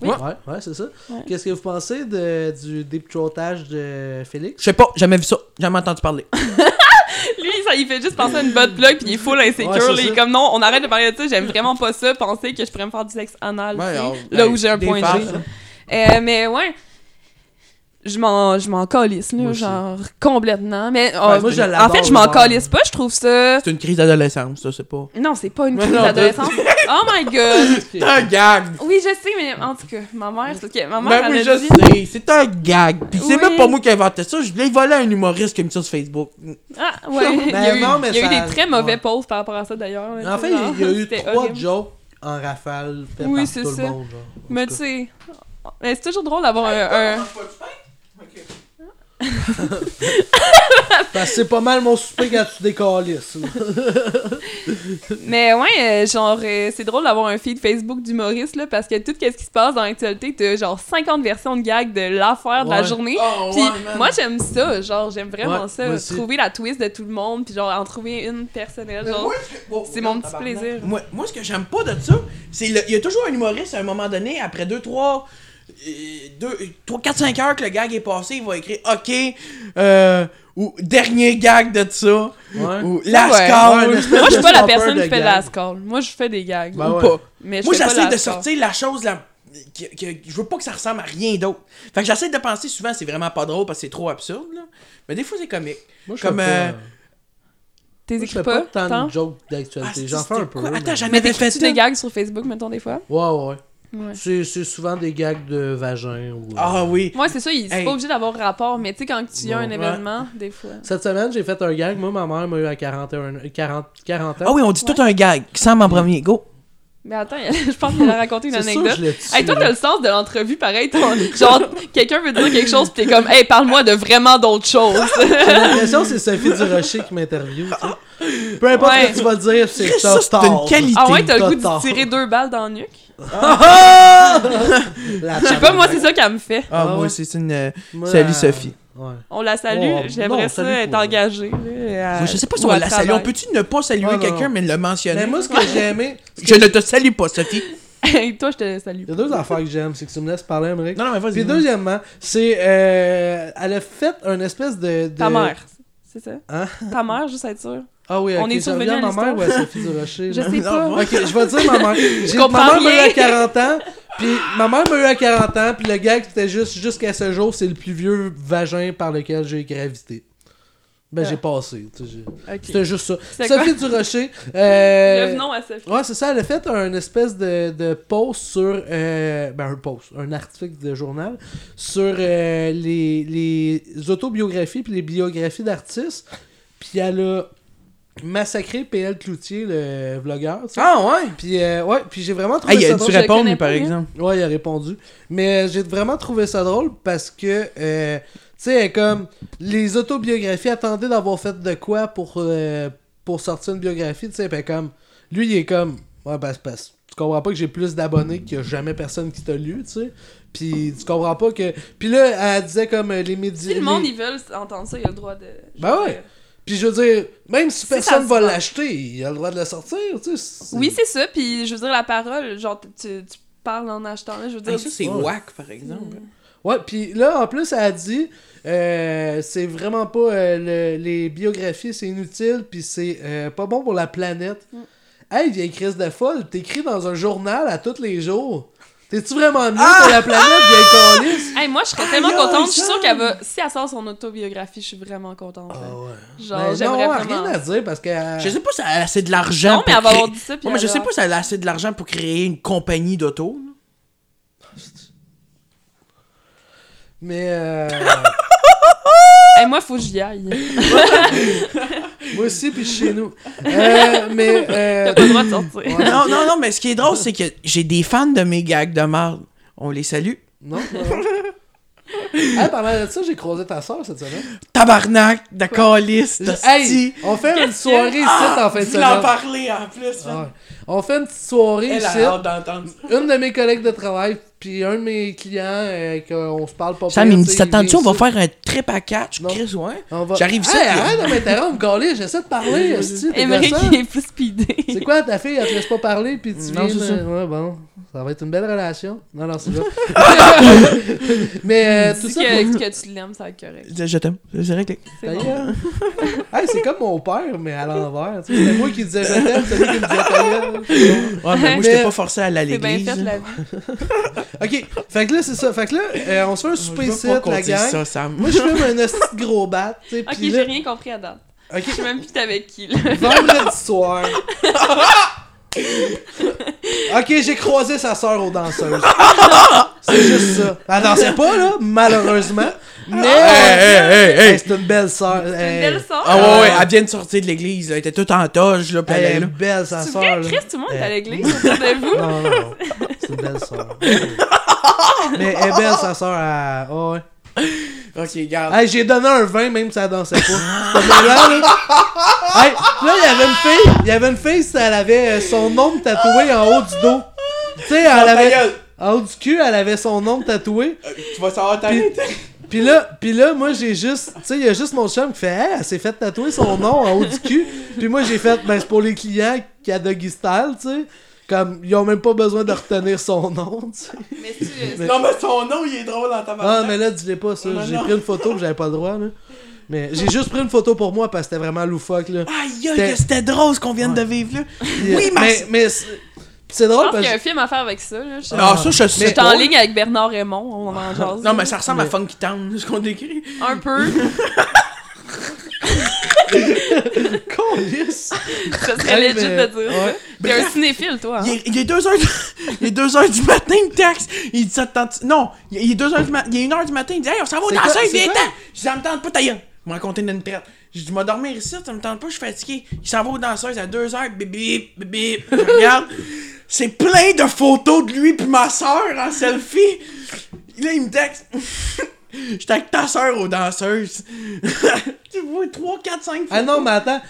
Speaker 4: Oui.
Speaker 3: Ouais, ouais, c'est ça.
Speaker 4: Ouais.
Speaker 3: Qu'est-ce que vous pensez de, du dépichotage de
Speaker 2: Je
Speaker 3: Félix
Speaker 2: sais pas, jamais vu ça, jamais entendu parler.
Speaker 4: Ben, Lui, ça, il fait juste penser à une bonne plug, puis il est full insécure.
Speaker 3: Ouais, c'est
Speaker 4: là, il
Speaker 3: ça.
Speaker 4: est comme non, on arrête de parler de ça, j'aime vraiment pas ça, penser que je pourrais me faire du sexe anal.
Speaker 2: Ouais,
Speaker 4: tu sais,
Speaker 2: alors,
Speaker 4: là
Speaker 2: hey,
Speaker 4: où j'ai un
Speaker 2: Ben, des
Speaker 4: point G.
Speaker 3: hein.
Speaker 2: farces,
Speaker 4: Euh, mais ouais. Je m'en, je m'en calisse, là,
Speaker 3: Moi aussi.
Speaker 4: genre, complètement. Mais euh,
Speaker 3: moi, je
Speaker 4: en
Speaker 3: l'adore,
Speaker 4: fait, je m'en
Speaker 3: le
Speaker 4: calisse pas, je trouve ça.
Speaker 2: C'est une crise d'adolescence, ça, c'est pas.
Speaker 4: Non, c'est pas une
Speaker 2: Mais
Speaker 4: crise
Speaker 2: non,
Speaker 4: d'adolescence. oh my god!
Speaker 2: C'est un gag!
Speaker 4: Oui, je sais, mais en tout cas, ma mère, c'est parce que ma mère,
Speaker 2: Ben oui,
Speaker 4: elle
Speaker 2: je
Speaker 4: a
Speaker 2: sais,
Speaker 4: dit.
Speaker 2: c'est un gag. Puis c'est
Speaker 4: Oui.
Speaker 2: même pas moi qui ai inventé ça, je l'ai volé à un humoriste qui a mis ça sur Facebook.
Speaker 4: Ah, ouais. il y a
Speaker 3: Ben
Speaker 4: eu,
Speaker 3: non, mais
Speaker 4: il y a eu
Speaker 3: ça-
Speaker 4: des très mauvais
Speaker 3: ouais.
Speaker 4: pauses par rapport à ça, d'ailleurs. là,
Speaker 3: En fait,
Speaker 4: genre,
Speaker 3: il y a eu
Speaker 4: c'était
Speaker 3: trois
Speaker 4: horrible.
Speaker 3: jokes en rafale faits
Speaker 4: Oui,
Speaker 3: par
Speaker 4: c'est
Speaker 3: tout
Speaker 4: ça.
Speaker 3: le monde. genre. En
Speaker 4: Mais
Speaker 3: tout
Speaker 4: tu
Speaker 3: cas.
Speaker 4: sais, mais c'est toujours drôle d'avoir un, un-
Speaker 3: Parce que c'est pas mal mon souper quand tu décalisses.
Speaker 4: Mais ouais, euh, genre, euh, c'est drôle d'avoir un feed Facebook d'humoriste, là, parce que tout ce qui se passe dans l'actualité, t'as genre 50 versions de gags de l'affaire de la
Speaker 3: Ouais.
Speaker 4: journée.
Speaker 2: Oh,
Speaker 4: Puis moi, j'aime ça, genre, j'aime vraiment
Speaker 3: Ouais, moi
Speaker 4: ça,
Speaker 3: aussi.
Speaker 4: trouver la twist de tout le monde, puis genre, en trouver une personnelle, genre, c'est mon petit plaisir.
Speaker 2: Moi, moi, ce que j'aime pas de ça, c'est le- il y a toujours un humoriste à un moment donné, après euh, 2, 3, 3, 4, 5 heures que le gag est passé, il va écrire OK, euh, ou dernier gag de ça,
Speaker 3: Ouais.
Speaker 2: ou last
Speaker 4: Ouais.
Speaker 2: call.
Speaker 3: Ouais, une espèce
Speaker 4: Moi, je suis pas la
Speaker 3: stopper
Speaker 4: personne
Speaker 3: de
Speaker 4: qui fait de
Speaker 3: gag.
Speaker 4: la score. Moi, je fais des gags.
Speaker 3: Ben
Speaker 2: ou
Speaker 3: ouais.
Speaker 2: pas.
Speaker 4: Mais je
Speaker 2: Moi,
Speaker 4: fais pas
Speaker 2: j'essaie
Speaker 4: la
Speaker 2: de
Speaker 4: score.
Speaker 2: sortir la chose la... Que, que- je veux pas que ça ressemble à rien d'autre. Fait que j'essaie de penser souvent, c'est vraiment pas drôle parce que c'est trop absurde, là. Mais des fois, c'est comique.
Speaker 3: Moi, je
Speaker 2: Comme,
Speaker 3: fais
Speaker 2: euh,
Speaker 3: pas,
Speaker 4: T'es
Speaker 3: moi, je
Speaker 4: écris
Speaker 3: fais
Speaker 4: pas,
Speaker 3: pas,
Speaker 4: tant?
Speaker 3: tant de jokes d'actualité.
Speaker 2: Ah,
Speaker 3: J'en fais
Speaker 2: c'était
Speaker 3: un peu.
Speaker 2: quoi? Attends,
Speaker 3: mais-
Speaker 2: jamais
Speaker 4: Mais
Speaker 2: fait
Speaker 4: t'écris-tu
Speaker 2: ça.
Speaker 4: des gags sur Facebook, mettons, des fois?
Speaker 3: Ouais, ouais, ouais.
Speaker 4: Ouais.
Speaker 3: C'est c'est souvent des gags de vagin. Ou, euh,
Speaker 2: Ah oui.
Speaker 4: Moi, c'est ça, il- c'est
Speaker 2: Hey.
Speaker 4: pas obligé d'avoir rapport, mais tu sais, quand tu y as
Speaker 3: Bon,
Speaker 4: un
Speaker 3: ouais.
Speaker 4: événement, des fois.
Speaker 3: Cette semaine, j'ai fait un gag. Moi, ma mère m'a eu à 41, euh, 40, 40 ans.
Speaker 2: Ah oui, on dit tout un gag. Qui semble en premier. Go.
Speaker 4: Mais attends, je pense qu'il a raconté une
Speaker 3: C'est sûr que
Speaker 4: anecdote.
Speaker 3: je l'ai tué,
Speaker 4: Hey, toi,
Speaker 3: là.
Speaker 4: t'as le sens de l'entrevue, pareil. toi. genre, quelqu'un veut dire quelque chose, pis t'es comme, hey, parle-moi de vraiment d'autres choses.
Speaker 2: Ah,
Speaker 3: J'ai l'impression que c'est Sophie Durocher qui m'interviewe. tu sais. Peu importe
Speaker 4: Ouais.
Speaker 3: ce que tu vas dire, c'est que
Speaker 2: Ça,
Speaker 3: t'as
Speaker 2: c'est une
Speaker 3: tort.
Speaker 2: qualité.
Speaker 4: ah ouais, t'as le goût
Speaker 3: T'as
Speaker 4: de
Speaker 3: tort.
Speaker 4: tirer deux balles dans le nuque.
Speaker 2: Ah, ah! bah,
Speaker 3: La
Speaker 4: Je sais pas, moi, c'est ça qu'elle me fait.
Speaker 2: Ah,
Speaker 3: Ah
Speaker 2: moi
Speaker 3: ouais.
Speaker 2: aussi, c'est une. euh,
Speaker 3: Moi,
Speaker 2: Salut
Speaker 3: euh,
Speaker 2: Sophie.
Speaker 3: Ouais.
Speaker 4: On la salue,
Speaker 3: Oh,
Speaker 4: j'aimerais
Speaker 3: non,
Speaker 4: ça
Speaker 3: salut
Speaker 4: être
Speaker 3: pour-
Speaker 4: engagée. là, à-
Speaker 2: je sais pas si
Speaker 4: ou
Speaker 2: on
Speaker 4: à
Speaker 2: la salue. On
Speaker 4: travail.
Speaker 2: peut-tu ne pas saluer
Speaker 3: Ouais, non,
Speaker 2: quelqu'un,
Speaker 3: non.
Speaker 2: mais le mentionner?
Speaker 3: Mais moi, ce que j'ai aimé,
Speaker 2: Je ne te salue pas, Sophie.
Speaker 4: Hey, toi, je te salue.
Speaker 3: il
Speaker 2: Euh,
Speaker 3: y a deux affaires que j'aime. C'est que tu me laisses parler, Amérique.
Speaker 2: Non, non, mais vas-y.
Speaker 3: Puis deuxièmement, c'est. euh, elle a fait un espèce de. de-
Speaker 4: Ta mère, c'est ça?
Speaker 3: Hein?
Speaker 4: Ta mère, juste être sûr.
Speaker 3: Ah oui,
Speaker 4: On
Speaker 3: ok.
Speaker 4: est
Speaker 3: ça
Speaker 4: survenu
Speaker 3: revient
Speaker 4: à
Speaker 3: ma mère
Speaker 4: l'histoire.
Speaker 3: ou à Sophie Durocher?
Speaker 4: Je
Speaker 3: là?
Speaker 4: sais pas.
Speaker 3: Ok, je vais dire ma mère. J'ai-
Speaker 4: comprends
Speaker 3: Ma mère m'a eu à
Speaker 4: rien.
Speaker 3: 40 ans, puis ma mère m'a eu à 40 ans, puis le gag c'était juste jusqu'à ce jour, c'est le plus vieux vagin par lequel j'ai gravité. Ben j'ai passé. tu sais, j'ai-
Speaker 4: Ah. Ok.
Speaker 3: C'était juste ça.
Speaker 4: C'était
Speaker 3: Sophie Durocher. Euh...
Speaker 4: Revenons à Sophie.
Speaker 3: Ouais, c'est ça, elle a fait un espèce de, de post sur. euh, ben, un post, un article de journal sur euh, les, les autobiographies puis les biographies d'artistes. Puis elle a massacré PL Cloutier, le vlogueur. tu sais.
Speaker 2: Ah ouais.
Speaker 3: Puis, euh, ouais, puis j'ai vraiment trouvé
Speaker 2: Ah, il
Speaker 3: ça
Speaker 2: a
Speaker 3: drôle.
Speaker 2: dû
Speaker 4: je
Speaker 2: répondre,
Speaker 4: connais
Speaker 2: lui,
Speaker 4: pas,
Speaker 2: par
Speaker 4: hein.
Speaker 2: exemple.
Speaker 3: Ouais, il a répondu. Mais euh, j'ai vraiment trouvé ça drôle parce que, euh, tu sais, elle est comme les autobiographies attendaient d'avoir fait de quoi pour, euh, pour sortir une biographie, tu sais, puis elle est comme lui, il est comme ouais, ben, c'est parce- tu comprends pas que j'ai plus d'abonnés qu'il y a jamais personne qui t'a lu, tu sais. Puis tu comprends pas que. Puis là, elle disait comme euh, les médias.
Speaker 4: Si le monde, ils veulent entendre ça, il a le droit de.
Speaker 2: Bah
Speaker 3: Ben ouais. Puis je veux dire, même si
Speaker 4: Si ça
Speaker 3: personne
Speaker 4: se
Speaker 3: va
Speaker 4: vend.
Speaker 3: l'acheter, il a le droit de le sortir, tu sais. c'est-
Speaker 4: Oui, c'est ça. Puis je veux dire, la parole, genre, tu, tu parles en achetant là. Je veux dire,
Speaker 2: Ah, Ça, c'est
Speaker 3: Ouais.
Speaker 2: whack, par exemple.
Speaker 3: Ouais, puis là, en plus, elle a dit, euh, c'est vraiment pas euh, le- les biographies, c'est inutile, puis c'est euh, pas bon pour la planète.
Speaker 4: Mm.
Speaker 3: Hey, vieille crise de folle, t'écris dans un journal à tous les jours. T'es-tu vraiment mieux
Speaker 4: Ah!
Speaker 3: pour la planète, vieille calice?
Speaker 4: Hey, moi, je serais tellement
Speaker 2: Aïe,
Speaker 4: contente. Je suis sûre
Speaker 2: Jeanne!
Speaker 4: qu'elle va. Si elle sort son autobiographie, je suis vraiment contente.
Speaker 2: Ah
Speaker 4: là. Genre,
Speaker 3: Ben non,
Speaker 4: j'aimerais
Speaker 3: ouais,
Speaker 4: vraiment.
Speaker 3: rien à dire parce que.
Speaker 2: Je sais pas si elle a assez de l'argent.
Speaker 4: Non, mais
Speaker 2: pour
Speaker 4: elle va avoir
Speaker 2: créer-
Speaker 4: dit ça. Puis
Speaker 2: Ouais, mais je
Speaker 4: elle
Speaker 2: sais
Speaker 4: va-
Speaker 2: pas si elle a assez de l'argent pour créer une compagnie d'auto. là.
Speaker 3: Mais. euh,
Speaker 4: Hey, moi, faut que j'y aille.
Speaker 3: moi aussi, puis chez nous. Euh, mais. euh,
Speaker 4: T'as pas le droit de sortir.
Speaker 3: Ouais.
Speaker 2: Non, non, non, mais ce qui est drôle, c'est que j'ai des fans de mes gags de marde. On les salue.
Speaker 3: non, non. hey, parlant de ça, j'ai croisé ta soeur cette semaine.
Speaker 2: Tabarnak, de calice, de
Speaker 3: Hey,
Speaker 2: sti.
Speaker 3: on fait une
Speaker 4: Qu'est-ce que-
Speaker 3: soirée ici en fin de
Speaker 2: Je voulais en
Speaker 3: semaine.
Speaker 2: parler en plus. man.
Speaker 4: Ah.
Speaker 3: Ouais. Ah. On fait une petite soirée
Speaker 2: Elle
Speaker 3: ici.
Speaker 2: a hâte d'entendre ça.
Speaker 3: Une de mes collègues de travail, puis un de mes clients, euh, qu'on se parle pas
Speaker 2: Sam,
Speaker 3: pire,
Speaker 2: il me
Speaker 3: tu
Speaker 2: dit
Speaker 3: sais,
Speaker 2: T'attends-tu, on
Speaker 3: vient
Speaker 2: va faire un trip à catch
Speaker 3: Non.
Speaker 2: Chris, ouais.
Speaker 3: On va-
Speaker 2: J'arrive ici.
Speaker 3: Hey,
Speaker 2: puis- Eh ben,
Speaker 3: arrête de m'interrompre, Gaulis, j'essaie de parler. esti, t'es
Speaker 4: Aimerait
Speaker 3: gossant.
Speaker 4: qu'il est plus speedé.
Speaker 3: C'est quoi ta fille, elle te laisse pas parler, puis tu
Speaker 2: Non,
Speaker 3: viens...
Speaker 2: c'est ça.
Speaker 3: euh, Ouais, bon, ça va être une belle relation. Non, non, c'est vrai. Mais euh, tout
Speaker 4: Dis
Speaker 3: ça
Speaker 4: que,
Speaker 3: pour...
Speaker 4: que tu l'aimes, ça va être correct.
Speaker 2: Je, je t'aime. C'est vrai que.
Speaker 4: C'est
Speaker 3: Ta
Speaker 4: bon.
Speaker 3: gueule. hey, c'est comme mon père, mais à l'envers. tu sais. C'était moi qui disais je t'aime, c'est lui qui me disait ta gueule. C'est bon.
Speaker 2: Ouais, mais moi,
Speaker 3: Mais-
Speaker 2: j'étais pas forcé à aller à
Speaker 4: C'est bien
Speaker 2: l'église.
Speaker 4: fait,
Speaker 2: là.
Speaker 4: la vie.
Speaker 3: Ok, fait que là, c'est ça. Fait que là, euh, on se fait un
Speaker 2: Je
Speaker 3: souper
Speaker 2: veux
Speaker 3: ici,
Speaker 2: pas qu'on
Speaker 3: la
Speaker 2: dise
Speaker 3: gang.
Speaker 2: ça, Sam.
Speaker 3: Moi, je fume un hostie de gros bat, tu sais,
Speaker 4: Ok,
Speaker 3: puis
Speaker 4: j'ai
Speaker 3: là...
Speaker 4: rien compris à date. Je sais
Speaker 3: Ok,
Speaker 4: même plus t'es avec qui, là.
Speaker 3: vendredi soir... Ok, j'ai croisé sa sœur aux danseuses. C'est juste ça. Elle dansait pas, là, malheureusement. Mais...
Speaker 2: hey, hey,
Speaker 3: Hey, c'est une belle sœur.
Speaker 4: C'est une belle sœur.
Speaker 2: Ah ouais, ouais, elle vient de sortir de l'église, là. Elle était toute en toge, là, pis elle
Speaker 3: Elle
Speaker 2: est
Speaker 3: est
Speaker 2: là.
Speaker 3: belle, sa
Speaker 4: C'est
Speaker 3: sœur.
Speaker 4: vrai,
Speaker 3: là.
Speaker 4: Chris, tout le monde est
Speaker 3: Euh,
Speaker 4: à l'église autour de vous.
Speaker 3: Non, non, non. C'est une belle sœur. Mais elle est belle, sa sœur. elle- ah ouais.
Speaker 2: Ok, regarde.
Speaker 3: Ah. Hey, j'ai donné un vin même si elle dansait pas. C'était malade, là. Hey, là, il y avait une fille. Il y avait une fille, ça, elle avait euh, son nom tatoué en haut du dos. Tu sais, elle
Speaker 2: Ah, ta
Speaker 3: avait.
Speaker 2: gueule.
Speaker 3: En haut du cul, elle avait son nom tatoué.
Speaker 2: Euh, Tu vas savoir t'arrêter.
Speaker 3: Pis là, pis là, moi j'ai juste, tu sais, il y a juste mon chum qui fait, hey, elle s'est fait tatouer son nom en haut du cul. Puis moi j'ai fait, ben c'est pour les clients qui a Doggy Style, tu sais. Comme, ils ont même pas besoin de retenir son nom, tu sais.
Speaker 4: Mais tu. euh,
Speaker 2: Non, mais son nom, il est drôle en
Speaker 3: Ah,
Speaker 2: tabarnak.
Speaker 3: mais là, dis-le pas ça.
Speaker 2: Non,
Speaker 3: J'ai
Speaker 2: non.
Speaker 3: pris une photo que j'avais pas le droit, là. Mais j'ai juste pris une photo pour moi parce que c'était vraiment loufoque, là.
Speaker 2: Aïe, aïe,
Speaker 3: C'était-
Speaker 2: que c'était drôle ce qu'on vient de vivre, là.
Speaker 3: Puis,
Speaker 2: Ah, Oui,
Speaker 3: euh,
Speaker 2: mais-
Speaker 3: mais. Mais c'est c'est
Speaker 4: Je
Speaker 3: drôle
Speaker 4: pense qu'il
Speaker 3: parce
Speaker 4: y a
Speaker 3: que.
Speaker 4: un film à faire avec ça, là. Je-
Speaker 2: Ah, ça, je sais
Speaker 4: J'étais
Speaker 2: pas.
Speaker 4: en ligne avec Bernard Raymond, on en jase.
Speaker 2: Non, mais ça ressemble à
Speaker 3: Mais-
Speaker 2: Funky Town, ce qu'on décrit.
Speaker 4: Un peu.
Speaker 3: Calisse!
Speaker 4: Ça serait
Speaker 3: Hey,
Speaker 4: legit
Speaker 3: mais-
Speaker 4: de dire
Speaker 3: ouais.
Speaker 4: ça. T'es un cinéphile, toi. hein?
Speaker 2: Il est- il est 2 heures, du- il est deux heures du matin, il me texte. Il dit ça te tente. Non, il il est 2 heures du matin. Il est 1 heure du matin, il dit Hey, on s'en va
Speaker 3: C'est
Speaker 2: dans
Speaker 3: quoi-
Speaker 2: ça,
Speaker 3: c'est
Speaker 2: viens
Speaker 3: quoi?
Speaker 2: ten Je dis Ça me tente pas, ta gueule. Il m'a raconté une traite. Je dis, m'a dormir ici, ça me tente pas, je suis fatigué. Il s'en va aux danseuses à 2 heures, bip, bip, bip, bip. Je regarde. C'est plein de photos de lui puis ma soeur en selfie. Là, il me texte. J'étais avec ta soeur aux danseuses. tu vois, 3, 4, 5
Speaker 3: Ah non, mais attends,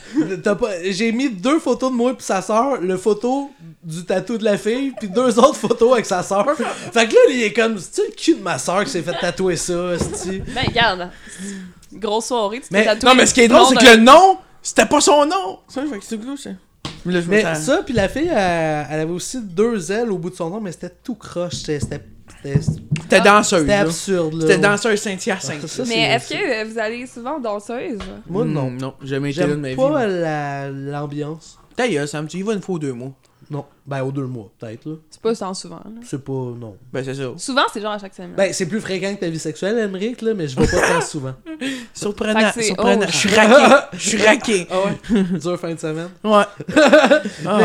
Speaker 3: t'as pas... j'ai mis deux photos de moi pis sa sœur, le photo du tatou de la fille, puis deux autres photos avec sa sœur. Fait que là, il est comme, c'est-tu le cul de ma sœur qui s'est fait tatouer ça, c'est-tu?
Speaker 4: Ben, regarde. Grosse soirée, tu t'es
Speaker 3: Mais-
Speaker 4: tatoué.
Speaker 2: Non, mais ce qui est drôle, c'est que le nom, c'était pas son nom. Ça, fait que c'est glauque, ça. Là, je me
Speaker 3: Mais
Speaker 2: sens-
Speaker 3: ça, puis la fille, elle, elle avait aussi deux ailes au bout de son nom, mais c'était tout croche, c'était... C'était c'était- c'était
Speaker 4: Ah,
Speaker 2: C'était danseuse. là.
Speaker 3: absurde, là.
Speaker 2: C'était danseuse Saint-Hyacinthe.
Speaker 3: Ça, c'est-
Speaker 4: Mais est-ce que Hmm. euh, vous allez souvent aux danseuses?
Speaker 3: Moi, non.
Speaker 2: Mm, Non, j'ai jamais été là de ma
Speaker 3: J'aime
Speaker 2: vie. euh,
Speaker 3: pas
Speaker 2: moi.
Speaker 3: la- l'ambiance.
Speaker 4: euh,
Speaker 2: Ta gueule, Sam, tu y vas une fois ou deux mois.
Speaker 3: Non. Ben, aux deux mois, peut-être, là.
Speaker 4: C'est pas tant souvent. là.
Speaker 3: C'est pas... Non.
Speaker 2: Ben, c'est ça.
Speaker 4: Souvent, c'est genre à chaque semaine.
Speaker 3: Ben, c'est plus fréquent que ta vie sexuelle, Emmerich, là, mais je vais pas tant souvent.
Speaker 2: Surprenant,
Speaker 4: Fait que c'est
Speaker 2: surprenant.
Speaker 4: old.
Speaker 2: Je suis raqué. Je suis raqué.
Speaker 3: Ah ouais? Dure fin de semaine.
Speaker 2: Ouais. Ah,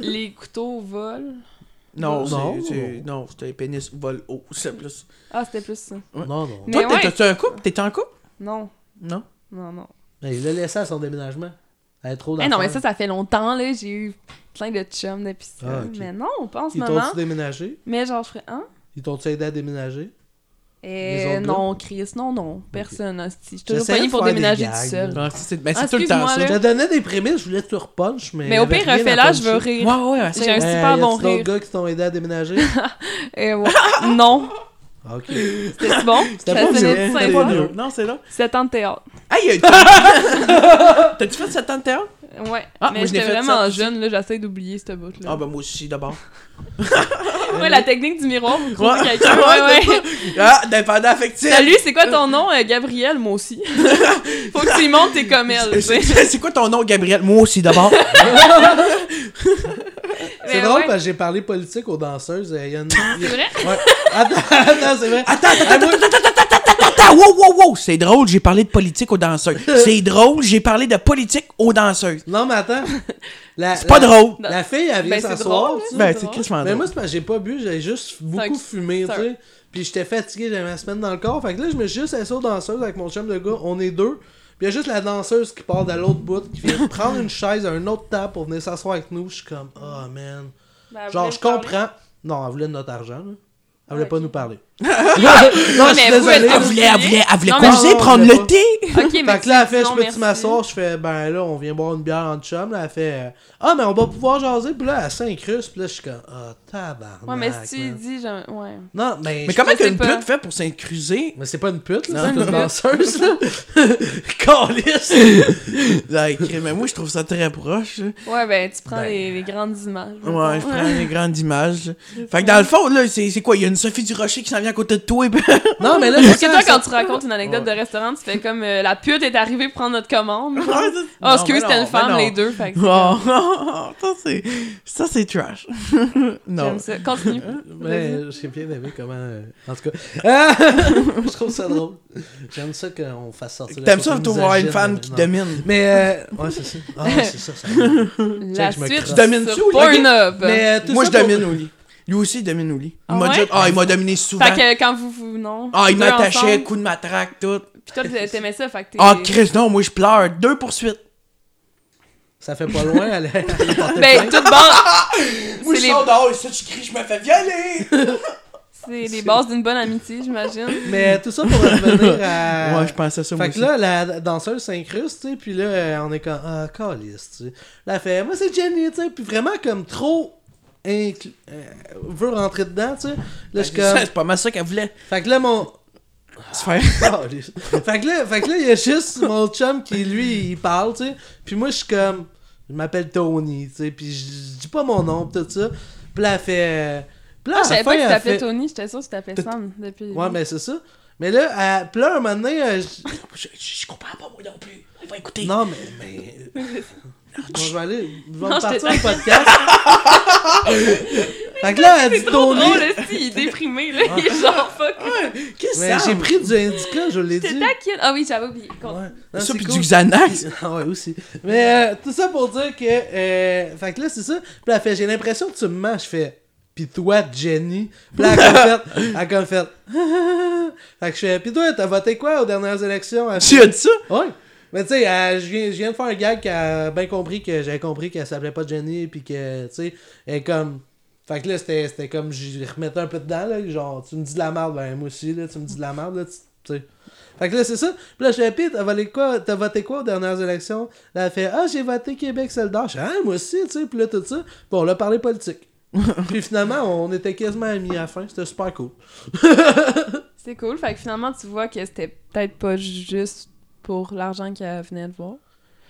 Speaker 4: Les couteaux volent.
Speaker 2: Non,
Speaker 3: Non.
Speaker 2: c'est- c'est- non, c'était pénis vol haut, c'est plus.
Speaker 4: Ah, c'était plus ça.
Speaker 2: Ouais.
Speaker 3: Non, non.
Speaker 4: Mais
Speaker 2: Toi, t'es-
Speaker 4: ouais.
Speaker 2: t'as-tu un couple? T'es en couple?
Speaker 4: Non,
Speaker 2: Non.
Speaker 4: non, non.
Speaker 3: Mais Ben, il l'a laissé à son déménagement. Elle est trop
Speaker 4: Eh
Speaker 3: d'affaires.
Speaker 4: non, mais ça, ça fait longtemps, là. J'ai eu plein de chums depuis ça.
Speaker 3: Ah, ok.
Speaker 4: Mais non, pas en ce
Speaker 3: Ils
Speaker 4: moment.
Speaker 3: t'ont-tu déménagé?
Speaker 4: Mais genre, je ferais un.
Speaker 3: Ils t'ont-tu aidé à déménager? Les
Speaker 4: Eh,
Speaker 3: autres
Speaker 4: non, Chris, non, non. Personne, hostie. Je suis toujours
Speaker 3: J'essayais
Speaker 4: pognée
Speaker 3: de
Speaker 4: pour
Speaker 3: faire des
Speaker 4: déménager
Speaker 3: gags,
Speaker 4: tout seul.
Speaker 2: Ah, c'est- Ben,
Speaker 4: Ah,
Speaker 2: c'est tout le temps
Speaker 4: excuse-moi,
Speaker 2: ça.
Speaker 4: là.
Speaker 3: Je donnais des prémices, je voulais que tu repunches, mais.
Speaker 4: Mais au pire, refais-la, je veux rire.
Speaker 2: Ouais, ouais, ouais.
Speaker 4: J'ai
Speaker 2: c'est-
Speaker 4: un super bon
Speaker 3: d'autres
Speaker 4: rire.
Speaker 3: gars qui t'ont aidé à déménager?
Speaker 4: Eh, ouais. non,
Speaker 3: Ah, ok.
Speaker 4: c'était bon.
Speaker 2: C'était
Speaker 4: Ça
Speaker 2: pas
Speaker 4: sonnait
Speaker 2: mieux,
Speaker 4: tout
Speaker 2: c'était
Speaker 4: sympa.
Speaker 2: pas mieux. Non, c'est là.
Speaker 4: 7 ans de théâtre.
Speaker 2: Hey, t'as- t'as-tu fait 7 ans de théâtre?
Speaker 4: Ouais,
Speaker 2: Ah, moi,
Speaker 4: mais
Speaker 2: je l'ai
Speaker 4: j'étais
Speaker 2: fait
Speaker 4: vraiment
Speaker 2: ça aussi.
Speaker 4: jeune, là, j'essaie d'oublier ce bout-là.
Speaker 2: Ah,
Speaker 3: bah,
Speaker 2: ben, moi aussi, d'abord.
Speaker 4: ouais, la technique du miroir, vous croisez
Speaker 2: Ouais.
Speaker 4: quelqu'un, ouais, ouais.
Speaker 2: Ah, dépendant affectif.
Speaker 4: Salut, c'est quoi ton nom, euh, Gabriel, moi aussi? Faut que tu y montes, t'es comme elle, tu sais.
Speaker 2: Euh, C'est- C'est c'est quoi ton nom, Gabriel? Moi aussi, d'abord.
Speaker 4: Mais
Speaker 3: C'est drôle
Speaker 4: ouais,
Speaker 3: parce que j'ai parlé politique aux danseuses. euh, Il y a une.
Speaker 4: C'est vrai?
Speaker 3: Ouais. Attends, attends, c'est vrai. Ben,
Speaker 2: Attends, attends, attends, attends, attends, attends, attends, wow, wow, wow. C'est drôle, j'ai parlé de politique aux danseuses. C'est drôle, j'ai parlé de politique aux danseuses.
Speaker 3: Non, mais attends. La-
Speaker 2: C'est pas
Speaker 3: la-
Speaker 2: drôle.
Speaker 3: La fille, elle vient
Speaker 4: Ben, c'est
Speaker 3: s'asseoir,
Speaker 4: drôle,
Speaker 3: tu sais.
Speaker 4: Ben,
Speaker 2: Ben,
Speaker 4: c'est
Speaker 2: c'est
Speaker 4: drôle.
Speaker 2: crissement
Speaker 3: Mais
Speaker 2: drôle.
Speaker 3: moi, c'est parce que j'ai pas bu, j'avais juste
Speaker 4: C'est
Speaker 3: beaucoup
Speaker 4: un-
Speaker 3: fumé,
Speaker 4: c'est
Speaker 3: tu sais. Puis j'étais fatigué, j'avais ma semaine dans le corps. Fait que là, je me suis juste assis aux danseuses avec mon chum de gars. On est deux. Puis il y a juste la danseuse qui part de l'autre bout, qui vient prendre une chaise à un autre table pour venir s'asseoir avec nous. Je suis comme, oh man.
Speaker 4: Ben, elle
Speaker 3: Genre,
Speaker 2: Bah,
Speaker 4: voulait
Speaker 3: je
Speaker 4: parler.
Speaker 3: comprends. Non, elle voulait de notre argent, là. Elle voulait
Speaker 4: Ah,
Speaker 3: pas
Speaker 4: ok.
Speaker 3: nous parler. non, je suis
Speaker 4: mais vous,
Speaker 3: désolé.
Speaker 2: Elle voulait, elle voulait, elle voulait
Speaker 4: Non, mais-
Speaker 2: causer,
Speaker 3: Non,
Speaker 2: prendre
Speaker 3: je
Speaker 2: le
Speaker 3: voulais
Speaker 2: thé.
Speaker 4: Ok, mais.
Speaker 3: Fait que là, elle fait,
Speaker 4: sinon,
Speaker 3: je peux-tu
Speaker 4: merci.
Speaker 3: m'asseoir? Je fais, ben là, on vient boire une bière en chum. Là, elle fait, euh, ah, mais on va pouvoir jaser. Puis là, elle s'incruste. Puis là, je suis comme, ah, tabarnak.
Speaker 4: Ouais, mais si tu
Speaker 3: man.
Speaker 4: dis, je- ouais.
Speaker 3: Non, mais.
Speaker 2: Mais
Speaker 3: je-
Speaker 2: comment
Speaker 4: sais
Speaker 2: qu'une
Speaker 4: pas.
Speaker 2: pute fait pour s'incruser?
Speaker 3: Mais c'est pas une pute, là.
Speaker 2: Non,
Speaker 3: C'est
Speaker 2: non.
Speaker 3: une danseuse, là. Calisse.
Speaker 2: Like, mais moi, je trouve ça très proche. là.
Speaker 4: Ouais, ben, tu prends
Speaker 3: Ben.
Speaker 4: les, les grandes images.
Speaker 2: Ouais, je prends les grandes images. là. Fait que dans le fond, là, c'est c'est quoi? Il y a une Sophie du Rocher qui s'en vient à côté de toi et puis-
Speaker 3: Non, mais là,
Speaker 4: Parce que
Speaker 3: ça,
Speaker 4: toi,
Speaker 3: ça-
Speaker 4: quand tu racontes une anecdote de restaurant, tu fais comme euh, la pute est arrivée pour prendre notre commande.
Speaker 2: Non,
Speaker 4: Oh, excuse,
Speaker 2: mais
Speaker 4: c'était
Speaker 2: non,
Speaker 4: une femme,
Speaker 2: mais
Speaker 4: les
Speaker 2: non.
Speaker 4: deux. Fait que c'est
Speaker 2: Oh, ça, c'est- ça, c'est trash.
Speaker 4: comme-
Speaker 2: non.
Speaker 4: J'aime ça. Continue.
Speaker 3: Mais j'ai bien aimé comment. euh, En tout cas. Ah! je trouve ça drôle. J'aime ça qu'on fasse sortir. la
Speaker 2: T'aimes
Speaker 3: côté
Speaker 2: ça, toi, voir une
Speaker 3: misogyne,
Speaker 2: femme
Speaker 3: mais
Speaker 2: qui
Speaker 3: non.
Speaker 2: domine?
Speaker 3: Mais. euh, Ouais, c'est ça. Ah, ouais, c'est ça. ça.
Speaker 4: La
Speaker 3: je me
Speaker 4: suite
Speaker 3: crosse.
Speaker 2: Domine-tu
Speaker 4: sur
Speaker 2: ou-
Speaker 4: Pornhub.
Speaker 3: Mais, euh, tout
Speaker 2: Moi,
Speaker 3: ça
Speaker 2: je
Speaker 3: pour-
Speaker 2: domine au lit. Lui aussi, il domine au lit. Il
Speaker 4: Ah
Speaker 2: m'a
Speaker 4: ouais?
Speaker 2: déjà- ah, il m'a dominé souvent.
Speaker 4: Fait que quand vous, vous non.
Speaker 2: Ah, il
Speaker 4: deux
Speaker 2: m'attachait,
Speaker 4: ensemble,
Speaker 2: coup de matraque, tout.
Speaker 4: Puis toi, t'aimais ça, fait que t'es.
Speaker 2: Ah, Chris, non, moi, je pleure. Deux poursuites.
Speaker 3: Ça fait pas loin, elle est.
Speaker 4: Ben, toute base.
Speaker 2: Moi, je
Speaker 4: les-
Speaker 2: sors dehors et ça, je crie, je me fais violer.
Speaker 4: C'est les bases d'une bonne amitié, j'imagine.
Speaker 3: Mais tout ça pour revenir à.
Speaker 2: Ouais, je pensais ça, moi
Speaker 3: Fait que
Speaker 2: aussi.
Speaker 3: là, la danseuse s'incruste, tu sais, puis là, euh, on est comme, ah, caliste, tu sais. Là, elle fait, moi, c'est Jenny, tu sais, puis vraiment, comme, trop incl- euh, veut rentrer dedans, tu sais. Là, je suis comme, Ah.
Speaker 2: C'est pas mal ça qu'elle voulait
Speaker 3: fait que là, mon...
Speaker 2: se faire.
Speaker 3: Caliste. fait que là, fait que là, il y a juste mon chum qui, lui, il parle, tu sais. Puis moi, je suis comme, je m'appelle Tony, tu sais, puis je dis pas mon nom, pis tout ça. Puis là, elle fait... euh, Puis là,
Speaker 4: Ah,
Speaker 3: à
Speaker 4: je
Speaker 3: la
Speaker 4: savais
Speaker 3: fin,
Speaker 4: pas que tu
Speaker 3: elle
Speaker 4: t'appelais
Speaker 3: fait-
Speaker 4: Tony, j'étais sûre que tu t'appelais Sam depuis. le
Speaker 3: Ouais,
Speaker 4: début.
Speaker 3: mais c'est ça. Mais là, elle... puis là, un moment donné, euh, je-
Speaker 2: Je, je comprends pas, moi non plus. On va écouter.
Speaker 3: Non, mais. mais... Bon, je vais aller. Je vais me
Speaker 4: Non, je
Speaker 3: partir
Speaker 4: t'ai-
Speaker 3: le podcast. fait que là, elle dit
Speaker 4: C'est trop
Speaker 3: Tony.
Speaker 4: drôle, esti, il est déprimé, là. Il est genre fuck.
Speaker 2: Qu'est-ce
Speaker 3: Mais
Speaker 2: que
Speaker 3: j'ai
Speaker 2: c'est?
Speaker 3: pris du indica, je l'ai
Speaker 4: T'es
Speaker 3: dit.
Speaker 4: taquine. Ah oui, j'avais oublié. Continue.
Speaker 3: Ouais.
Speaker 2: Ça,
Speaker 3: Non, c'est
Speaker 2: puis
Speaker 3: cool.
Speaker 2: du Xanax.
Speaker 3: Ah ouais, aussi. Mais euh, tout ça pour dire que. euh, fait que là, c'est ça. Puis là, elle fait J'ai l'impression que tu me mens. Je fais Pis toi, Jenny. Puis là, elle a comme fait. Elle a comme fait. fait que je fais Pis toi, t'as voté quoi aux dernières élections Elle fait,
Speaker 2: Tu as dit ça?
Speaker 3: Ouais. Mais tu sais, elle- je viens, je viens de faire un gag qui a bien compris que j'avais compris qu'elle s'appelait pas Jenny, puis que, tu sais, elle est comme. Fait que là, c'était c'était comme, je remettais un peu dedans, là, genre, tu me dis de la merde, ben moi aussi, là, tu me dis de la merde, là, tu tu sais. Fait que là, c'est ça. Puis là, je fais, pis, t'as voté quoi, t'as voté quoi aux dernières élections? Là, elle fait, ah, j'ai voté Québec solidaire. Je fais, ah, moi aussi, tu sais, puis là, tout ça. Bon, on a parlé politique. puis finalement, on était quasiment amis à la fin, c'était super cool.
Speaker 4: C'est cool. Fait que finalement, tu vois que c'était peut-être pas juste pour l'argent qu'elle venait de voir.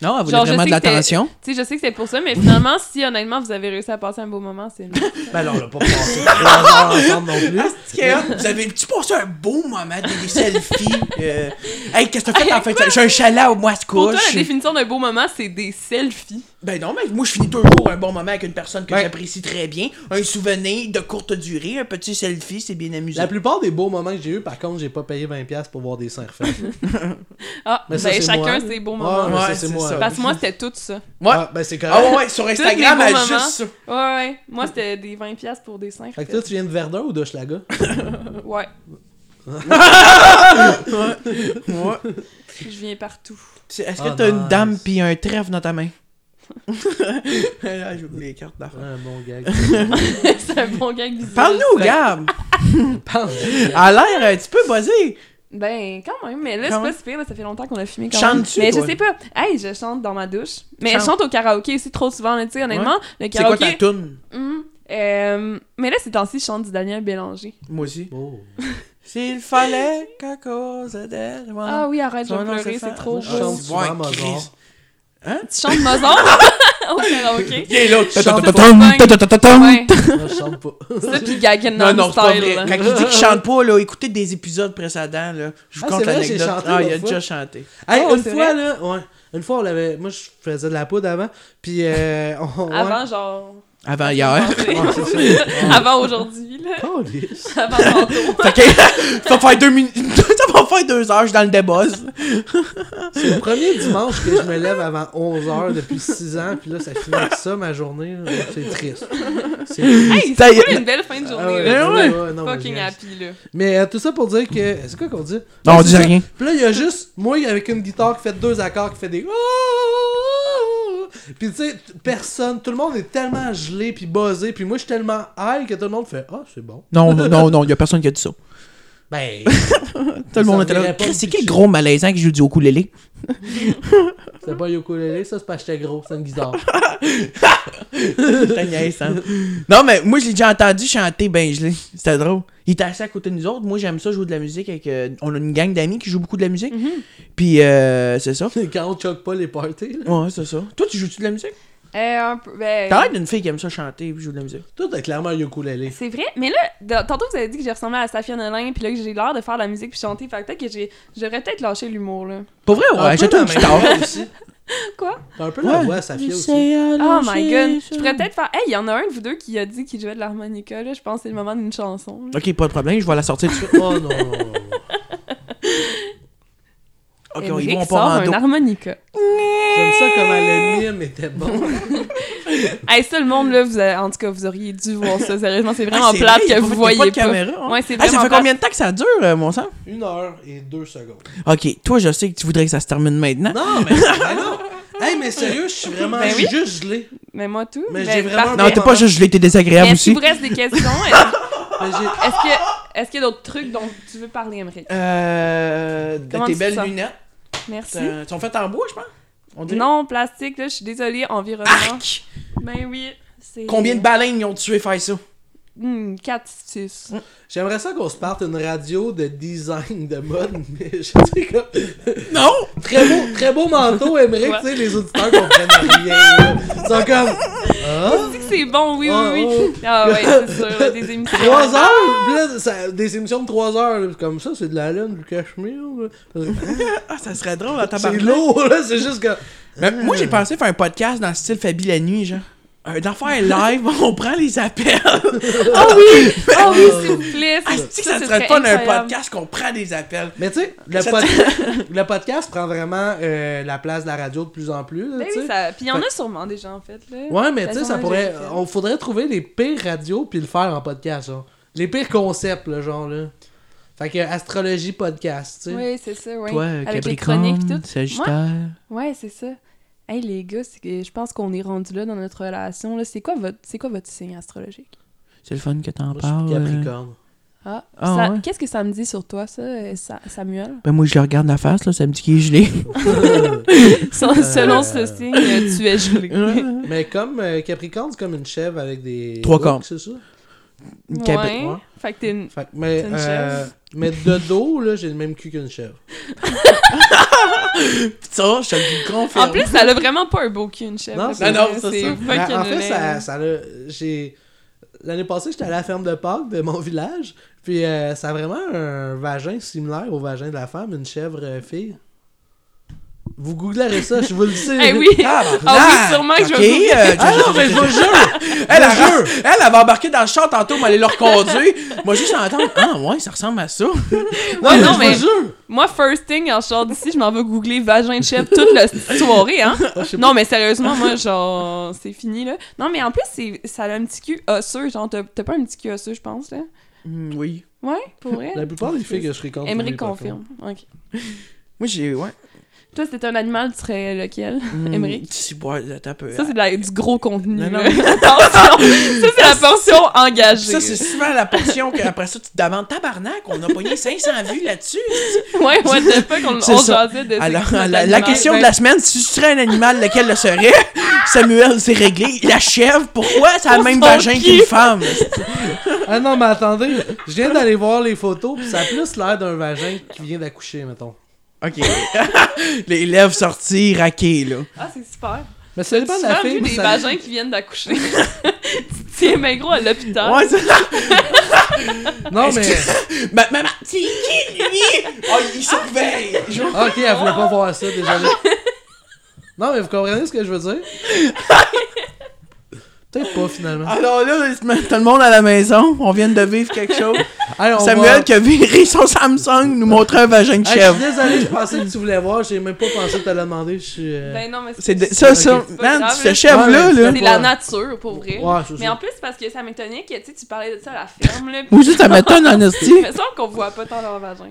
Speaker 2: Non, elle voulait
Speaker 4: Genre, je
Speaker 2: vraiment
Speaker 4: sais
Speaker 2: de
Speaker 4: que t'es-
Speaker 2: l'attention.
Speaker 4: Tu sais, je sais que c'était pour ça, mais finalement, si honnêtement, vous avez réussi à passer un beau moment, c'est mieux.
Speaker 3: Ben là, on l'a pas passé trois heures ensemble non
Speaker 4: Ah,
Speaker 3: plus.
Speaker 2: Hein? Vous avez-tu passé un beau moment, des, des selfies? euh, Hey, qu'est-ce que t'as fait en fait? J'ai un chalet au mois de
Speaker 4: Pour toi,
Speaker 2: couche.
Speaker 4: la définition d'un beau moment, c'est des selfies.
Speaker 2: Ben non, mais moi, je finis toujours un bon moment avec une personne que
Speaker 3: Ouais.
Speaker 2: j'apprécie très bien. Un souvenir de courte durée, un petit selfie, c'est bien amusant.
Speaker 3: La plupart des beaux moments que j'ai eu, par contre, j'ai pas payé 20$ pour voir des seins refaits.
Speaker 4: Ah,
Speaker 3: Mais ça,
Speaker 4: ben,
Speaker 3: c'est
Speaker 4: chacun
Speaker 3: moi.
Speaker 4: ses beaux
Speaker 3: Ouais,
Speaker 4: moments.
Speaker 3: mais
Speaker 2: Ouais,
Speaker 3: ça, c'est
Speaker 2: c'est
Speaker 3: moi.
Speaker 2: ça.
Speaker 4: Parce que moi, c'était tout ça.
Speaker 2: Ouais.
Speaker 3: Ah, ben c'est
Speaker 2: Ah
Speaker 3: correct.
Speaker 2: ouais, ouais, sur Instagram,
Speaker 4: mes bons
Speaker 2: elle juste
Speaker 4: moments.
Speaker 2: ça.
Speaker 4: Ouais, ouais. Moi, c'était des 20$ pour des 5.
Speaker 3: Fait que toi, tu viens de Verdun ou d'Hochelaga?
Speaker 4: Ouais,
Speaker 2: Ouais.
Speaker 4: je viens partout.
Speaker 2: C'est- Est-ce
Speaker 3: Ah,
Speaker 2: que t'as une
Speaker 3: nice.
Speaker 2: dame pis un trèfle dans ta main? Là, j'ai oublié les cartes d'argent.
Speaker 3: un bon gag.
Speaker 4: c'est un bon gag visuel.
Speaker 2: Parle-nous, Gab!
Speaker 3: Parle.
Speaker 2: À l'air un petit peu buzzé.
Speaker 4: Ben, quand même, mais là,
Speaker 2: Quand
Speaker 4: c'est pas
Speaker 2: même.
Speaker 4: si pire, là, ça fait longtemps qu'on a fumé quand même.
Speaker 2: Chantes-tu,
Speaker 4: Mais je
Speaker 2: toi?
Speaker 4: sais pas. Hey, je chante dans ma douche. Mais
Speaker 2: Chante.
Speaker 4: je chante au karaoké aussi trop souvent, là, tu sais, honnêtement. Le
Speaker 2: C'est quoi
Speaker 4: karaoké.
Speaker 2: ta toune?
Speaker 4: Hmm. Euh, mais là, ces temps-ci, je chante du Daniel Bélanger.
Speaker 2: Moi aussi.
Speaker 3: Oh.
Speaker 2: S'il fallait qu'à cause d'elle... moi-
Speaker 4: Ah oui, arrête, je
Speaker 2: Son
Speaker 4: vais
Speaker 2: nom,
Speaker 4: pleurer,
Speaker 2: ça.
Speaker 4: c'est trop
Speaker 2: Je
Speaker 3: beau.
Speaker 2: chante souvent,
Speaker 3: Ouais,
Speaker 2: Mozart.
Speaker 3: Chris.
Speaker 4: Tu chantes Mozart au karaoké?
Speaker 2: Il est là, tu chantes
Speaker 4: Ouais.
Speaker 3: Moi, je chante pas.
Speaker 4: Ça, pis Gagan
Speaker 2: Non, non, c'est pas
Speaker 4: Style.
Speaker 2: vrai.
Speaker 4: là.
Speaker 2: Quand il dit qu'il chante pas, là, écoutez des épisodes précédents, là. Je vous
Speaker 3: Ah,
Speaker 2: compte
Speaker 3: c'est vrai, j'ai
Speaker 2: l'anecdote.
Speaker 3: chanté
Speaker 2: Ah, il
Speaker 3: l'autre
Speaker 2: a
Speaker 3: fois.
Speaker 2: déjà chanté.
Speaker 3: Hey,
Speaker 4: Oh,
Speaker 3: une
Speaker 4: c'est
Speaker 3: fois,
Speaker 4: vrai?
Speaker 3: là, ouais. Une fois, on l'avait. Moi, je faisais de la poudre avant. Puis, euh, on- ouais.
Speaker 4: Avant, genre.
Speaker 2: Avant hier.
Speaker 3: Ouais, c'est ça.
Speaker 4: Avant aujourd'hui, là.
Speaker 3: Oh, lisse.
Speaker 4: Avant tantôt.
Speaker 2: Fait que, ça va faire deux minutes. Ça va faire deux heures, je suis dans le débuzz.
Speaker 3: C'est le premier dimanche que je me lève avant 11h depuis 6 ans. Puis là, ça finit avec ça, ma journée. là. C'est triste. C'est triste.
Speaker 4: Hey,
Speaker 2: Ça y est.
Speaker 4: c'est une belle fin de
Speaker 3: Ah ouais,
Speaker 4: journée, là.
Speaker 2: ouais,
Speaker 3: non, mais
Speaker 4: Fucking
Speaker 3: j'ai-
Speaker 4: happy, là.
Speaker 3: Mais euh, tout ça pour dire que. C'est quoi qu'on dit
Speaker 2: Non, on
Speaker 3: Ouais,
Speaker 2: dit
Speaker 3: c'est ça.
Speaker 2: rien.
Speaker 3: Puis là, il y a juste moi avec une guitare qui fait deux accords, qui fait des. Puis tu sais, t- personne, tout le monde est tellement gelé puis buzzé. Puis moi, je suis tellement high que tout le monde fait Ah, c'est bon.
Speaker 2: Non, non, non, il y a personne qui a dit ça.
Speaker 3: Ben,
Speaker 2: Tout le monde était là.
Speaker 3: revirait pas,
Speaker 2: Chris, c'est
Speaker 3: puis
Speaker 2: quel
Speaker 3: je-
Speaker 2: gros malaisant qui joue du ukulélé?
Speaker 3: c'était pas ukulélé, ça, c'est parce que j'étais gros, c'est une guitare.
Speaker 2: Ta niaise, hein. Non, mais moi, je l'ai déjà entendu chanter, ben, je l'ai. C'était drôle. Il était assis à côté de nous autres. Moi, j'aime ça jouer de la musique avec. euh, on a une gang d'amis qui joue beaucoup de la musique. Puis, euh, c'est ça.
Speaker 3: Quand on choque pas les parties, là.
Speaker 2: Ouais, c'est ça. Toi, tu joues-tu de la musique?
Speaker 4: Euh, un peu- ben,
Speaker 2: T'as l'air d'une fille qui aime ça chanter et jouer de la musique.
Speaker 3: Toi, t'as clairement un ukulélé.
Speaker 4: C'est vrai, mais là, dans- tantôt vous avez dit que j'ai ressemblé à Safia Nolin, puis là que j'ai l'air de faire de la musique puis chanter, fait que peut-être que j'ai, j'aurais peut-être lâché l'humour là.
Speaker 2: Pas vrai,
Speaker 3: T'as un
Speaker 2: ouais,
Speaker 3: peu
Speaker 2: j'ai tout
Speaker 3: la
Speaker 2: Ah, un
Speaker 3: même
Speaker 2: petit tort.
Speaker 3: voix aussi.
Speaker 4: Quoi?
Speaker 3: T'as un peu la
Speaker 2: Ouais.
Speaker 3: voix, Safia aussi.
Speaker 4: Oh
Speaker 2: Oh
Speaker 4: my god! Je pourrais peut-être faire. Hey, il y en a un de vous deux qui a dit qu'il jouait de l'harmonica, là. Je pense que c'est le moment d'une chanson. là.
Speaker 2: Ok, pas de problème, je vais la sortir tout de suite.
Speaker 3: Oh non, non, non, non.
Speaker 2: Ok,
Speaker 4: Émeric
Speaker 2: on- ils vont
Speaker 4: sort
Speaker 2: pas en
Speaker 4: un
Speaker 2: dos.
Speaker 4: harmonica.
Speaker 3: J'aime ça comment le mime était bon.
Speaker 4: Hey, ça, le monde, là, vous avez- en tout cas, vous auriez dû voir ça. Sérieusement, c'est
Speaker 2: Ah,
Speaker 4: vraiment
Speaker 2: c'est
Speaker 4: plate
Speaker 2: vrai,
Speaker 4: que
Speaker 2: il
Speaker 4: vous
Speaker 2: faut- il
Speaker 4: voyez
Speaker 2: y a
Speaker 4: pas.
Speaker 2: de caméra, hein.
Speaker 4: Ouais, c'est
Speaker 2: Ah, ça
Speaker 4: vraiment
Speaker 2: fait
Speaker 4: plate.
Speaker 2: combien de temps que ça dure, euh, mon sang?
Speaker 3: Une heure et deux secondes.
Speaker 2: Ok, toi, je sais que tu voudrais que ça se termine maintenant.
Speaker 3: Non, mais ben non. Hey, mais sérieux, je suis vraiment
Speaker 4: Ben
Speaker 3: je suis juste gelé.
Speaker 4: Mais moi, tout.
Speaker 3: Mais
Speaker 4: Ben,
Speaker 3: j'ai vraiment
Speaker 4: parfait.
Speaker 2: Non, t'es pas juste, je l'ai été désagréable
Speaker 4: Est-ce qu'il
Speaker 2: aussi.
Speaker 4: vous reste des questions? Est-ce
Speaker 3: Mais Ben, j'ai-
Speaker 4: est-ce que- est-ce qu'il y a d'autres trucs dont tu veux parler, Émeric?
Speaker 2: Euh. de
Speaker 4: Comment
Speaker 2: tes
Speaker 4: tu
Speaker 2: belles
Speaker 4: sens?
Speaker 2: lunettes.
Speaker 4: Merci.
Speaker 2: euh, sont faites en bois, je pense. On dirait.
Speaker 4: Non, plastique, là, je suis désolée, environnement.
Speaker 2: Arc!
Speaker 4: Ben oui, c'est...
Speaker 2: Ah! Combien de baleines ils ont tué faire ça?
Speaker 4: Hmm, 4,
Speaker 2: Mm.
Speaker 4: 6.
Speaker 3: J'aimerais ça qu'on se parte une radio de design de mode, mais je sais comme.
Speaker 2: Non!
Speaker 3: Très beau, très beau manteau, Émeric,
Speaker 4: Ouais.
Speaker 3: tu sais, les auditeurs comprennent rien. là. Ils sont comme. Hein?
Speaker 4: Tu sais que c'est bon, oui,
Speaker 3: Ah,
Speaker 4: oui,
Speaker 3: oh.
Speaker 4: oui. Ah ouais, c'est sûr, là, des émissions.
Speaker 3: 3 heures! Puis là, ça- des émissions de 3 heures, là, comme ça, c'est de la laine, du cachemire. là.
Speaker 2: Ah, ça serait drôle à
Speaker 3: C'est
Speaker 4: ben.
Speaker 2: tabarnak.
Speaker 3: lourd, là, c'est juste que.
Speaker 2: Mais moi, j'ai pensé faire un podcast dans le style Fabi la nuit, genre. Un affaire live, on prend les appels.
Speaker 4: Oh oui! Oh oui, s'il vous plaît!
Speaker 2: Ah,
Speaker 4: c'est-
Speaker 2: c'est que ça,
Speaker 4: ce
Speaker 2: serait pas un
Speaker 4: incroyable.
Speaker 2: podcast qu'on prend des appels.
Speaker 3: Mais tu sais, le,
Speaker 2: Ça-
Speaker 3: pod- le podcast prend vraiment euh, la place de la radio de plus en plus. là,
Speaker 4: Ben
Speaker 3: tu sais.
Speaker 4: oui, ça... Puis il y en a sûrement déjà, en fait, là.
Speaker 3: Ouais, mais tu sais,
Speaker 4: façon
Speaker 3: ça pourrait.
Speaker 4: logicielle.
Speaker 3: On faudrait trouver les pires radios puis le faire en podcast, genre. Les pires concepts, le genre, là. Fait que astrologie podcast, tu sais.
Speaker 4: Oui, c'est ça, oui.
Speaker 2: Toi,
Speaker 4: Avec les
Speaker 2: Capricorne,
Speaker 4: chroniques et tout.
Speaker 2: Sagittaire.
Speaker 4: Ouais, c'est ça. Hey, les gars, c'est que je pense qu'on est rendu là dans notre relation. Là. C'est, quoi votre... c'est quoi votre signe astrologique?
Speaker 2: C'est le fun que t'en
Speaker 3: Moi, je suis
Speaker 2: parles. euh.
Speaker 3: Capricorne.
Speaker 4: Ah,
Speaker 2: Ah,
Speaker 4: ça-
Speaker 2: ouais.
Speaker 4: Qu'est-ce que ça me dit sur toi, ça, euh, Sa- Samuel?
Speaker 2: Ben moi, je le regarde la face, là, ça me dit qu'il est gelé.
Speaker 4: Sans- Selon ce signe, euh, tu es gelé.
Speaker 3: mais comme euh, Capricorne, c'est comme une chèvre avec des.
Speaker 2: Trois
Speaker 3: hooks,
Speaker 2: cornes.
Speaker 3: C'est ça.
Speaker 2: Une cabine.
Speaker 4: ouais. Fait que t'es une...
Speaker 3: Fait que, mais,
Speaker 4: C'est une
Speaker 3: euh,
Speaker 4: chèvre.
Speaker 3: mais de dos, là, j'ai le même cul qu'une chèvre.
Speaker 2: Ça, je te le dis, confirme.
Speaker 4: En plus, elle a vraiment pas un beau cul, une chèvre.
Speaker 3: Non,
Speaker 4: là,
Speaker 3: c'est-
Speaker 4: pour
Speaker 2: non,
Speaker 4: vrai,
Speaker 2: c'est
Speaker 4: c'est
Speaker 2: ça.
Speaker 4: fucking
Speaker 3: Ben, en fait,
Speaker 4: laid.
Speaker 3: ça, ça l'a- j'ai l'année passée, j'étais à la ferme de Pâques de mon village, puis euh, ça a vraiment un vagin similaire au vagin de la femme, une chèvre euh, fille. Vous googlerez ça, je vous le dis.
Speaker 4: Eh oui!
Speaker 2: Tabarnak!
Speaker 4: Ah oui, sûrement que je vais
Speaker 2: Ok, euh,
Speaker 3: Ah non, mais je vous le jure!
Speaker 2: Elle,
Speaker 3: Je
Speaker 2: elle, elle, elle va embarquer dans le char tantôt, mais elle est leur conduire. Moi, juste entendre, ah ouais, ça ressemble à ça.
Speaker 3: Non,
Speaker 4: Ouais,
Speaker 3: mais
Speaker 4: non,
Speaker 3: je vous
Speaker 4: mais-
Speaker 3: le jure!
Speaker 4: Moi, first thing, en sort d'ici, je m'en vais googler vagin de chèvre toute la soirée, hein? Non, mais sérieusement, moi, genre, c'est fini, là. Non, mais en plus, c'est- ça a un petit cul osseux. Genre, t'as t'as pas un petit cul osseux, je pense, là?
Speaker 2: Hmm, oui.
Speaker 4: Ouais, pour vrai?
Speaker 3: La plupart des filles que je fréquente.
Speaker 4: Emery
Speaker 3: sont des
Speaker 4: confirme. Ok.
Speaker 2: Moi, j'ai, ouais.
Speaker 4: Toi, c'était un animal, tu serais lequel?
Speaker 2: Hmm,
Speaker 4: Émeric.
Speaker 2: Si, bois, attends un peu.
Speaker 4: Ça, c'est de la- du gros contenu.
Speaker 2: Non, non.
Speaker 4: là. Attention! Ça, c'est la portion engagée.
Speaker 2: Ça, c'est souvent la portion qu'après ça, tu te demandes, tabarnak, on a pogné 500 vues là-dessus.
Speaker 4: Ouais, what the fuck, on,
Speaker 2: C'est
Speaker 4: on
Speaker 2: ça.
Speaker 4: jasait de
Speaker 2: Alors,
Speaker 4: c'est qui
Speaker 2: la,
Speaker 4: notre
Speaker 2: la
Speaker 4: animal.
Speaker 2: question
Speaker 4: Ben,
Speaker 2: de la semaine, si tu serais un animal, lequel le serait Samuel, c'est réglé. La chèvre, pourquoi ça a le
Speaker 4: Pour
Speaker 2: même
Speaker 4: son
Speaker 2: vagin
Speaker 4: cul.
Speaker 2: qu'une femme
Speaker 3: fois. Ah non, mais attendez, je viens d'aller voir les photos, puis ça a plus l'air d'un vagin qui vient d'accoucher, mettons.
Speaker 2: Ok. Les lèvres sorties, raquées, là.
Speaker 4: Ah, c'est super.
Speaker 3: Mais ça dépend de la
Speaker 4: Souvent, vu
Speaker 3: fille.
Speaker 4: des
Speaker 3: ça-
Speaker 4: vagins qui viennent d'accoucher. Tu Tiens, mais gros, à l'hôpital.
Speaker 2: Ouais, c'est
Speaker 3: Non, mais.
Speaker 2: Ma maman, c'est qui lui? Oh, il surveille!
Speaker 3: Ah, Ok, elle voulait pas voir ça, désolé. Non, mais vous comprenez ce que je veux dire? Peut-être pas,
Speaker 4: Ah.
Speaker 3: finalement.
Speaker 2: Alors là, tout le monde à la maison, on vient de vivre quelque chose.
Speaker 3: Allez, on
Speaker 2: Samuel
Speaker 3: va-
Speaker 2: qui a viré son Samsung nous montrait un vagin de
Speaker 4: Ah,
Speaker 3: Hey, je suis
Speaker 2: chèvre.
Speaker 3: désolé, je pensais que tu voulais voir, j'ai même pas pensé te le demander, je suis... euh,
Speaker 4: Ben non, mais
Speaker 2: C'est de- ça, ça,
Speaker 4: c'est pas
Speaker 2: man,
Speaker 4: grave,
Speaker 2: ce
Speaker 4: là.
Speaker 2: chèvre-là, là.
Speaker 4: C'est la nature, pour vrai.
Speaker 3: Ouais, c'est
Speaker 4: mais en
Speaker 3: ça.
Speaker 4: plus, parce que ça m'étonnait que tu sais, tu parlais de ça à la ferme. Là,
Speaker 2: Moi, juste, ça m'étonne, en
Speaker 4: Il
Speaker 2: esti.
Speaker 4: me semble qu'on voit pas tant leur vagin.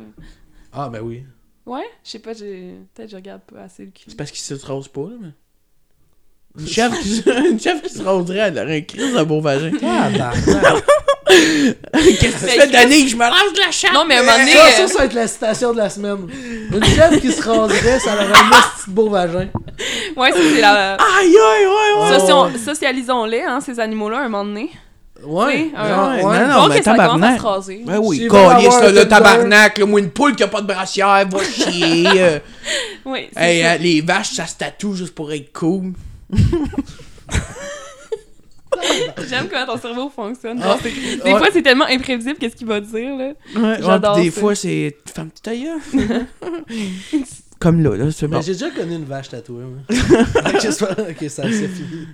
Speaker 3: Ah, ben oui.
Speaker 4: Ouais, je sais pas, j'ai... peut-être que je regarde pas assez le cul.
Speaker 2: C'est parce qu'il se rase pas, là, mais... Une chèvre qui, une chèvre qui se raserait, elle aurait un crise de beau vagin.
Speaker 3: Ah, ben,
Speaker 2: Qu'est-ce que tu fais d'année que je me range de la chatte?
Speaker 4: Non, mais à un
Speaker 2: ben.
Speaker 4: moment donné.
Speaker 3: Ça,
Speaker 4: euh,
Speaker 3: ça, ça va être la citation de la semaine. Une chèvre qui se raserait, ça aurait un petit beau vagin.
Speaker 4: Ouais, ça, c'est la.
Speaker 2: Aïe, aïe, aïe, aïe!
Speaker 4: Ça, si on- Socialisons-les, hein, ces animaux-là, un moment donné.
Speaker 3: Ouais.
Speaker 4: Oui, un-
Speaker 3: ouais,
Speaker 2: ouais.
Speaker 3: ouais.
Speaker 2: Ah Ben Non,
Speaker 4: Ok,
Speaker 2: mais
Speaker 4: ça commence à
Speaker 2: tabarnak.
Speaker 4: se raser.
Speaker 2: Ben
Speaker 3: Si
Speaker 2: oui,
Speaker 3: vous voulez
Speaker 2: calice,
Speaker 3: avoir
Speaker 2: là,
Speaker 3: un
Speaker 2: le
Speaker 3: Tinder-
Speaker 2: tabarnak, là, moi, une poule qui a pas de brassière, va chier. euh.
Speaker 4: Oui, c'est
Speaker 2: hey,
Speaker 4: ça.
Speaker 2: euh, les vaches, ça se tatoue juste pour être cool.
Speaker 4: J'aime comment ton cerveau fonctionne.
Speaker 2: Ah.
Speaker 4: Des fois, c'est tellement imprévisible qu'est-ce qu'il va dire, là.
Speaker 2: Ouais,
Speaker 4: J'adore
Speaker 2: ouais, Des
Speaker 4: ça.
Speaker 2: fois, c'est femme tout ailleurs. Comme là, là, c'est
Speaker 3: Mais
Speaker 2: bon.
Speaker 3: j'ai déjà connu une vache tatouée. moi. ok, c'est pas- ok, ça c'est fini.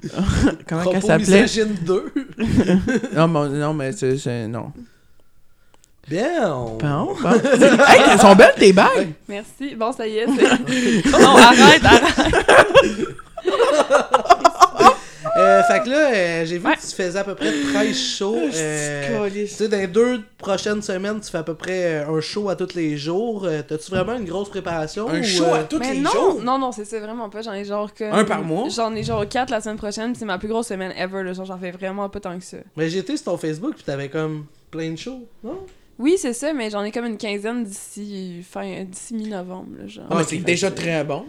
Speaker 2: Comment
Speaker 3: Propos
Speaker 2: qu'elle s'appelait?
Speaker 3: misogyne 2.
Speaker 2: Non, mais, non, mais c'est. c'est- Non.
Speaker 3: Bien. on-
Speaker 2: Bon, bon. hey, elles sont belles tes bagues!
Speaker 4: Merci. Bon, ça y est. c'est- Oh, non, arrête, arrête.
Speaker 3: Euh, fait que là, euh, j'ai vu
Speaker 4: Ouais. Ah,
Speaker 3: que tu faisais à peu près 13 shows. euh, tu
Speaker 2: calice.
Speaker 3: sais, dans les deux prochaines semaines, tu fais à peu près euh, un show à tous les jours. Euh, T'as-tu vraiment une grosse préparation?
Speaker 2: Un
Speaker 3: ou,
Speaker 2: show à
Speaker 3: euh,
Speaker 2: tous
Speaker 4: Mais
Speaker 2: les
Speaker 4: non,
Speaker 2: jours!
Speaker 4: non, non, c'est ça, vraiment pas. J'en ai genre que.
Speaker 2: Un par mois?
Speaker 4: J'en ai genre quatre la semaine prochaine. C'est ma plus grosse semaine ever, là. Genre, j'en fais vraiment pas tant que ça.
Speaker 3: Mais j'étais sur ton Facebook puis t'avais comme plein de shows, non?
Speaker 4: Oui, c'est ça, mais j'en ai comme une quinzaine d'ici fin d'ici mi-novembre, là, genre.
Speaker 2: Ah, mais c'est déjà très bon.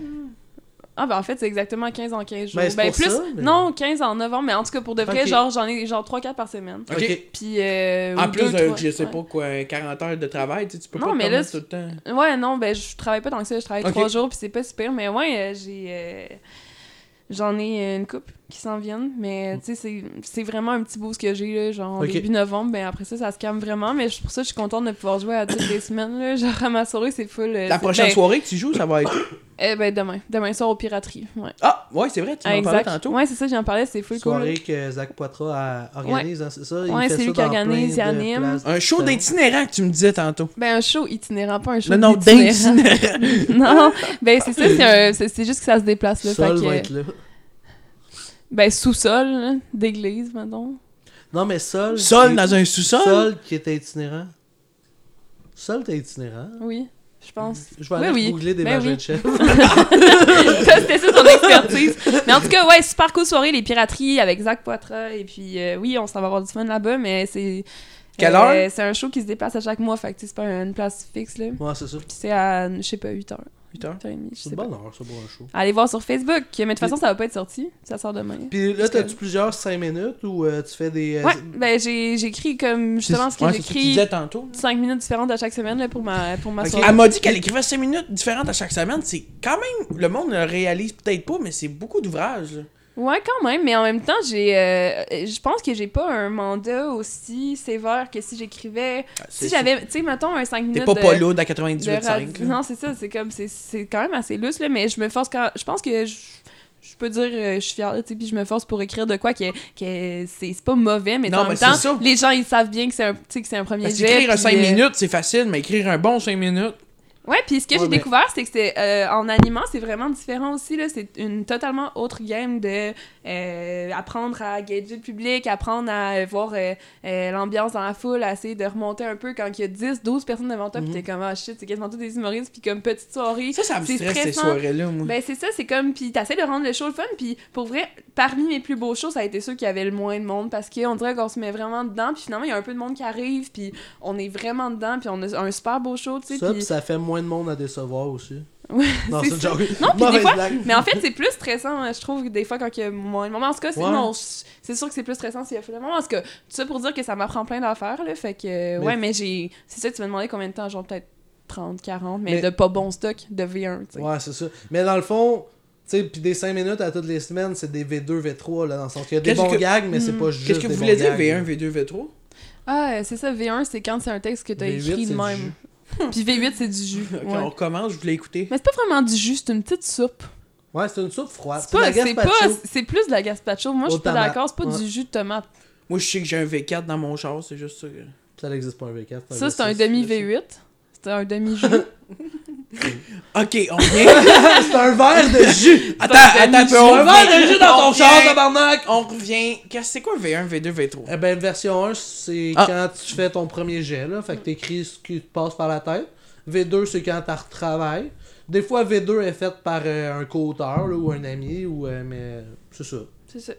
Speaker 4: Ah ben en fait, c'est exactement 15 en 15 jours.
Speaker 3: Ben, c'est
Speaker 4: Ben,
Speaker 3: pour
Speaker 4: plus
Speaker 3: ça, mais-
Speaker 4: non, 15 en novembre, mais en tout cas pour de vrai,
Speaker 3: Ok.
Speaker 4: genre j'en ai genre 3 4 par semaine.
Speaker 2: Ok.
Speaker 4: Puis euh,
Speaker 2: En
Speaker 4: ou
Speaker 2: plus,
Speaker 4: deux,
Speaker 2: euh,
Speaker 4: trois,
Speaker 2: je sais
Speaker 4: ouais.
Speaker 2: pas quoi, 40 heures de travail, tu sais, tu peux
Speaker 4: Non,
Speaker 2: pas te
Speaker 4: mais
Speaker 2: permettre
Speaker 4: là,
Speaker 2: tout le temps.
Speaker 4: Ouais, non, ben je travaille pas tant que ça, je travaille
Speaker 2: Ok.
Speaker 4: 3 jours puis c'est pas super, mais ouais, euh, j'ai euh, j'en ai euh, une coupe qui s'en viennent, mais euh, tu sais c'est- c'est vraiment un petit boost que j'ai là, genre
Speaker 3: Ok.
Speaker 4: début novembre, ben après ça ça se calme vraiment, mais je- pour ça je suis contente de pouvoir jouer à toutes les semaines là, genre à ma soirée, c'est full. euh,
Speaker 2: La
Speaker 4: c'est-
Speaker 2: prochaine
Speaker 4: ben,
Speaker 2: soirée que tu joues, ça va être.
Speaker 4: Eh ben demain, demain soir aux pirateries, ouais.
Speaker 2: Ah, ouais, c'est vrai, tu m'en parlais
Speaker 4: exact.
Speaker 2: tantôt.
Speaker 4: Ouais, c'est ça, j'en parlais, c'est full cool.
Speaker 3: Soirée que Zach Poitras a- organise, hein, c'est ça?
Speaker 4: Ouais, c'est lui qui organise, il anime.
Speaker 2: Un show d'itinérant que tu me disais tantôt.
Speaker 4: Ben, un show itinérant, pas un show
Speaker 2: Non, non,
Speaker 4: itinérant.
Speaker 2: d'itinérant.
Speaker 4: non, ben, c'est ça, c'est, un- c'est- c'est juste que ça se déplace, là.
Speaker 3: Sol
Speaker 4: fait que, euh,
Speaker 3: va être là.
Speaker 4: Ben, sous-sol, là, d'église, mettons.
Speaker 3: Non, mais Sol.
Speaker 2: Sol
Speaker 3: qui-
Speaker 2: dans un sous-sol.
Speaker 3: Sol qui était itinérant. Sol, t'es itinérant.
Speaker 4: Oui, je pense.
Speaker 3: Je vais
Speaker 4: Oui,
Speaker 3: aller
Speaker 4: oui.
Speaker 3: googler des
Speaker 4: Ben
Speaker 3: vagins
Speaker 4: oui.
Speaker 3: de chef.
Speaker 4: Ça, C'était ça ton expertise. Mais en tout cas, ouais, super cool soirée, les pirateries avec Zach Poitras. Et puis, euh, oui, on s'en va avoir du fun là-bas, mais c'est.
Speaker 2: Quelle
Speaker 4: euh,
Speaker 2: heure?
Speaker 4: C'est un show qui se déplace à chaque mois, fait que tu sais, c'est pas une place fixe, là. Puis
Speaker 3: Ouais, c'est ça.
Speaker 4: c'est à, je sais pas, 8h,
Speaker 2: 8 heures.
Speaker 4: 8h30, je
Speaker 3: C'est
Speaker 4: sais
Speaker 3: une
Speaker 4: pas.
Speaker 3: bonne heure, ça, pour un show.
Speaker 4: Allez voir sur Facebook, mais de toute façon, ça va pas être sorti. Ça sort demain.
Speaker 3: Puis là,
Speaker 4: Parce que-
Speaker 3: t'as-tu plusieurs 5 minutes ou euh, tu fais des. euh,
Speaker 4: Ouais, ben j'ai j'écris comme justement ce que
Speaker 2: Ouais, c'est tu
Speaker 4: j'écris
Speaker 2: disais tantôt.
Speaker 4: 5 minutes différentes à chaque semaine là, pour ma, pour ma
Speaker 2: Parce
Speaker 4: soirée.
Speaker 2: qu'elle m'a dit qu'elle écrivait 5 minutes différentes à chaque semaine. C'est quand même. Le monde ne le réalise peut-être pas, mais c'est beaucoup d'ouvrages. là.
Speaker 4: Ouais, quand même, mais en même temps, j'ai euh, je pense que j'ai pas un mandat aussi sévère que si j'écrivais. Si
Speaker 2: c'est-
Speaker 4: j'avais, tu sais, mettons un 5 minutes.
Speaker 2: T'es pas
Speaker 4: de-
Speaker 2: pas lourd à
Speaker 4: de radio-
Speaker 2: 98.5. là.
Speaker 4: Non, c'est ça, c'est comme, c'est- c'est quand même assez lousse, là, mais je me force quand. Je pense que je, je peux dire, euh, je suis fière, tu sais, puis je me force pour écrire de quoi que, que c'est c'est pas mauvais, mais
Speaker 2: Non,
Speaker 4: en
Speaker 2: mais
Speaker 4: même
Speaker 2: c'est
Speaker 4: temps,
Speaker 2: ça.
Speaker 4: les gens, ils savent bien que c'est un, tu sais, que c'est un premier
Speaker 2: Parce
Speaker 4: jet.
Speaker 2: qu'écrire un
Speaker 4: puis,
Speaker 2: 5
Speaker 4: euh,
Speaker 2: minutes, c'est facile, mais écrire un bon 5 minutes.
Speaker 4: Ouais, puis ce que
Speaker 2: Ouais,
Speaker 4: j'ai
Speaker 2: mais-
Speaker 4: découvert, c'est que c'est euh, en animant, c'est vraiment différent aussi là. C'est une totalement autre game de euh, apprendre à gager le public, apprendre à euh, voir euh, euh, l'ambiance dans la foule, à essayer de remonter un peu quand il y a 10, 12 personnes devant toi, puis
Speaker 3: Mhm.
Speaker 4: t'es comme ah shit, c'est quasiment tous des humoristes, puis comme petite soirée.
Speaker 2: Ça, ça me
Speaker 4: c'est
Speaker 2: stresse ces
Speaker 4: stressant.
Speaker 2: soirées-là,
Speaker 3: Mhm.
Speaker 2: moi.
Speaker 4: Ben c'est ça, c'est comme puis t'essaies de rendre le show le fun, puis pour vrai, parmi mes plus beaux shows, ça a été ceux qui avaient le moins de monde parce qu'on dirait qu'on se met vraiment dedans, puis finalement il y a un peu de monde qui arrive, puis on est vraiment dedans, puis on a un super beau show, tu sais.
Speaker 3: Ça,
Speaker 4: puis-
Speaker 3: puis ça fait moins de monde à décevoir aussi.
Speaker 4: Ouais,
Speaker 3: Non,
Speaker 4: c'est
Speaker 3: c'est une
Speaker 4: ça.
Speaker 3: joke.
Speaker 4: Non, puis des
Speaker 3: Mauvaise
Speaker 4: fois,
Speaker 3: blague.
Speaker 4: Mais en fait, c'est plus stressant, hein, je trouve, des fois, quand il y a moins de moments. En tout cas, c'est
Speaker 3: Ouais.
Speaker 4: non, c'est c'est sûr que c'est plus stressant s'il y a plus de moments. En tout cas, tout ça pour dire que ça m'apprend plein d'affaires, là. Fait que, euh,
Speaker 3: Mais-
Speaker 4: ouais, mais j'ai. C'est ça, tu m'as demandé combien de temps, genre peut-être 30, 40, mais,
Speaker 3: Mais-
Speaker 4: de pas bon stock de V1, tu sais.
Speaker 3: Ouais, c'est ça. Mais dans le fond, tu sais, puis des 5 minutes à toutes les semaines, c'est des V2, V3, là, dans le sens qu'il y a des
Speaker 2: Qu'est-ce
Speaker 3: bons
Speaker 2: que-
Speaker 3: gags, mais c'est
Speaker 4: Hmm.
Speaker 3: pas juste.
Speaker 2: Qu'est-ce que vous
Speaker 3: des
Speaker 2: voulez
Speaker 3: bons
Speaker 2: dire,
Speaker 3: gags,
Speaker 2: V1,
Speaker 3: là.
Speaker 2: V2, V3
Speaker 4: Ah, c'est ça, V1, c'est quand c'est un texte que t'as
Speaker 3: V8,
Speaker 4: écrit
Speaker 3: c'est
Speaker 4: de
Speaker 3: du
Speaker 4: même.
Speaker 3: jus.
Speaker 4: Puis V8, c'est du jus.
Speaker 2: Ok,
Speaker 4: ouais.
Speaker 2: On recommence, je voulais écouter.
Speaker 4: Mais c'est pas vraiment du jus, c'est une petite soupe.
Speaker 3: Ouais, Ah, c'est une soupe froide.
Speaker 4: C'est pas,
Speaker 3: de la
Speaker 4: c'est pas,
Speaker 3: gazpacho.
Speaker 4: c'est plus de la gazpacho. Moi,
Speaker 3: Aux
Speaker 4: je suis pas
Speaker 3: tomates.
Speaker 4: d'accord, c'est pas
Speaker 3: Ouais.
Speaker 4: du jus de tomate.
Speaker 2: Moi, je sais que j'ai un V4 dans mon char, c'est juste ça. que-
Speaker 3: Ça n'existe pas un V4.
Speaker 4: Ça, c'est
Speaker 3: V6,
Speaker 4: un demi
Speaker 3: V6.
Speaker 4: V8. C'est un demi jus.
Speaker 2: Ok, on vient.
Speaker 3: c'est un verre de jus.
Speaker 2: attends, attends, un peu, on
Speaker 3: un verre de jus dans
Speaker 2: on
Speaker 3: ton char,
Speaker 2: revient,
Speaker 3: tabarnak.
Speaker 2: On revient. Qu'est-ce que c'est quoi V1, V2, V3
Speaker 4: Euh,
Speaker 3: Eh ben, version 1, c'est
Speaker 2: Ah.
Speaker 3: quand tu fais ton premier jet, là. Fait que t'écris ce qui te passe par la tête. V2, c'est quand t'as retravailles. Des fois, V2 est faite par euh, un co-auteur, là, ou un ami, ou. euh, mais. C'est ça.
Speaker 4: c'est ça.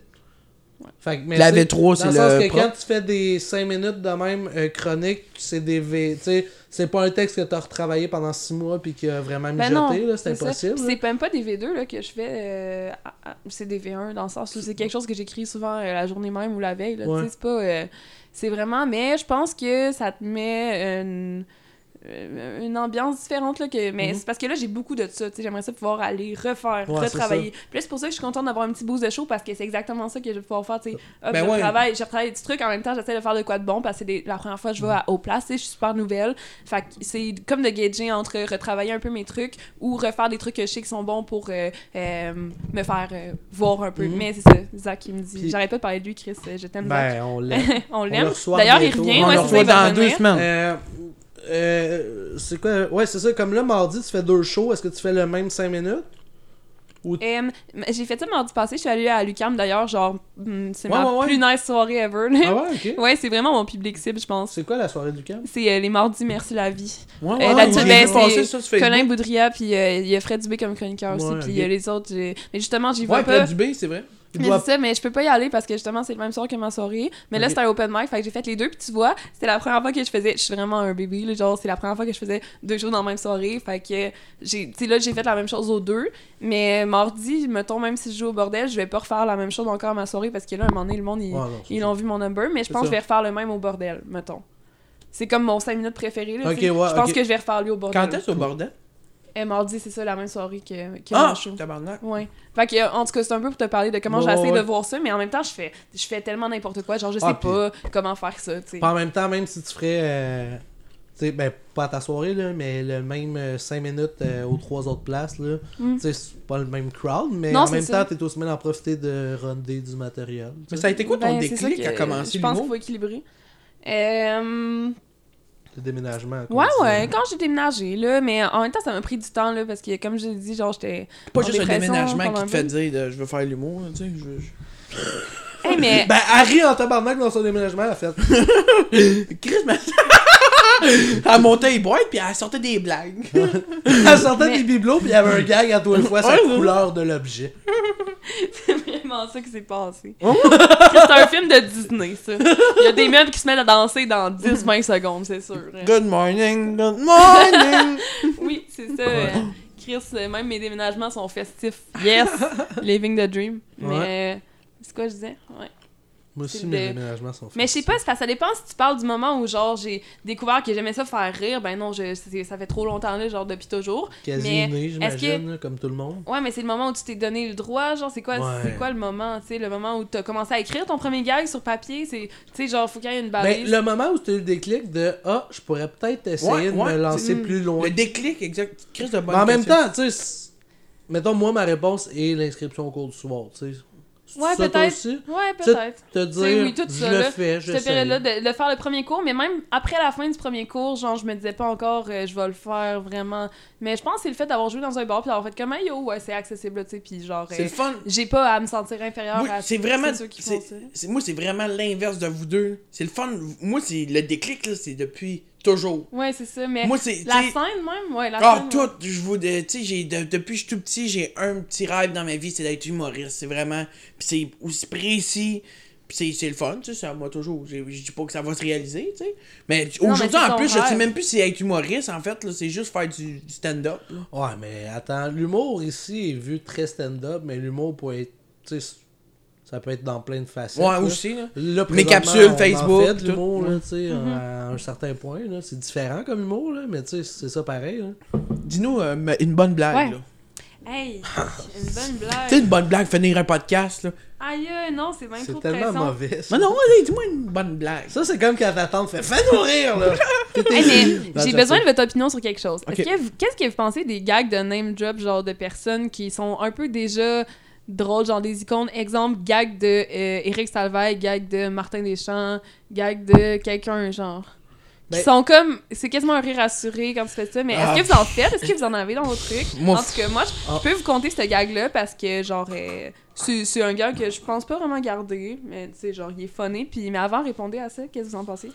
Speaker 3: Fait que, mais
Speaker 2: La
Speaker 3: tu sais,
Speaker 2: V3, c'est
Speaker 3: Dans le sens
Speaker 2: le
Speaker 3: que
Speaker 2: propre.
Speaker 3: quand tu fais des 5 minutes de même euh, chronique, c'est des V. Tu sais, c'est pas un texte que t'as retravaillé pendant 6 mois puis qui a vraiment
Speaker 4: Ben non,
Speaker 3: mijoté, là, c'est
Speaker 4: ça.
Speaker 3: impossible.
Speaker 4: Puis C'est même pas des V2 là, que je fais, euh, à- à- c'est des V1 dans le sens où c'est quelque chose que j'écris souvent euh, la journée même ou la veille. là, tu
Speaker 3: Ouais.
Speaker 4: sais, C'est pas, euh, c'est vraiment, mais je pense que ça te met une, euh, une ambiance différente là, que, mais
Speaker 3: Mhm.
Speaker 4: c'est parce que là j'ai beaucoup de ça. tu sais, J'aimerais ça pouvoir aller refaire,
Speaker 3: Ouais, c'est
Speaker 4: retravailler. Puis là c'est pour ça que je suis contente d'avoir un petit boost de show parce que c'est exactement ça que je vais pouvoir faire. tu sais. Hop,
Speaker 2: Ben
Speaker 4: je
Speaker 2: ouais.
Speaker 4: travaille, je retravaille des trucs en même temps, j'essaie de faire de quoi de bon parce que c'est des- la première fois que je vais à haut place, tu sais, je suis super nouvelle. Fait que c'est comme de gager entre retravailler un peu mes trucs ou refaire des trucs que je sais qui sont bons pour euh, euh, me faire euh, voir un peu.
Speaker 3: Mhm.
Speaker 4: Mais c'est ça, Zach, il me dit.
Speaker 3: Puis-
Speaker 4: J'arrête pas de parler de lui, Chris. euh, Je t'aime,
Speaker 3: Ben, on l'a.
Speaker 4: Zach. on
Speaker 3: le
Speaker 4: l'aime.
Speaker 3: reçoit
Speaker 4: D'ailleurs, il
Speaker 3: bientôt.
Speaker 4: revient.
Speaker 2: on le
Speaker 4: ouais, c'est ça,
Speaker 2: reçoit
Speaker 4: il va
Speaker 2: dans deux
Speaker 4: revenir.
Speaker 2: semaines.
Speaker 3: Euh, euh, c'est quoi Ouais, c'est ça. Comme là, mardi, tu fais deux shows. Est-ce que tu fais le même 5 minutes
Speaker 4: Euh, mais j'ai fait ça mardi passé. Je suis allée à l'UCAM d'ailleurs. Genre, hum, c'est
Speaker 3: Ouais,
Speaker 4: ma
Speaker 3: ouais, ouais.
Speaker 4: plus nice soirée ever. là.
Speaker 3: Ah ouais, ok.
Speaker 4: ouais, c'est vraiment mon public cible, je pense.
Speaker 3: C'est quoi la soirée du camp
Speaker 4: C'est euh, les mardis, merci la vie.
Speaker 3: Ouais,
Speaker 4: Euh,
Speaker 2: Ah,
Speaker 4: la-
Speaker 2: j'ai
Speaker 4: ben,
Speaker 2: vu
Speaker 4: c'est
Speaker 2: passer ça sur Facebook.
Speaker 4: Colin Boudria, puis euh, il y a Fred Dubé comme chroniqueur aussi,
Speaker 3: Ouais,
Speaker 4: puis
Speaker 3: ok.
Speaker 4: il y a les autres. j'ai- Mais justement, j'y vais
Speaker 2: Ouais,
Speaker 4: pas.
Speaker 2: Fred Dubé, c'est vrai.
Speaker 3: Il
Speaker 4: Mais
Speaker 3: doit-
Speaker 4: c'est ça, mais je peux pas y aller parce que justement, c'est le même soir que ma soirée. Mais là,
Speaker 3: Ok.
Speaker 4: c'était un open mic, fait que j'ai fait les deux, puis tu vois, c'était la première fois que je faisais. Je suis vraiment un bébé, là, genre, c'est la première fois que je faisais deux shows dans la même soirée. Fait que, j'ai- tu sais, là, j'ai fait la même chose aux deux. Mais mardi, mettons, même si je joue au bordel, je vais pas refaire la même chose encore à ma soirée parce que là, à un moment donné, le monde, il-
Speaker 3: Ouais, non, c'est
Speaker 4: ils
Speaker 3: ça.
Speaker 4: ont vu mon number, mais je
Speaker 3: C'est
Speaker 4: pense que
Speaker 3: ça.
Speaker 4: je vais refaire le même au bordel, mettons. C'est comme mon 5 minutes préféré, là.
Speaker 3: Ok,
Speaker 4: tu sais.
Speaker 3: ouais,
Speaker 4: je pense
Speaker 3: ok.
Speaker 4: que je vais refaire lui au bordel.
Speaker 2: Quand est-ce au bordel?
Speaker 4: Et mardi, c'est ça, la même soirée que, que
Speaker 2: Ah,
Speaker 4: mon show.
Speaker 2: tabarnak.
Speaker 4: Ouais. Fait que, euh, en tout cas, c'est un peu pour te parler de comment
Speaker 3: Ouais,
Speaker 4: j'essaie
Speaker 3: ouais.
Speaker 4: de voir ça, mais en même temps, je fais, je fais tellement n'importe quoi. Genre, je sais
Speaker 3: Ah, puis-
Speaker 4: pas comment faire ça, tu sais.
Speaker 3: Puis en même temps, même si tu ferais. euh, tu sais, ben, pas à ta soirée, là, mais le même 5 minutes euh, aux trois autres places, là.
Speaker 4: Mm.
Speaker 3: Tu sais, c'est pas le même crowd, mais
Speaker 4: Non,
Speaker 3: en
Speaker 4: c'est
Speaker 3: même
Speaker 4: ça.
Speaker 3: temps, t'es aussi mal en profiter de runder du matériel.
Speaker 2: Mais ça a été quoi ton
Speaker 4: Ben, c'est ça
Speaker 2: déclic
Speaker 4: que
Speaker 2: à commencer
Speaker 4: Je pense qu'il
Speaker 2: l'humour?
Speaker 4: faut équilibrer. Euh,
Speaker 3: Le déménagement. comme
Speaker 4: ouais,
Speaker 3: tu
Speaker 4: ouais,
Speaker 3: dis.
Speaker 4: quand j'ai déménagé, là, mais en même temps, ça m'a pris du temps, là, parce que, comme je l'ai dit, genre, j'étais.
Speaker 2: Pas
Speaker 4: en
Speaker 2: juste un
Speaker 4: dépression
Speaker 2: déménagement
Speaker 4: pendant
Speaker 2: qui
Speaker 4: un
Speaker 2: te fait
Speaker 4: bout.
Speaker 2: dire de, je veux faire l'humour, là, tu sais. je veux- je-
Speaker 4: Hey, mais.
Speaker 3: Ben, Harry en tabarnak dans son déménagement, en fait.
Speaker 2: Chris, mais... elle montait les boîtes puis elle sortait des blagues.
Speaker 3: Elle sortait
Speaker 4: Mais-
Speaker 3: des bibelots, puis il y avait un gag à toi une fois, sa
Speaker 2: Ouais, ouais.
Speaker 3: couleur de l'objet.
Speaker 4: C'est vraiment ça qui s'est passé.
Speaker 2: Oh!
Speaker 4: c'est un film de Disney, ça. Il y a des meubles qui se mettent à danser dans 10-20 secondes, c'est sûr. hein.
Speaker 2: Good morning, good morning.
Speaker 4: Oui, c'est ça. euh, Chris, euh, même mes déménagements sont festifs. Yes! Living the dream. Mais euh, c'est quoi je disais? Ouais.
Speaker 3: Moi
Speaker 4: C'est
Speaker 3: aussi,
Speaker 4: le
Speaker 3: mes
Speaker 4: dé-
Speaker 3: déménagements sont faits.
Speaker 4: Mais je sais pas, c'est parce que ça dépend si tu parles du moment où genre j'ai découvert que j'aimais ça faire rire. Ben non, je, c'est- ça fait trop longtemps là, genre depuis toujours.
Speaker 3: Quasi
Speaker 4: mais
Speaker 3: inné, j'imagine, là, comme tout le monde.
Speaker 4: Ouais, mais c'est le moment où tu t'es donné le droit, genre c'est quoi
Speaker 3: Ouais.
Speaker 4: c'est quoi le moment, tu sais, le moment où t'as commencé à écrire ton premier gag sur papier, c'est tu sais genre faut qu'il y ait une
Speaker 3: Ben,
Speaker 4: balise.
Speaker 3: le moment où tu as eu le déclic de Ah, je pourrais peut-être essayer
Speaker 2: Ouais,
Speaker 3: de
Speaker 2: ouais, Mm.
Speaker 3: me lancer
Speaker 4: c'est-
Speaker 3: plus loin.
Speaker 2: Le déclic, exact. Chris de bonne
Speaker 3: Mais en même
Speaker 2: question.
Speaker 3: temps, tu sais, c'est- mettons, moi, ma réponse est l'inscription au cours du soir, tu sais. C'est
Speaker 4: Ouais,
Speaker 3: ça, toi
Speaker 4: peut-être.
Speaker 3: aussi?
Speaker 4: Ouais,
Speaker 3: Tu sais,
Speaker 4: peut-être.
Speaker 3: Te
Speaker 4: sais,
Speaker 3: dire,
Speaker 4: oui, tout
Speaker 3: je
Speaker 4: ça,
Speaker 3: le
Speaker 4: là,
Speaker 3: fais, je
Speaker 4: cette période-là de, de faire le premier cours, mais même après la fin du premier cours, genre, je me disais pas encore, euh, je vais le faire vraiment. Mais je pense que c'est le fait d'avoir joué dans un bar puis d'avoir fait comme, hey, yo, ouais, c'est accessible, tu sais, puis genre,
Speaker 2: c'est
Speaker 4: euh,
Speaker 2: le fun.
Speaker 4: j'ai pas à me sentir inférieure
Speaker 2: Moi,
Speaker 4: à
Speaker 2: c'est vraiment-
Speaker 4: Ah, ceux qui font ça.
Speaker 2: C'est- moi, c'est vraiment l'inverse de vous deux. C'est le fun. Moi, c'est le déclic, là, c'est depuis toujours.
Speaker 4: Ouais, c'est ça, mais
Speaker 2: Moi, c'est.
Speaker 4: la
Speaker 2: tu sais,
Speaker 4: scène même, ouais, la
Speaker 2: Ah,
Speaker 4: scène. ouais.
Speaker 2: tout, je vous. de- Tu sais, j'ai- de- depuis que je suis tout petit, j'ai un petit rêve dans ma vie, c'est d'être humoriste. C'est vraiment. Puis c'est aussi précis. Puis c'est- c'est le fun, tu sais, ça m'a toujours. j'ai- Je dis pas que ça va se réaliser, tu sais. Mais
Speaker 4: Non, mais
Speaker 2: aujourd'hui,
Speaker 4: c'est
Speaker 2: en
Speaker 4: ton
Speaker 2: plus, je sais
Speaker 4: rêve.
Speaker 2: même plus si être humoriste, en fait, là, c'est juste faire du, du stand-up. là.
Speaker 3: Ouais, mais attends, l'humour ici est vu très stand-up, mais l'humour peut être, tu sais, ça peut être dans plein de facettes.
Speaker 2: Ouais,
Speaker 3: là.
Speaker 2: aussi, là.
Speaker 3: Là,
Speaker 2: Mes
Speaker 3: présentement,
Speaker 2: capsules
Speaker 3: on en
Speaker 2: Facebook,
Speaker 3: fait de
Speaker 2: tout.
Speaker 3: l'humour, là,
Speaker 2: Ouais.
Speaker 3: tu sais, à
Speaker 4: Mhm.
Speaker 3: un certain point, là. C'est différent comme humour, là, mais tu sais, c'est ça pareil, là.
Speaker 2: Dis-nous euh, ma- une bonne blague,
Speaker 4: Ouais.
Speaker 2: là.
Speaker 4: Hey, une
Speaker 2: Tu
Speaker 4: bonne
Speaker 2: sais,
Speaker 4: blague.
Speaker 2: une bonne blague, finir un podcast, là.
Speaker 4: Aïe, euh, non, c'est même trop
Speaker 3: C'est
Speaker 4: de
Speaker 3: tellement
Speaker 4: pression.
Speaker 3: mauvais. ça.
Speaker 2: Mais non, allez, dis-moi une bonne blague.
Speaker 3: Ça, c'est comme quand ta tante fait Fais-nous rire, là!
Speaker 4: Hey,
Speaker 3: Non,
Speaker 4: mais j'ai
Speaker 3: je
Speaker 4: besoin
Speaker 3: sais.
Speaker 4: de votre opinion sur quelque chose.
Speaker 2: Ok.
Speaker 4: Est-ce que vous- qu'est-ce que vous pensez des gags de name drop, genre de personnes qui sont un peu déjà drôles, genre des icônes? Exemple, gag de euh, Eric Salvaille, gag de Martin Deschamps, gag de quelqu'un, genre. Qui
Speaker 3: Ben-
Speaker 4: sont comme. C'est quasiment un rire assuré quand tu fais ça, mais est-ce
Speaker 2: Ah,
Speaker 4: que vous en faites? Est-ce que vous en avez dans vos trucs?
Speaker 2: Moi,
Speaker 4: en tout cas, moi, je, je
Speaker 3: Ah.
Speaker 4: peux vous compter ce gag-là parce que, genre, euh, c'est c'est un gag que je pense pas vraiment garder, mais tu sais, genre, il est funné. Puis, mais avant, répondez à ça, qu'est-ce que vous en pensez?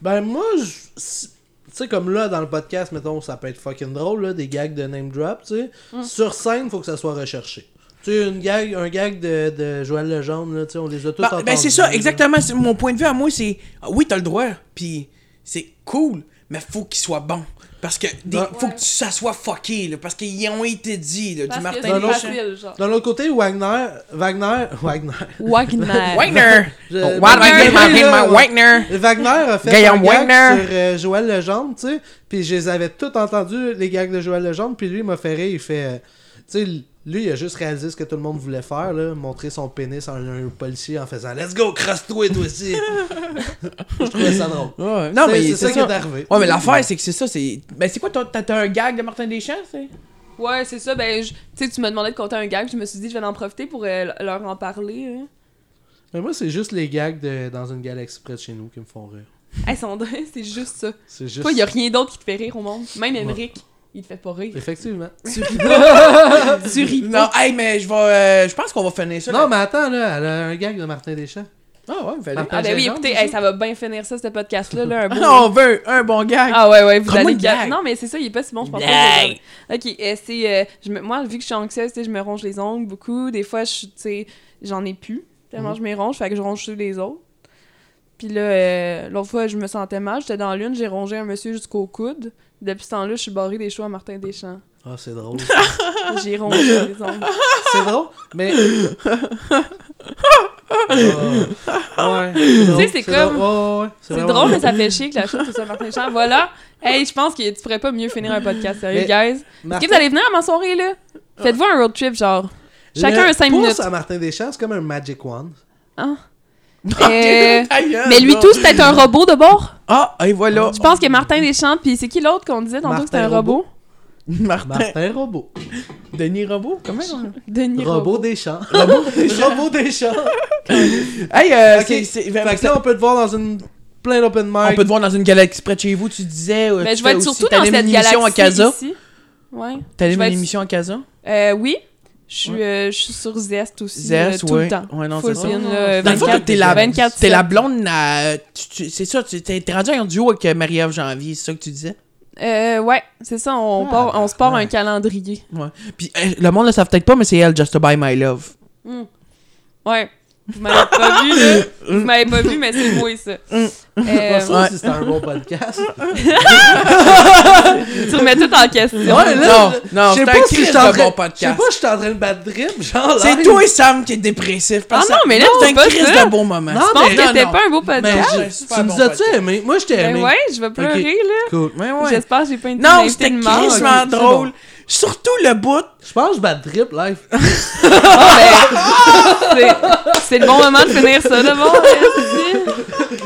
Speaker 3: Ben moi, je- si- tu sais, comme là, dans le podcast, mettons, ça peut être fucking drôle, là, des gags de name drop, tu sais. Sur scène, faut que ça soit recherché. Tu sais, une gag, un gag de, de Joël Legendre, là, tu sais, on les a tous
Speaker 2: Bah,
Speaker 3: entendus.
Speaker 2: ben c'est ça, exactement. C'est- Mon point de vue à moi, c'est ah oui, t'as le droit, puis c'est cool, mais faut qu'il soit bon. Parce que des-
Speaker 4: Bah,
Speaker 3: Ouais.
Speaker 2: faut que ça soit fucké, là, parce qu'ils ont été dit, là, du
Speaker 4: Parce que
Speaker 2: Martin
Speaker 4: c'est
Speaker 3: Deschamps.
Speaker 4: facile, genre.
Speaker 3: D'un autre côté, Wagner, Wagner, Wagner,
Speaker 4: Wagner.
Speaker 2: Wagner!
Speaker 3: Je-
Speaker 2: Oh, Wagner,
Speaker 3: Wagner,
Speaker 2: Wagner,
Speaker 3: là.
Speaker 2: Wagner!
Speaker 3: Wagner a fait
Speaker 2: Guillaume
Speaker 3: un gag
Speaker 2: Wagner.
Speaker 3: sur euh, Joël Legendre, tu sais, puis je les avais tous entendus, les gags de Joël Legendre, puis lui, il m'a fait rire, il fait... euh, Tu sais, lui, il a juste réalisé ce que tout le monde voulait faire, là, montrer son pénis à un policier en faisant « Let's go, crosse-toi, toi aussi! » Je trouvais ça drôle.
Speaker 2: Ouais, non,
Speaker 3: Tu sais,
Speaker 2: mais
Speaker 3: c'est ça,
Speaker 2: c'est
Speaker 3: qui est
Speaker 2: ça.
Speaker 3: arrivé.
Speaker 2: Ouais, mais l'affaire, c'est que c'est ça, c'est. Ben, c'est quoi, t'as- t'as t'as un gag de Martin Deschamps, c'est?
Speaker 4: Ouais, c'est ça. Ben, je- tu sais, tu me demandais de compter un gag. Je me suis dit, je vais en profiter pour euh, leur en parler. hein.
Speaker 3: Mais moi, c'est juste les gags de dans une galaxie près de chez nous qui me font rire.
Speaker 4: Hey, Sandra, c'est juste ça.
Speaker 3: C'est juste.
Speaker 4: Toi, il a rien d'autre qui te fait rire au monde. Même
Speaker 3: Ouais.
Speaker 4: Emmerich, il te fait pas rire.
Speaker 3: Effectivement.
Speaker 2: Tu ris Non, hey, mais je vais. euh, je pense qu'on va finir ça.
Speaker 3: non, mais attends, là, elle a un gag de Martin Deschamps.
Speaker 2: mais. Ah, ouais, fallait.
Speaker 3: Martin
Speaker 4: Ah, ben oui,
Speaker 3: Legendre,
Speaker 4: écoutez,
Speaker 3: c'est
Speaker 4: hey,
Speaker 3: ça?
Speaker 4: ça va bien finir ça, ce podcast-là. Là, un beau...
Speaker 2: Ah, on veut un bon gag.
Speaker 4: Ah ouais, ouais, vous
Speaker 2: Prends-moi
Speaker 4: allez...
Speaker 2: une blague.
Speaker 4: Non, mais c'est ça, il est pas si bon, je pense
Speaker 2: Blague.
Speaker 4: pas. que je vais regarder. Ok, euh, c'est... euh, je me- Moi, vu que je suis anxieuse, tu sais, je me ronge les ongles beaucoup. Des fois, je suis- tu sais, j'en ai plus. Tellement
Speaker 3: Mm-hmm.
Speaker 4: je me ronge, fait que je ronge tous les autres. Puis là, euh, l'autre fois, je me sentais mal. J'étais dans l'une, j'ai rongé un monsieur jusqu'au coude. Depuis ce temps-là, je suis barrée des choix à Martin Deschamps.
Speaker 3: Ah, c'est drôle.
Speaker 4: J'ai rongé les ongles.
Speaker 3: c'est drôle, mais. Ah, ouais. c'est drôle,
Speaker 4: sais, c'est
Speaker 3: drôle.
Speaker 4: comme-
Speaker 3: Ouais, ouais, ouais,
Speaker 4: C'est
Speaker 3: vraiment
Speaker 4: drôle, mais ça fait chier que la chose soit ça, Martin Deschamps. Voilà. Hey, je pense que tu pourrais pas mieux finir un podcast, sérieux,
Speaker 3: Mais-
Speaker 4: guys. Est-ce que
Speaker 3: Martin-
Speaker 4: vous allez venir à ma soirée, là? Faites-vous un road trip, genre. Chacun
Speaker 3: Le
Speaker 4: a 5
Speaker 3: pouce
Speaker 4: minutes.
Speaker 3: à Martin Deschamps, c'est comme un Magic Wand.
Speaker 4: Hein?
Speaker 2: Ok,
Speaker 4: Euh,
Speaker 2: ta gueule,
Speaker 4: Mais lui
Speaker 2: hein, là.
Speaker 4: tout, c'est peut-être un robot de bord.
Speaker 2: Ah, et voilà.
Speaker 4: Je pense que Martin Deschamps, puis c'est qui l'autre qu'on disait tantôt que c'était un
Speaker 3: Martin
Speaker 4: robot?
Speaker 2: Martin.
Speaker 3: Martin Robot.
Speaker 2: Denis Robot, comment
Speaker 4: Denis
Speaker 3: Robot
Speaker 4: Robot.
Speaker 3: Deschamps. Robot Deschamps. Robot Deschamps.
Speaker 2: Hey, euh,
Speaker 3: Ok.
Speaker 2: c'est- c'est-
Speaker 3: Fait que là, on peut te voir dans une plein d'open mic.
Speaker 2: on peut te voir dans une galaxie près de chez vous, tu disais. euh,
Speaker 4: Mais
Speaker 2: tu
Speaker 4: Ben, je vais
Speaker 2: fais
Speaker 4: être
Speaker 2: aussi-
Speaker 4: surtout dans
Speaker 2: t'animes
Speaker 4: cette
Speaker 2: une émission
Speaker 4: galaxie
Speaker 2: à Casa.
Speaker 4: ici. Ouais. Je
Speaker 2: T'animes
Speaker 4: vais
Speaker 2: une
Speaker 4: être-
Speaker 2: émission à Casa?
Speaker 4: Euh, oui. Je suis euh, je suis sur Zest aussi.
Speaker 2: Zest,
Speaker 4: euh, tout
Speaker 2: ouais.
Speaker 4: le temps.
Speaker 2: Ouais, non,
Speaker 4: Full
Speaker 2: c'est ça.
Speaker 4: spin, là,
Speaker 2: Dans le fond,
Speaker 4: 24,
Speaker 2: t'es la,
Speaker 4: 24,
Speaker 2: t'es la blonde à- tu- tu- c'est ça, tu- t'es t'es rendu en duo avec euh, Marie-Ève Janvier, c'est ça que tu disais?
Speaker 4: Euh, ouais, c'est ça, on,
Speaker 3: Ah,
Speaker 4: part, on se part
Speaker 3: ouais.
Speaker 4: un calendrier.
Speaker 2: Puis euh, le monde le savent peut-être pas, mais c'est elle, Just to Buy My Love.
Speaker 4: Hmm. Ouais. Vous m'avez pas vu, là. Vous m'avez pas vu, mais c'est moi, ça.
Speaker 2: Mm.
Speaker 4: Euh,
Speaker 3: Pas sûr
Speaker 2: Ouais.
Speaker 3: si c'était un bon podcast.
Speaker 4: tu remets tout en question.
Speaker 3: Ouais, là,
Speaker 2: non,
Speaker 3: je-
Speaker 2: non,
Speaker 3: je sais
Speaker 2: c'est
Speaker 3: pas
Speaker 2: un
Speaker 3: si
Speaker 2: Christ
Speaker 3: je suis en
Speaker 2: de
Speaker 3: train-
Speaker 2: bon
Speaker 3: Je sais
Speaker 2: podcast.
Speaker 3: pas, je suis en train de battre drip, genre. Oh, là.
Speaker 2: C'est toi et Sam qui est dépressif. parce
Speaker 4: Ah non,
Speaker 2: que-
Speaker 4: mais là, c'est
Speaker 2: c'est
Speaker 4: pas
Speaker 2: un Christ
Speaker 4: ça.
Speaker 2: de bon moment.
Speaker 3: Non,
Speaker 4: Je pense que c'était pas un beau
Speaker 3: Mais
Speaker 4: podcast.
Speaker 2: Ouais,
Speaker 3: je-
Speaker 2: super
Speaker 3: tu
Speaker 2: bon
Speaker 3: nous as-tu
Speaker 2: podcast.
Speaker 3: aimé? Moi, je t'ai
Speaker 4: Ben
Speaker 3: aimé.
Speaker 4: ouais, je vais pleurer, là.
Speaker 3: Cool.
Speaker 2: Ouais, ouais.
Speaker 4: J'espère que j'ai pas une
Speaker 2: Non, c'était
Speaker 4: mort.
Speaker 2: crissement
Speaker 3: ok, c'est
Speaker 2: drôle.
Speaker 3: bon.
Speaker 2: Surtout le bout.
Speaker 3: Je pense que je battre drip live.
Speaker 4: C'est le bon moment de finir ça, de bon. merci.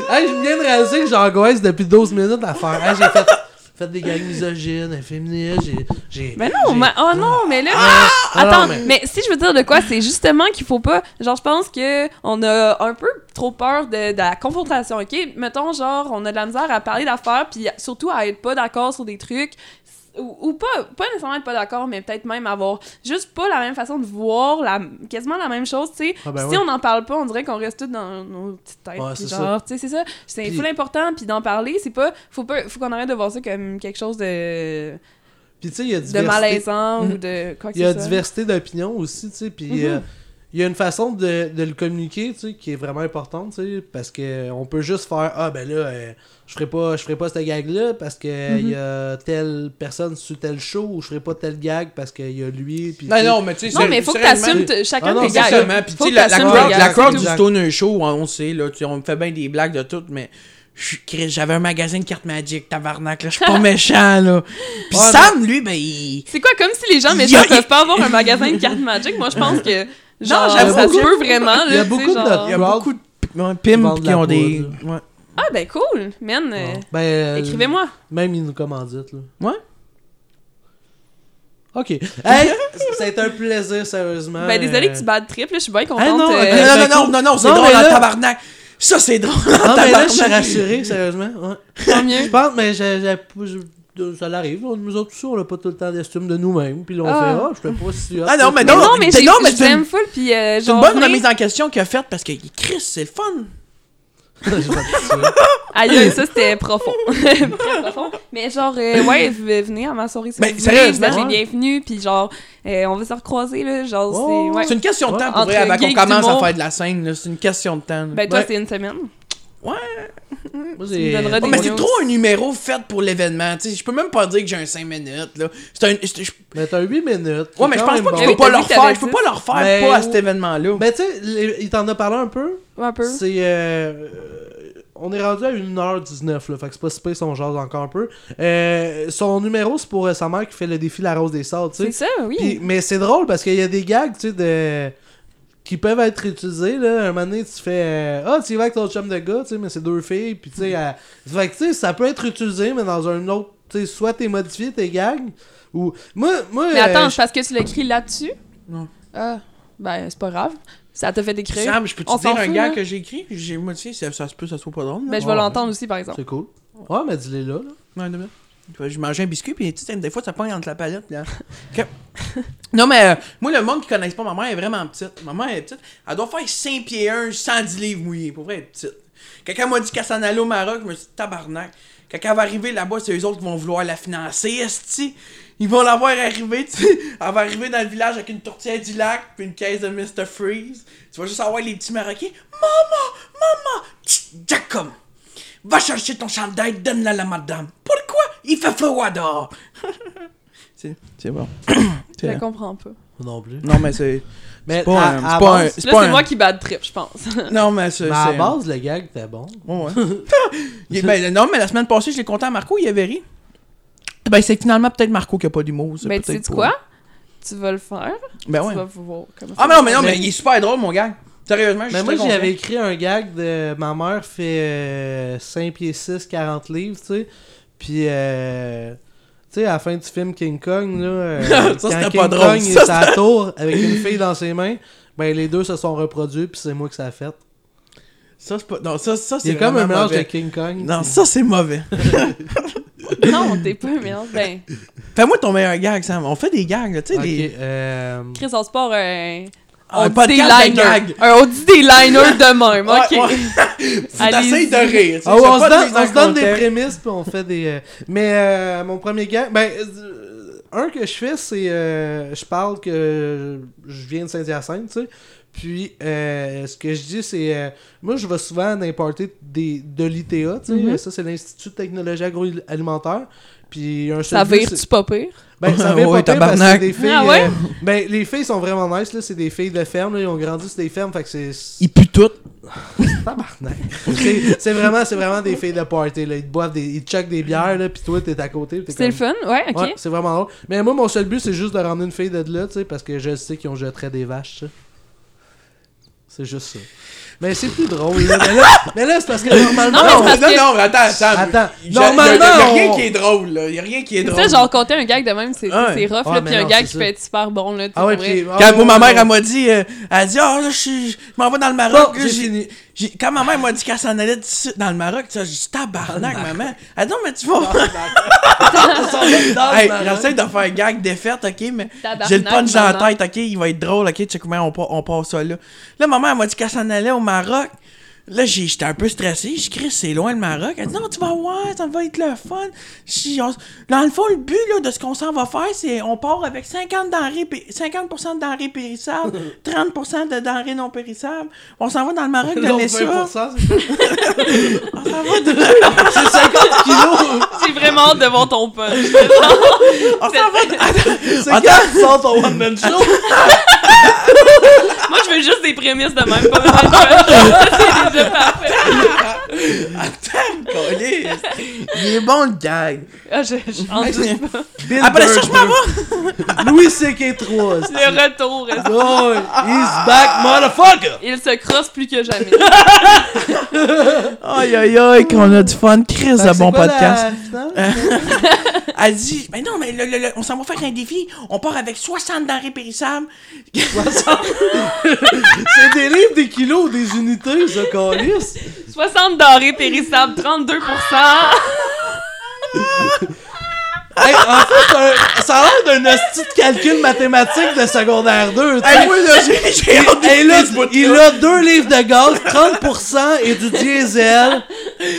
Speaker 3: hey, je viens de réaliser que j'angoisse depuis 12 minutes à faire. Hey, j'ai fait, fait des gangs misogynes, féministes, j'ai... j'ai
Speaker 4: Mais non,
Speaker 3: j'ai-
Speaker 4: ma- oh non, mais là.
Speaker 3: Ah, non,
Speaker 4: Attends,
Speaker 3: mais-
Speaker 4: mais si je veux dire de quoi, c'est justement qu'il faut pas. Genre, je pense que on a un peu trop peur de, de la confrontation, ok? Mettons, genre, on a de la misère à parler d'affaires, puis surtout à être pas d'accord sur des trucs. Ou, ou pas, pas nécessairement être pas d'accord, mais peut-être même avoir juste pas la même façon de voir, la, quasiment la même chose, tu sais.
Speaker 3: Ah ben
Speaker 4: si
Speaker 3: oui.
Speaker 4: on n'en parle pas, on dirait qu'on reste tous dans nos petites têtes.
Speaker 3: Ouais,
Speaker 4: puis
Speaker 3: c'est
Speaker 4: genre, tu sais, c'est ça. C'est
Speaker 3: Puis-
Speaker 4: full important, puis d'en parler, c'est pas. Faut, pas, faut qu'on arrête de voir ça comme quelque chose de,
Speaker 3: Puis tu sais, il y a
Speaker 4: de
Speaker 3: diversité.
Speaker 4: malaisant ou de
Speaker 2: Hmm.
Speaker 4: quoi que
Speaker 3: Il y a
Speaker 4: ce soit.
Speaker 3: diversité d'opinions aussi, tu sais, puis
Speaker 4: Mhm.
Speaker 3: euh, il y a une façon de, de le communiquer, tu sais, qui est vraiment importante, tu sais, parce que euh, on peut juste faire ah ben là, euh, je ferai pas, je ferai pas cette gag là parce que euh,
Speaker 4: Mhm.
Speaker 3: il y a telle personne sur tel show ou je ferai pas tel gag parce qu'il y a lui. Puis tu sais,
Speaker 2: mais tu
Speaker 4: Ben Non, mais faut que t'assumes t- chacun
Speaker 3: Ah non,
Speaker 4: tes
Speaker 3: c'est
Speaker 4: gags.
Speaker 3: ça,
Speaker 2: Exactement. Puis
Speaker 4: Faut
Speaker 2: tu sais,
Speaker 4: que
Speaker 2: la, la
Speaker 4: t'assumes
Speaker 2: crowd,
Speaker 4: tes gags,
Speaker 2: la
Speaker 4: c'est
Speaker 2: crowd
Speaker 4: tout.
Speaker 2: du Stoner Show, hein, on on sait, là, tu sais, on me fait bien des blagues de tout, mais je suis- Chris, j'avais un magasin de cartes Magic, tabarnak, là, je suis pas méchant, là. Puis
Speaker 3: Ouais,
Speaker 2: Sam, lui, ben, il...
Speaker 4: C'est quoi, comme si les gens, mais
Speaker 2: Il y a-
Speaker 4: ils peuvent pas avoir un magasin de cartes Magic? Moi, je pense que. Genre,
Speaker 2: j'avoue,
Speaker 4: ça se
Speaker 2: j'avoue.
Speaker 4: peut vraiment.
Speaker 3: Il y a
Speaker 4: là, tu sais,
Speaker 3: beaucoup de-
Speaker 4: genre-
Speaker 2: il y a
Speaker 3: Crowd,
Speaker 2: beaucoup de ouais,
Speaker 3: ils vendent
Speaker 2: pimps
Speaker 3: de
Speaker 2: qui
Speaker 3: la
Speaker 2: ont
Speaker 3: poudre,
Speaker 2: des...
Speaker 3: là.
Speaker 2: Ouais.
Speaker 4: Ah, ben cool, man. euh,
Speaker 3: ben, euh,
Speaker 4: Écrivez-moi.
Speaker 3: Même ils nous commanditent là.
Speaker 2: Ouais.
Speaker 3: Ok. Hey, c'est un plaisir sérieusement.
Speaker 4: Ben, désolé
Speaker 3: euh,
Speaker 4: que tu battes triple, je suis bien contente.
Speaker 3: Ah non,
Speaker 4: euh,
Speaker 3: ok.
Speaker 2: Non, non,
Speaker 3: ben,
Speaker 2: non,
Speaker 3: cool.
Speaker 2: non, non, c'est
Speaker 3: Non,
Speaker 2: drôle
Speaker 3: mais
Speaker 2: en
Speaker 3: là-
Speaker 2: tabarnak. Ça, c'est drôle en
Speaker 3: Ah, mais là, je suis
Speaker 2: tabarnak.
Speaker 3: rassuré, sérieusement. Ouais.
Speaker 4: Tant mieux.
Speaker 3: Je pense, mais j'ai- j'ai- je- ça l'arrive. Nous autres, aussi, on n'a pas tout le temps d'estime de nous-mêmes. Puis là, on
Speaker 4: Ah.
Speaker 3: fait, ah, je fais pas si. hot.
Speaker 2: Ah non, mais
Speaker 4: Mais
Speaker 2: non,
Speaker 4: non, mais
Speaker 2: t'es-
Speaker 4: j'ai-
Speaker 2: non, mais
Speaker 4: je
Speaker 2: c'est une-
Speaker 4: t'aime full, puis euh,
Speaker 2: C'est une
Speaker 4: genre.
Speaker 2: bonne
Speaker 4: venez-
Speaker 2: remise en question qu'il a faite parce que Chris, c'est le fun.
Speaker 3: J'ai pas dit ça.
Speaker 4: Aïe, aïe, ça c'était profond. Très profond. Mais genre, euh, ouais, v- venez à ma soirée si
Speaker 2: Ben,
Speaker 4: vous voulez, vous
Speaker 2: sérieusement,
Speaker 4: êtes les
Speaker 3: ouais.
Speaker 4: bienvenus, puis genre, euh, on va se recroiser, là, genre,
Speaker 3: Oh,
Speaker 4: c'est...
Speaker 2: C'est
Speaker 4: Ouais.
Speaker 2: une question de temps pour
Speaker 4: Entre
Speaker 2: vrai, avant qu'on
Speaker 4: geeks
Speaker 2: commence à
Speaker 4: d'humour.
Speaker 2: faire de la scène. là. C'est une question de temps. là.
Speaker 4: Ben toi,
Speaker 2: Ouais.
Speaker 4: c'est une semaine.
Speaker 3: Moi,
Speaker 4: Tu me
Speaker 3: j'ai-
Speaker 4: donneras
Speaker 2: Oh,
Speaker 4: des
Speaker 2: mais c'est
Speaker 4: news.
Speaker 2: trop un numéro fait pour l'événement. tu sais. Je peux même pas dire que j'ai un 5 minutes. Là. C'est un, c'est- je-
Speaker 3: Mais t'as 8 minutes.
Speaker 2: Ouais, mais je pense pas que je
Speaker 4: Mais oui,
Speaker 2: peux pas
Speaker 4: t'as
Speaker 2: le
Speaker 4: vu que t'avais
Speaker 2: refaire. Je peux
Speaker 4: dit. Ben,
Speaker 2: pas le refaire
Speaker 3: Mais-
Speaker 2: pas à cet événement-là.
Speaker 3: Mais tu sais, les- il t'en a parlé un peu.
Speaker 4: Un peu.
Speaker 3: C'est. euh, euh, on est rendu à 1h19, là. Fait que c'est pas si pire si on jase encore un peu. Euh, son numéro, c'est pour euh, sa mère qui fait le défi La Rose des Sables, tu sais.
Speaker 4: C'est ça, oui.
Speaker 3: Puis- mais c'est drôle parce qu'il y a des gags, tu sais, de... qui peuvent être utilisés, là. Un moment donné, tu fais... euh, Ah, tu y vas avec ton chum de gars, tu sais, mais c'est deux filles, puis tu sais...
Speaker 4: Mm.
Speaker 3: elle- Fait que, tu sais, ça peut être utilisé, mais dans un autre... Tu sais, soit t'es modifié tes gags, ou... Moi, moi...
Speaker 4: Mais
Speaker 3: euh,
Speaker 4: attends,
Speaker 3: je-
Speaker 4: c'est parce que tu l'écris là-dessus?
Speaker 2: Non.
Speaker 4: Ah, ben c'est pas grave. Ça t'a fait écrire.
Speaker 2: Sam, je peux
Speaker 4: On
Speaker 2: te
Speaker 4: s'en
Speaker 2: dire un
Speaker 4: fout,
Speaker 2: gars
Speaker 4: là.
Speaker 2: que j'ai écrit? J'ai modifié, ça, ça se peut, ça soit pas drôle. là.
Speaker 4: Ben je vais
Speaker 3: Ouais.
Speaker 4: l'entendre aussi, par exemple.
Speaker 3: C'est cool. Ouais, mais dis-les là, là.
Speaker 2: Ouais, deux minutes. Tu vois, Je mangeais un biscuit, puis tu sais, des fois, ça pogne entre la palette. Là. Ok. Non, mais euh, moi, le monde qui connaisse pas ma mère est vraiment petite. Ma mère est petite. Elle doit faire 5 pieds 1, 110 livres mouillés. Pour vrai, elle est petite. Quelqu'un m'a dit qu'elle s'en allait au Maroc, je me suis dit, tabarnak. Quand elle va arriver là-bas, c'est eux autres qui vont vouloir la financer, esti. Ils vont la voir arriver, tu sais. Elle va arriver dans le village avec une tourtière du lac, puis une caisse de Mr. Freeze. Tu vas juste avoir les petits Marocains. Maman! Maman! Tch, Jacob! Va chercher ton chandail, donne-la à la madame. Pourquoi? Il fait froid dehors! c'est c'est bon.
Speaker 4: Je
Speaker 2: C'est-
Speaker 4: la comprends pas.
Speaker 3: Moi Non plus.
Speaker 2: non, mais c'est.
Speaker 3: Mais
Speaker 2: C'est pas
Speaker 3: à-
Speaker 2: un-
Speaker 3: à
Speaker 2: c'est pas un-
Speaker 3: base-
Speaker 4: Là,
Speaker 2: pas
Speaker 4: c'est
Speaker 2: un-
Speaker 4: moi qui bad trip, je pense.
Speaker 2: Non, mais c'est.
Speaker 3: mais Bah, à
Speaker 2: c'est-
Speaker 3: base, le gag était bon.
Speaker 2: Ouais, ouais. Il- ben, non, mais la semaine passée, je l'ai compté à Marco, il avait ri. Ben, c'est finalement peut-être Marco qui a pas d'humour. c'est
Speaker 4: Mais Ben, tu
Speaker 2: peut-être
Speaker 4: sais
Speaker 2: pas-
Speaker 4: quoi? Tu vas le faire.
Speaker 2: Ben
Speaker 4: Tu
Speaker 2: ouais.
Speaker 4: vas Ben, voir comment ça
Speaker 2: Ah, mais non, mais non,
Speaker 4: va.
Speaker 2: mais il est super drôle, mon gars. Sérieusement, je suis
Speaker 3: Mais Ben, moi,
Speaker 2: très content.
Speaker 3: j'avais écrit un gag de ma mère fait euh, 5 pieds 6, 40 livres, tu sais. Puis, euh, tu sais, à la fin du film King Kong, là, euh,
Speaker 2: Ça,
Speaker 3: quand
Speaker 2: c'était
Speaker 3: King
Speaker 2: pas drôle,
Speaker 3: Kong
Speaker 2: ça,
Speaker 3: est à la tour avec une fille dans ses mains, ben les deux se sont reproduits, puis c'est moi que ça a fait.
Speaker 2: Ça, c'est pas. Non, ça, ça
Speaker 3: C'est
Speaker 2: c'est.
Speaker 3: comme un
Speaker 2: vraiment
Speaker 3: mélange de
Speaker 2: mauvais.
Speaker 3: King Kong.
Speaker 2: Non, ça, c'est mauvais.
Speaker 4: Non, t'es pas mélange. Ben,
Speaker 2: Fais-moi ton meilleur gag, Sam. On fait des gags, là, tu sais.
Speaker 3: Ok,
Speaker 2: Des...
Speaker 3: euh,
Speaker 4: Chris, on se part euh, un...
Speaker 2: Un
Speaker 4: on dit
Speaker 2: podcast de
Speaker 4: des
Speaker 2: gags.
Speaker 4: liners. Un, on dit des liners de même, ok.
Speaker 2: Ouais, ouais. Faut
Speaker 4: Allez-y.
Speaker 2: t'essayes de rire. tu sais,
Speaker 3: Ah ouais,
Speaker 2: c'est pas
Speaker 3: on, se
Speaker 2: de
Speaker 3: donne,
Speaker 2: mise
Speaker 3: on
Speaker 2: en
Speaker 3: se donne des
Speaker 2: contexte.
Speaker 3: prémices puis on fait des. euh, Mais euh, mon premier gag, ben euh, un que je fais, c'est euh, je parle que je viens de Saint-Hyacinthe, tu sais. Puis euh, ce que je dis, c'est euh, moi je vais souvent importer des de l'ITA, tu sais.
Speaker 4: Mhm.
Speaker 3: Ça c'est l'Institut de technologie agroalimentaire. Puis un seul
Speaker 4: Ça
Speaker 3: but,
Speaker 4: vire-tu
Speaker 3: c'est-
Speaker 4: pas pire?
Speaker 3: ben, ça vire
Speaker 2: Ouais,
Speaker 3: pas pire parce que c'est
Speaker 2: tabarnak.
Speaker 3: des filles.
Speaker 4: Ah ouais?
Speaker 3: euh, ben, les filles sont vraiment nice, là. C'est des filles de ferme, là. Ils ont grandi sur des fermes, fait que c'est.
Speaker 2: Ils puent tout.
Speaker 3: Tabarnak. C'est c'est vraiment, c'est vraiment des filles de party. Là. Ils te boivent, des, ils te chuckent des bières, là, pis toi, t'es à côté. pis t'es
Speaker 4: C'était le
Speaker 3: comme-
Speaker 4: fun? Ouais, ok.
Speaker 3: Ouais, c'est vraiment drôle. Mais moi, mon seul but, c'est juste de ramener une fille de là, tu sais, parce que je sais qu'ils ont jeté des vaches, ça. C'est juste ça. Mais c'est plus drôle, là. Mais là, mais là, c'est parce que normalement.
Speaker 4: Non, mais Ah, c'est parce
Speaker 2: non,
Speaker 4: que-
Speaker 2: non, attends, Sam.
Speaker 3: Attends,
Speaker 2: Y a- y a-
Speaker 3: normalement.
Speaker 2: y a rien
Speaker 3: on-
Speaker 2: qui est drôle, là. Y a rien qui est
Speaker 4: Tu
Speaker 2: drôle.
Speaker 4: sais, genre, compter un gag de même, c'est
Speaker 2: Ouais.
Speaker 4: c'est rough,
Speaker 3: Ouais,
Speaker 4: là,
Speaker 3: mais
Speaker 4: puis un
Speaker 3: non,
Speaker 4: gag
Speaker 3: c'est
Speaker 4: qui
Speaker 3: ça.
Speaker 4: peut être super bon, là, tu sais,
Speaker 3: Ah ouais,
Speaker 4: pour vrai.
Speaker 3: puis. ah
Speaker 2: Quand moi,
Speaker 3: ouais,
Speaker 2: ma mère,
Speaker 3: ouais.
Speaker 2: elle m'a dit, euh, elle a dit, ah, là, je, suis- je m'en vais dans le Maroc.
Speaker 3: Bon,
Speaker 2: là,
Speaker 3: j'ai
Speaker 2: j'ai-
Speaker 3: fini.
Speaker 2: j'ai- Quand ma mère m'a dit qu'elle s'en allait d'ici- dans le Maroc, tu sais, j'ai dit, tabarnak, maman. Elle dit, non, mais tu vas. Hey, j'essaie de faire gag défaite, ok, mais
Speaker 4: Tabarnak,
Speaker 2: j'ai le punch dans
Speaker 4: maman.
Speaker 2: la tête, ok, il va être drôle, ok, tu sais comment on, pa- on passe ça là. Là, maman, elle m'a dit qu'elle s'en allait au Maroc. Là, j'ai- j'étais un peu stressé. Je crie, c'est loin le Maroc. Elle dit, non, tu vas voir, ça va être le fun. J'ai- on- dans le fond, le but là, de ce qu'on s'en va faire, c'est on part avec 50, denrées pé- 50 de denrées périssables, 30 de denrées non périssables. On s'en va dans le Maroc de
Speaker 3: L'autre
Speaker 2: l'Essa.
Speaker 3: 20%, c'est-
Speaker 2: On s'en va de-
Speaker 3: c'est 50 kilos!
Speaker 4: J'ai vraiment hâte de voir ton punch.
Speaker 2: on s'en va de-
Speaker 3: C'est
Speaker 2: Attends.
Speaker 3: 40 sans ton one-man show!
Speaker 4: Moi, je veux juste des prémices de même, pas besoin de punch. Ça, c'est déjà parfait.
Speaker 2: Attends, câlisse. Il est bon le gag.
Speaker 4: Ah, je, je, en doute pas.
Speaker 3: Bill
Speaker 2: Après ça, je
Speaker 3: Burton.
Speaker 2: m'en vais.
Speaker 3: Louis CK 3.
Speaker 4: Le retour, est-
Speaker 3: Oh, he's back, motherfucker!
Speaker 4: il se crosse plus que jamais.
Speaker 2: Aïe aïe aïe, qu'on a du fun, Chris de bon podcast.
Speaker 3: La...
Speaker 2: Elle dit, mais non, mais le- le- le- on s'en va faire un défi, on part avec 60 denrées périssables.
Speaker 3: C'est des livres, des kilos, des unités, ça, calice.
Speaker 4: 60 denrées périssables, 32%.
Speaker 3: Hey, en fait, c'est un- ça a l'air d'un hostie de calcul mathématique de secondaire 2. tu sais.
Speaker 2: Hey, moi, là, j'ai j'ai hâte
Speaker 3: Hey, là,
Speaker 2: d'écouter ce bout-là.
Speaker 3: il a deux livres de gaz, 30% et du diesel.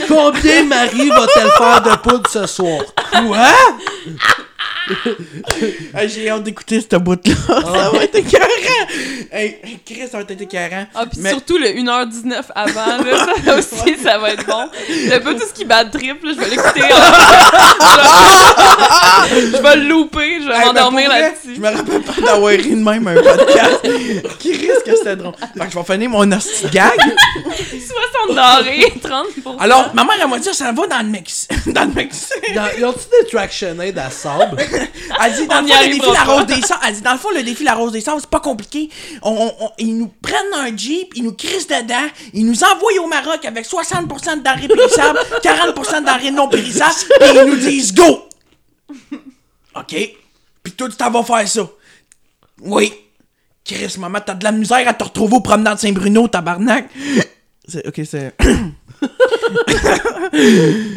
Speaker 3: Combien Marie va-t-elle faire de poudre ce soir? hein?
Speaker 2: Quoi? Hey, j'ai hâte d'écouter ce bout-là. Ça va être écœurant. Hey, hey, Chris, ça va être écœurant.
Speaker 4: Ah, puis
Speaker 2: Mais-
Speaker 4: surtout le 1h19 avant, là, ça aussi, ça va être bon. C'est un peu tout ce qui bad trip, là, je vais l'écouter. en- je vais le louper, je vais
Speaker 2: Hey, mais
Speaker 4: m'endormir
Speaker 2: pour vrai,
Speaker 4: là-dessus.
Speaker 2: Je me rappelle pas d'avoir ri de même un podcast. Qui risque que c'était drôle? Fait que je vais finir mon hostie de gag.
Speaker 4: 60 dorés, 30 pour
Speaker 2: Alors, ma mère, elle m'a dit, ça va dans le Mexique. dans le Mexique.
Speaker 3: Dans- Ils ont-tu des Traction Aid à sable?
Speaker 2: Elle dit, dans
Speaker 4: On
Speaker 2: le
Speaker 4: y
Speaker 2: fond, le défi
Speaker 4: arrivera
Speaker 2: la
Speaker 4: pas.
Speaker 2: rose des sables. Elle dit, dans le fond, le défi la rose des sables, c'est pas compliqué. On, on- on- ils nous prennent un Jeep, ils nous crissent dedans, ils nous envoient au Maroc avec 60% de denrées périssables, 40% de denrées non périssables, et ils nous disent go! OK. Puis toi, tu t'en vas faire ça. Oui. Chris, maman, t'as de la misère à te retrouver au promenade Saint-Bruno, tabarnak. C'est- OK, c'est... c'est...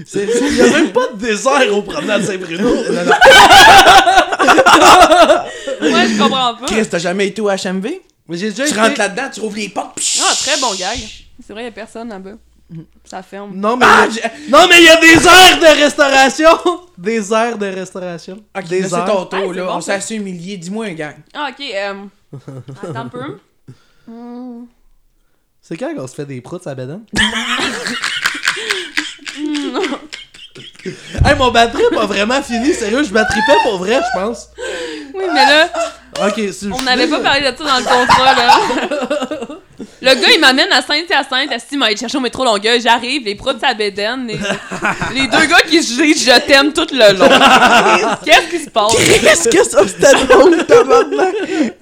Speaker 2: c'est-
Speaker 3: Il y a même pas de désert au promenade Saint-Bruno.
Speaker 4: Moi, je comprends pas.
Speaker 2: Chris, t'as jamais été au HMV?
Speaker 3: Mais j'ai déjà
Speaker 2: Tu
Speaker 3: été-
Speaker 2: rentres là-dedans, tu ouvres les portes, pis-
Speaker 4: Ah, très bon gag. C'est vrai, il y a personne là-bas.
Speaker 2: Mm.
Speaker 4: Ça ferme.
Speaker 3: Non, mais
Speaker 2: Ah,
Speaker 3: il y a-
Speaker 2: j'ai-
Speaker 3: non, mais il y a des heures de restauration! Des heures de restauration.
Speaker 2: Ok,
Speaker 3: des
Speaker 2: là, Ah, c'est
Speaker 3: heures.
Speaker 2: ton tour,
Speaker 4: Hey, c'est
Speaker 2: là.
Speaker 4: bon,
Speaker 2: on s'est assez humilié. Dis-moi un gang.
Speaker 4: Ah, ok, euh... Attends un peu. Hmm.
Speaker 3: C'est quand qu'on se fait des proutes à Bédane? hey, mon batterie a vraiment fini, sérieux, je battripais pour vrai, je pense.
Speaker 4: Oui, mais là,
Speaker 3: Ok, c'est-
Speaker 4: on n'avait pas parlé de ça dans le contrat, là. Le gars, il m'amène à Sainte-Hyacinthe, à il m'a été chercher au métro Longueuil, j'arrive, les pros de sa bédaine, les, les deux gars qui se disent « je t'aime » tout le long. Qu'est-ce qui se passe?
Speaker 2: Qu'est-ce que ça, c'était drôle, tabarnak?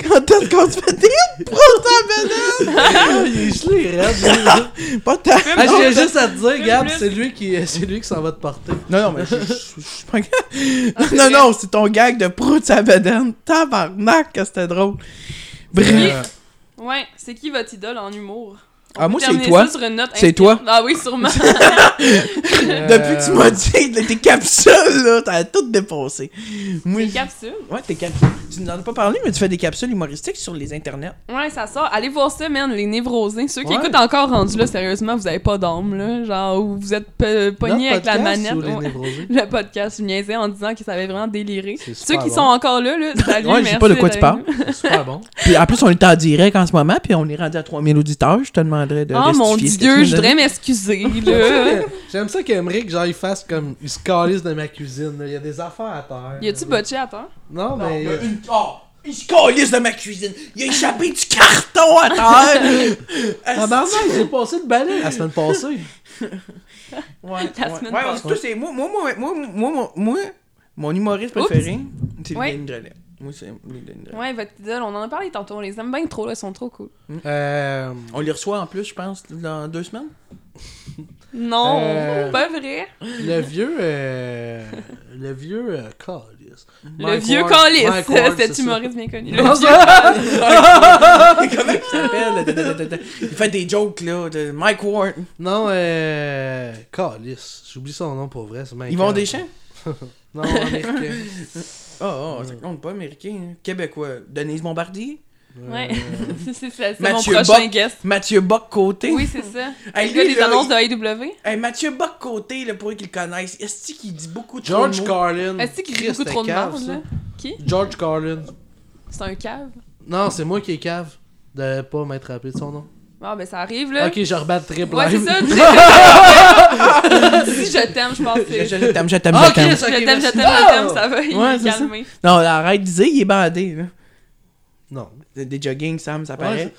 Speaker 2: Quand est-ce qu'on se fait des proutes
Speaker 3: Ah, il est gelé, raide.
Speaker 2: Pas tant.
Speaker 3: Ah, j'ai juste à te dire,
Speaker 4: Plus,
Speaker 3: Gab,
Speaker 4: plus.
Speaker 3: c'est lui qui, c'est lui qui s'en va te porter.
Speaker 2: Non, non, mais je je- je suis pas... Non, non, c'est ton gag de proutes à bedaine. Tabarnak, que c'était drôle.
Speaker 4: Oui.
Speaker 2: Bref.
Speaker 4: Ouais, c'est qui votre idole en humour?
Speaker 2: Ah, moi, c'est
Speaker 4: Terminez
Speaker 2: toi.
Speaker 4: ça sur une note
Speaker 2: C'est
Speaker 4: inquiète.
Speaker 2: toi.
Speaker 4: Ah oui, sûrement.
Speaker 2: Euh,
Speaker 3: Euh,
Speaker 2: Depuis que tu m'as dit que tes capsules, là, t'as tout dépassé. Moi,
Speaker 4: Une
Speaker 2: je-
Speaker 4: capsule.
Speaker 2: Ouais, tes capsules. Tu nous en as pas parlé, mais tu fais des capsules humoristiques sur les internets.
Speaker 4: Ouais, ça sort. Allez voir ça, man, les névrosés. Ceux qui
Speaker 3: Ouais.
Speaker 4: écoutent encore rendu là, sérieusement, vous avez pas d'âme, là. Genre, ou vous êtes pe- pognés avec
Speaker 3: Notre
Speaker 4: la
Speaker 3: podcast
Speaker 4: manette.
Speaker 3: ou les
Speaker 4: Ouais.
Speaker 3: névrosés?
Speaker 4: Le podcast, je niaisais en disant qu'ils savaient vraiment déliré.
Speaker 3: C'est
Speaker 4: Ceux
Speaker 3: super
Speaker 4: qui
Speaker 3: bon.
Speaker 4: sont encore là, là, salut,
Speaker 2: Ouais, je sais pas de
Speaker 4: merci
Speaker 2: quoi tu
Speaker 4: d'être
Speaker 2: parles.
Speaker 4: venu.
Speaker 3: C'est super bon.
Speaker 2: Puis en plus, on est en direct en ce moment, puis on est rendu à 3000 auditeurs. Je te demanderais de.
Speaker 4: Oh mon
Speaker 2: rectifier ce que tu nous
Speaker 4: dieu, je
Speaker 2: as dit.
Speaker 4: voudrais m'excuser, là.
Speaker 3: J'aime
Speaker 4: Euh.
Speaker 3: ça que- J'aime ça qu'Emeric, genre, il fasse comme. Il se calisse de ma cuisine, là. Il y a des affaires à terre.
Speaker 4: Y a-tu botché à temps?
Speaker 3: Non,
Speaker 2: Non,
Speaker 3: mais. euh,
Speaker 2: il y a une- oh, il se calisse de ma cuisine. Il a échappé du carton à terre.
Speaker 3: Ah, Tabarnak, j'ai passé le balai la semaine passée.
Speaker 2: Ouais,
Speaker 4: La
Speaker 2: ouais.
Speaker 4: semaine
Speaker 2: Ouais,
Speaker 4: passée.
Speaker 2: tout, c'est- moi, moi, moi, moi, moi, moi, moi, mon humoriste
Speaker 4: Oups.
Speaker 2: préféré, c'est
Speaker 4: Ouais.
Speaker 2: Liliane Drolet. Moi, c'est Liliane Drolet.
Speaker 4: Ouais, votre idole, on en a parlé tantôt, on les aime bien trop, là, ils sont trop cool.
Speaker 3: Euh.
Speaker 2: On les reçoit en plus, je pense, dans deux semaines.
Speaker 4: Non,
Speaker 3: Euh.
Speaker 4: pas vrai.
Speaker 3: Le vieux. euh, Le vieux. euh, Calisse.
Speaker 4: Le
Speaker 3: Mike
Speaker 4: vieux
Speaker 3: Ward-
Speaker 4: calice,
Speaker 3: Mike Ward, c'est
Speaker 4: cet
Speaker 3: ça.
Speaker 4: humoriste bien connu.
Speaker 3: Non,
Speaker 4: Le vieux Ah,
Speaker 2: Comment il s'appelle Il fait des jokes, là, de Mike Ward.
Speaker 3: Non, euh. Calisse. J'oublie son nom pour vrai. c'est bien
Speaker 2: Ils vont
Speaker 3: calme.
Speaker 2: des champs?
Speaker 3: Non, américain.
Speaker 2: Ah, oh, ça compte pas américain. hein. Québécois. Denise Bombardier.
Speaker 4: Ouais, c'est c'est ça, c'est mon
Speaker 2: Mathieu
Speaker 4: prochain
Speaker 2: Bock.
Speaker 4: guest.
Speaker 2: Mathieu Bock-Côté.
Speaker 4: Oui, c'est ça.
Speaker 2: Hey,
Speaker 4: le gars
Speaker 2: lui,
Speaker 4: des
Speaker 2: là,
Speaker 4: annonces
Speaker 2: il-
Speaker 4: de AEW.
Speaker 2: Hey, Mathieu Bock-Côté, là, pour eux qui le connaissent, est-ce qu'il dit beaucoup de
Speaker 3: George
Speaker 2: mots?
Speaker 3: Carlin.
Speaker 4: Est-ce qu'il dit
Speaker 3: Christ,
Speaker 4: beaucoup trop de
Speaker 3: t'es cave,
Speaker 4: marge,
Speaker 3: ça.
Speaker 4: là? Qui?
Speaker 3: George Carlin.
Speaker 4: C'est un cave?
Speaker 3: Non, c'est moi qui est cave de pas m'être rappelé de son nom.
Speaker 4: Ah, ben ça arrive, là.
Speaker 3: Ok, je rebats triple
Speaker 4: Ouais, c'est
Speaker 3: live.
Speaker 4: ça. tu sais. si je t'aime, je pense que
Speaker 2: Je,
Speaker 4: c'est...
Speaker 2: je t'aime, je t'aime,
Speaker 3: Ah,
Speaker 2: je t'aime.
Speaker 3: Chris!
Speaker 4: Je t'aime, je t'aime,
Speaker 3: Ah!
Speaker 4: je t'aime, ça va, il
Speaker 2: Ouais,
Speaker 4: est
Speaker 2: c'est ça.
Speaker 4: calmé.
Speaker 2: Non, arrête de dire, il est bandé, là.
Speaker 3: Non.
Speaker 2: Des- Des jogging, Sam, ça
Speaker 3: Ouais,
Speaker 2: paraît.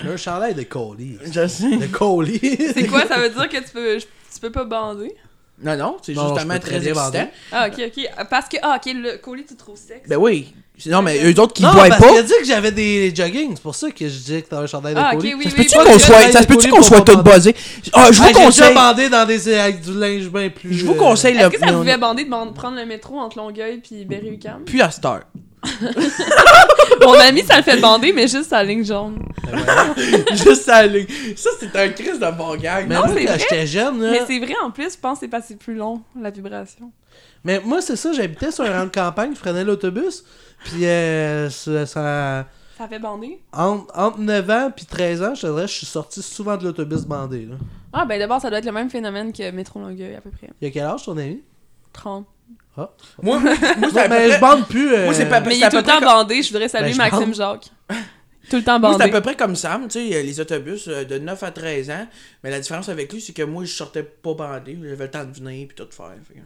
Speaker 3: Elle a un chandail de Coley.
Speaker 2: je sais.
Speaker 3: De Coley.
Speaker 4: C'est quoi, ça veut dire que tu peux, je- tu peux pas bander?
Speaker 2: Non, non, c'est
Speaker 3: Non, je
Speaker 2: justement
Speaker 3: peux très
Speaker 2: très
Speaker 3: bien bander.
Speaker 2: excitant.
Speaker 4: Ah, ok, ok. Parce que, ah, ok, le colis, tu trouves sexe.
Speaker 2: Ben oui. Non, mais
Speaker 4: Ok.
Speaker 2: eux autres qui
Speaker 3: non,
Speaker 2: boivent
Speaker 3: parce
Speaker 2: pas.
Speaker 3: qu'il a dit que j'avais des joggings. C'est pour ça que je disais que t'as un chandail de
Speaker 4: Ah, ok,
Speaker 3: Coley.
Speaker 4: oui,
Speaker 2: Ça se
Speaker 4: oui.
Speaker 2: peut-tu
Speaker 4: pas
Speaker 2: qu'on
Speaker 4: de-
Speaker 2: soit, ça se
Speaker 3: de
Speaker 2: peut-tu
Speaker 3: colis
Speaker 2: qu'on
Speaker 3: pour
Speaker 2: soit
Speaker 3: pas
Speaker 2: tous buzzés? Ah, je vous
Speaker 3: Hey, Ben, j'ai déjà
Speaker 2: conseille.
Speaker 3: bandé dans des, avec du linge bien plus.
Speaker 2: Je vous
Speaker 3: euh,
Speaker 2: conseille
Speaker 4: Est-ce que ça
Speaker 2: le.
Speaker 4: pouvait bander de ban- prendre le métro entre Longueuil puis Berry-UQAM?
Speaker 2: Puis à cette heure.
Speaker 4: Mon ami, ça le fait demander, mais juste sa ligne jaune.
Speaker 2: Juste à aller. Ça, c'est un crise de bon gag.
Speaker 3: euh, Mais
Speaker 4: Non,
Speaker 3: moi,
Speaker 4: c'est
Speaker 3: quand
Speaker 4: vrai.
Speaker 3: j'étais jeune, là,
Speaker 4: Mais c'est vrai, en plus, je pense que c'est passé plus long, la vibration.
Speaker 3: Mais moi, c'est ça, j'habitais sur un rang de campagne, je prenais l'autobus, puis euh, ça, ça-
Speaker 4: Ça fait bander?
Speaker 3: entre, entre 9 ans puis 13 ans, je te dirais, je suis sorti souvent de l'autobus bandé. Là.
Speaker 4: Ah, ben d'abord, ça doit être le même phénomène que Métro Longueuil, à peu près.
Speaker 3: Il y a quel âge ton ami?
Speaker 4: 30.
Speaker 2: Moi, moi, moi, c'est
Speaker 3: Non,
Speaker 2: à peu
Speaker 3: mais
Speaker 2: près-
Speaker 3: je bande plus. euh,
Speaker 2: Moi, c'est pas-
Speaker 4: Mais il
Speaker 2: c'est
Speaker 4: est
Speaker 2: à peu
Speaker 4: tout le
Speaker 2: près
Speaker 4: temps
Speaker 2: comme-
Speaker 4: bandé, je voudrais saluer
Speaker 3: je
Speaker 4: Maxime Jacques. Tout le temps
Speaker 2: Moi, c'est à
Speaker 4: bandé.
Speaker 2: peu près comme Sam, tu sais, les autobus euh, de 9 à 13 ans. Mais la différence avec lui, c'est que moi, je sortais pas bandé. J'avais le temps de venir puis tout faire. fait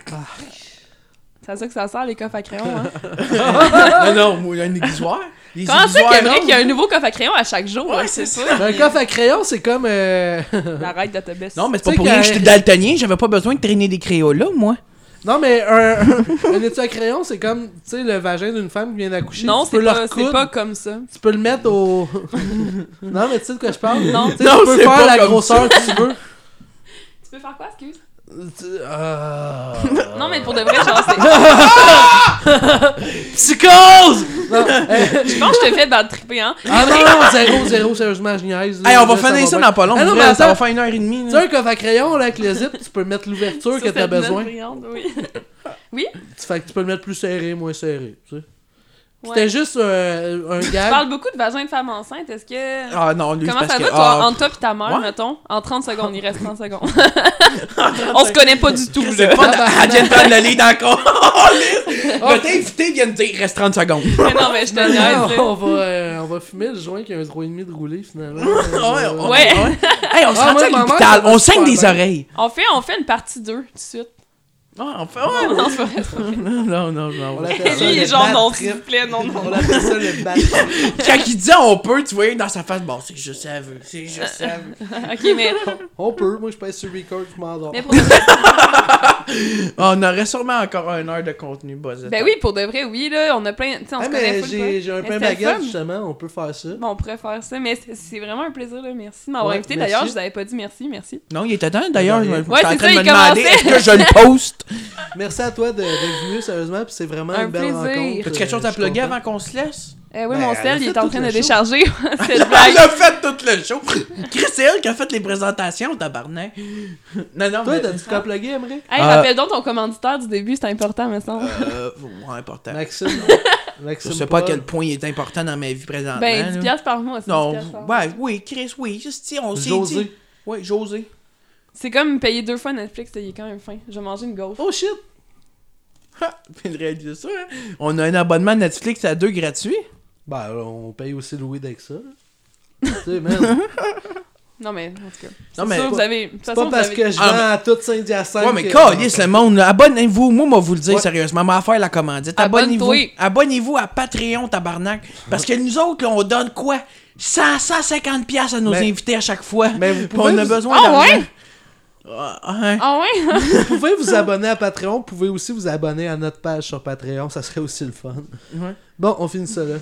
Speaker 2: que-
Speaker 4: C'est à ça que ça sert, les coffres à crayon. Hein.
Speaker 2: non, non, moi, il y a un aiguisoir. Les
Speaker 4: Comment ça
Speaker 2: aiguisoirs,
Speaker 4: qu'il y a-
Speaker 2: non.
Speaker 4: qu'il y a un nouveau coffre à crayon à chaque jour?
Speaker 2: Ouais,
Speaker 4: hein,
Speaker 2: c'est
Speaker 4: tu
Speaker 2: ça.
Speaker 4: sais
Speaker 3: Un coffre à crayon, c'est comme. euh,
Speaker 4: pas? Arrête de te baisser.
Speaker 2: Non, mais c'est pas
Speaker 3: Tu sais
Speaker 2: pour
Speaker 3: que-
Speaker 2: rien que j'étais daltonien. J'avais pas besoin de traîner des créolas, moi.
Speaker 3: non, mais un, un, un étui à crayon, c'est comme, tu sais, le vagin d'une femme qui vient d'accoucher.
Speaker 4: Non,
Speaker 3: tu peux
Speaker 4: c'est
Speaker 3: le
Speaker 4: pas, c'est
Speaker 3: recoudre,
Speaker 4: pas comme ça.
Speaker 3: Tu peux le mettre au. non, mais tu sais de quoi je parle?
Speaker 4: Non.
Speaker 3: Tu sais,
Speaker 2: Non,
Speaker 3: tu peux
Speaker 2: c'est
Speaker 3: faire
Speaker 2: pas
Speaker 3: la
Speaker 2: comme
Speaker 3: grosseur que tu veux.
Speaker 4: Tu peux faire quoi, excuse?
Speaker 3: Tu- ah.
Speaker 2: Euh,
Speaker 4: Non, mais pour de vrai, genre, c'est...
Speaker 2: Psychose!
Speaker 3: Non, eh,
Speaker 4: je pense que je te fais battre triper, hein?
Speaker 3: Ah non, non, zéro, zéro, sérieusement, je niaise. là,
Speaker 2: Hey, on va
Speaker 3: là,
Speaker 2: finir ça
Speaker 3: bien.
Speaker 2: dans pas long.
Speaker 3: Ah non,
Speaker 2: pour
Speaker 3: mais
Speaker 2: vrai, ça va
Speaker 3: attends.
Speaker 2: faire une heure et demie.
Speaker 3: Tu
Speaker 2: là.
Speaker 3: sais, un coffre à crayon, là, avec le zip, tu peux mettre l'ouverture
Speaker 4: Sur
Speaker 3: que t'as
Speaker 4: cette note
Speaker 3: besoin.
Speaker 4: brillante, oui.
Speaker 3: Tu- Fait que tu peux le mettre plus serré, moins serré, tu sais.
Speaker 4: Ouais.
Speaker 3: C'était juste euh, un
Speaker 4: Tu
Speaker 3: gag.
Speaker 4: parles beaucoup de vagin de femme enceinte, est-ce que...
Speaker 2: Ah non, lui,
Speaker 4: Comment
Speaker 2: c'est parce
Speaker 4: ça
Speaker 2: que...
Speaker 4: va, toi,
Speaker 2: ah,
Speaker 4: entre toi pis ta mère,
Speaker 2: Ouais.
Speaker 4: mettons? En 30 secondes, il reste 30 secondes. On se connaît pas du tout,
Speaker 2: Chris,
Speaker 4: là.
Speaker 2: c'est pas dans- Elle vient de prendre le Oh, lead encore. Votre invité vient de dire reste 30 secondes.
Speaker 4: Mais non, mais je te
Speaker 3: Non,
Speaker 4: niaise,
Speaker 3: non,
Speaker 4: là.
Speaker 3: on, va, euh, on va fumer le joint qui a un 3,5 de roulé, finalement.
Speaker 2: Ouais, on-
Speaker 4: Ouais.
Speaker 2: Hey, on se
Speaker 3: Ah,
Speaker 2: rend
Speaker 3: moi,
Speaker 2: à
Speaker 3: ma mère,
Speaker 2: l'hôpital.
Speaker 3: ça va
Speaker 2: On saigne
Speaker 3: super
Speaker 2: des
Speaker 3: bien.
Speaker 2: oreilles.
Speaker 4: On fait, on fait une partie 2, tout de suite.
Speaker 2: Ah, on fait- ouais.
Speaker 4: Non, c'est pas vrai, c'est pas vrai.
Speaker 2: Non, non, non.
Speaker 3: On l'appelle
Speaker 4: Lui,
Speaker 3: ça
Speaker 4: il
Speaker 3: le
Speaker 4: est genre,
Speaker 3: bad
Speaker 4: non,
Speaker 3: trip.
Speaker 4: s'il vous plaît, non, non.
Speaker 3: On l'appelle ça le bat.
Speaker 2: Quand il dit on peut, tu vois, dans sa face, bon, c'est juste à vous. C'est juste à vous.
Speaker 4: Ok, mais...
Speaker 3: On peut, moi je passe sur record, je m'endors.
Speaker 4: mais pour de vrai-
Speaker 2: Ah, On aurait sûrement encore une heure de contenu, Buzzet.
Speaker 4: ben oui, pour de vrai, oui, là, on a plein... Tu sais, on
Speaker 3: Ah,
Speaker 4: se connaît
Speaker 3: mais
Speaker 4: full
Speaker 3: j'ai j'ai un
Speaker 4: Mais
Speaker 3: pain
Speaker 4: c'était
Speaker 3: baguette,
Speaker 4: fun.
Speaker 3: justement, on peut faire ça.
Speaker 4: Bon, on pourrait faire ça, mais c'est- c'est vraiment un plaisir, là. Merci de m'avoir
Speaker 3: Ouais,
Speaker 4: invité.
Speaker 3: merci.
Speaker 4: D'ailleurs, je vous avais pas dit merci, merci.
Speaker 2: Non, il était temps d'ailleurs.
Speaker 3: Ouais,
Speaker 2: je-
Speaker 3: c'est
Speaker 2: J'étais en
Speaker 4: ça,
Speaker 2: train de
Speaker 4: il
Speaker 2: me demander
Speaker 4: commençait.
Speaker 2: est-ce que je le poste.
Speaker 3: Merci à toi de- d'être venu, sérieusement, puis c'est vraiment
Speaker 4: Un
Speaker 3: une belle
Speaker 4: plaisir.
Speaker 3: rencontre.
Speaker 2: T'as-tu quelque chose à
Speaker 3: Euh, je suis
Speaker 2: plugger
Speaker 3: content.
Speaker 2: avant qu'on se laisse?
Speaker 4: Euh, oui,
Speaker 3: Ben,
Speaker 4: mon
Speaker 3: elle a
Speaker 4: sel, il
Speaker 3: fait
Speaker 4: est en
Speaker 3: tout
Speaker 4: train
Speaker 3: le
Speaker 4: de
Speaker 3: show. Ah,
Speaker 4: décharger cette blague.
Speaker 2: Elle a fait tout le show. Chris, c'est elle qui a fait les présentations, tabarnak. Non, non,
Speaker 3: Toi,
Speaker 2: mais...
Speaker 3: t'as-tu quoi à plugger, Aymeric?
Speaker 4: Hey,
Speaker 2: Euh,
Speaker 4: rappelle donc ton commanditaire du début, c'est important, me semble.
Speaker 2: Euh, ouais, important.
Speaker 3: Maxime.
Speaker 2: Je
Speaker 3: Maxime.
Speaker 2: sais pas à
Speaker 3: Paul.
Speaker 2: quel point il est important dans ma vie
Speaker 3: Ah,
Speaker 2: présentement.
Speaker 4: ben, 10
Speaker 2: là.
Speaker 4: piastres par mois, c'est 10
Speaker 2: Non,
Speaker 4: piastres par mois.
Speaker 2: ouais, oui, Chris, oui, juste, si on s'est dit...
Speaker 3: José.
Speaker 2: Oui, José.
Speaker 4: C'est comme payer deux fois Netflix, il est quand même fin. Je vais manger une gaufre.
Speaker 3: Oh shit!
Speaker 2: Ha, il réalise ça, hein. On a un abonnement Netflix à deux gratuit.
Speaker 3: Ben, là, on paye aussi Louis avec ça. là. tu sais, man.
Speaker 4: Non, mais, en tout cas.
Speaker 2: Non,
Speaker 4: Non,
Speaker 2: mais-
Speaker 4: mais. vous avez. De toute
Speaker 3: C'est
Speaker 4: façon,
Speaker 3: pas
Speaker 4: vous
Speaker 3: parce
Speaker 4: avez-
Speaker 3: que je vends
Speaker 2: Ah,
Speaker 3: à toute Saint-Hyacinthe.
Speaker 2: Ouais, mais
Speaker 3: que-
Speaker 2: calisse le monde, là. abonnez-vous. Moi, moi, vous le dire
Speaker 3: Ouais.
Speaker 2: sérieusement, m'a faire la commandite. Abonnez-vous.
Speaker 4: Abonne-toi.
Speaker 2: Abonnez-vous à Patreon, tabarnak. Parce que nous autres, là, on donne quoi? 100, 150 piastres à nos
Speaker 3: Mais-
Speaker 2: invités à chaque fois.
Speaker 3: Mais vous
Speaker 2: Puis
Speaker 3: pouvez
Speaker 2: on a
Speaker 3: vous-
Speaker 2: besoin
Speaker 4: Ah
Speaker 2: d'argent.
Speaker 4: ouais?
Speaker 2: Ah, hein.
Speaker 4: Ah ouais?
Speaker 3: Vous pouvez vous abonner à Patreon, vous pouvez aussi vous abonner à notre page sur Patreon, ça serait aussi le fun.
Speaker 2: Ouais.
Speaker 3: Bon, on finit ça là.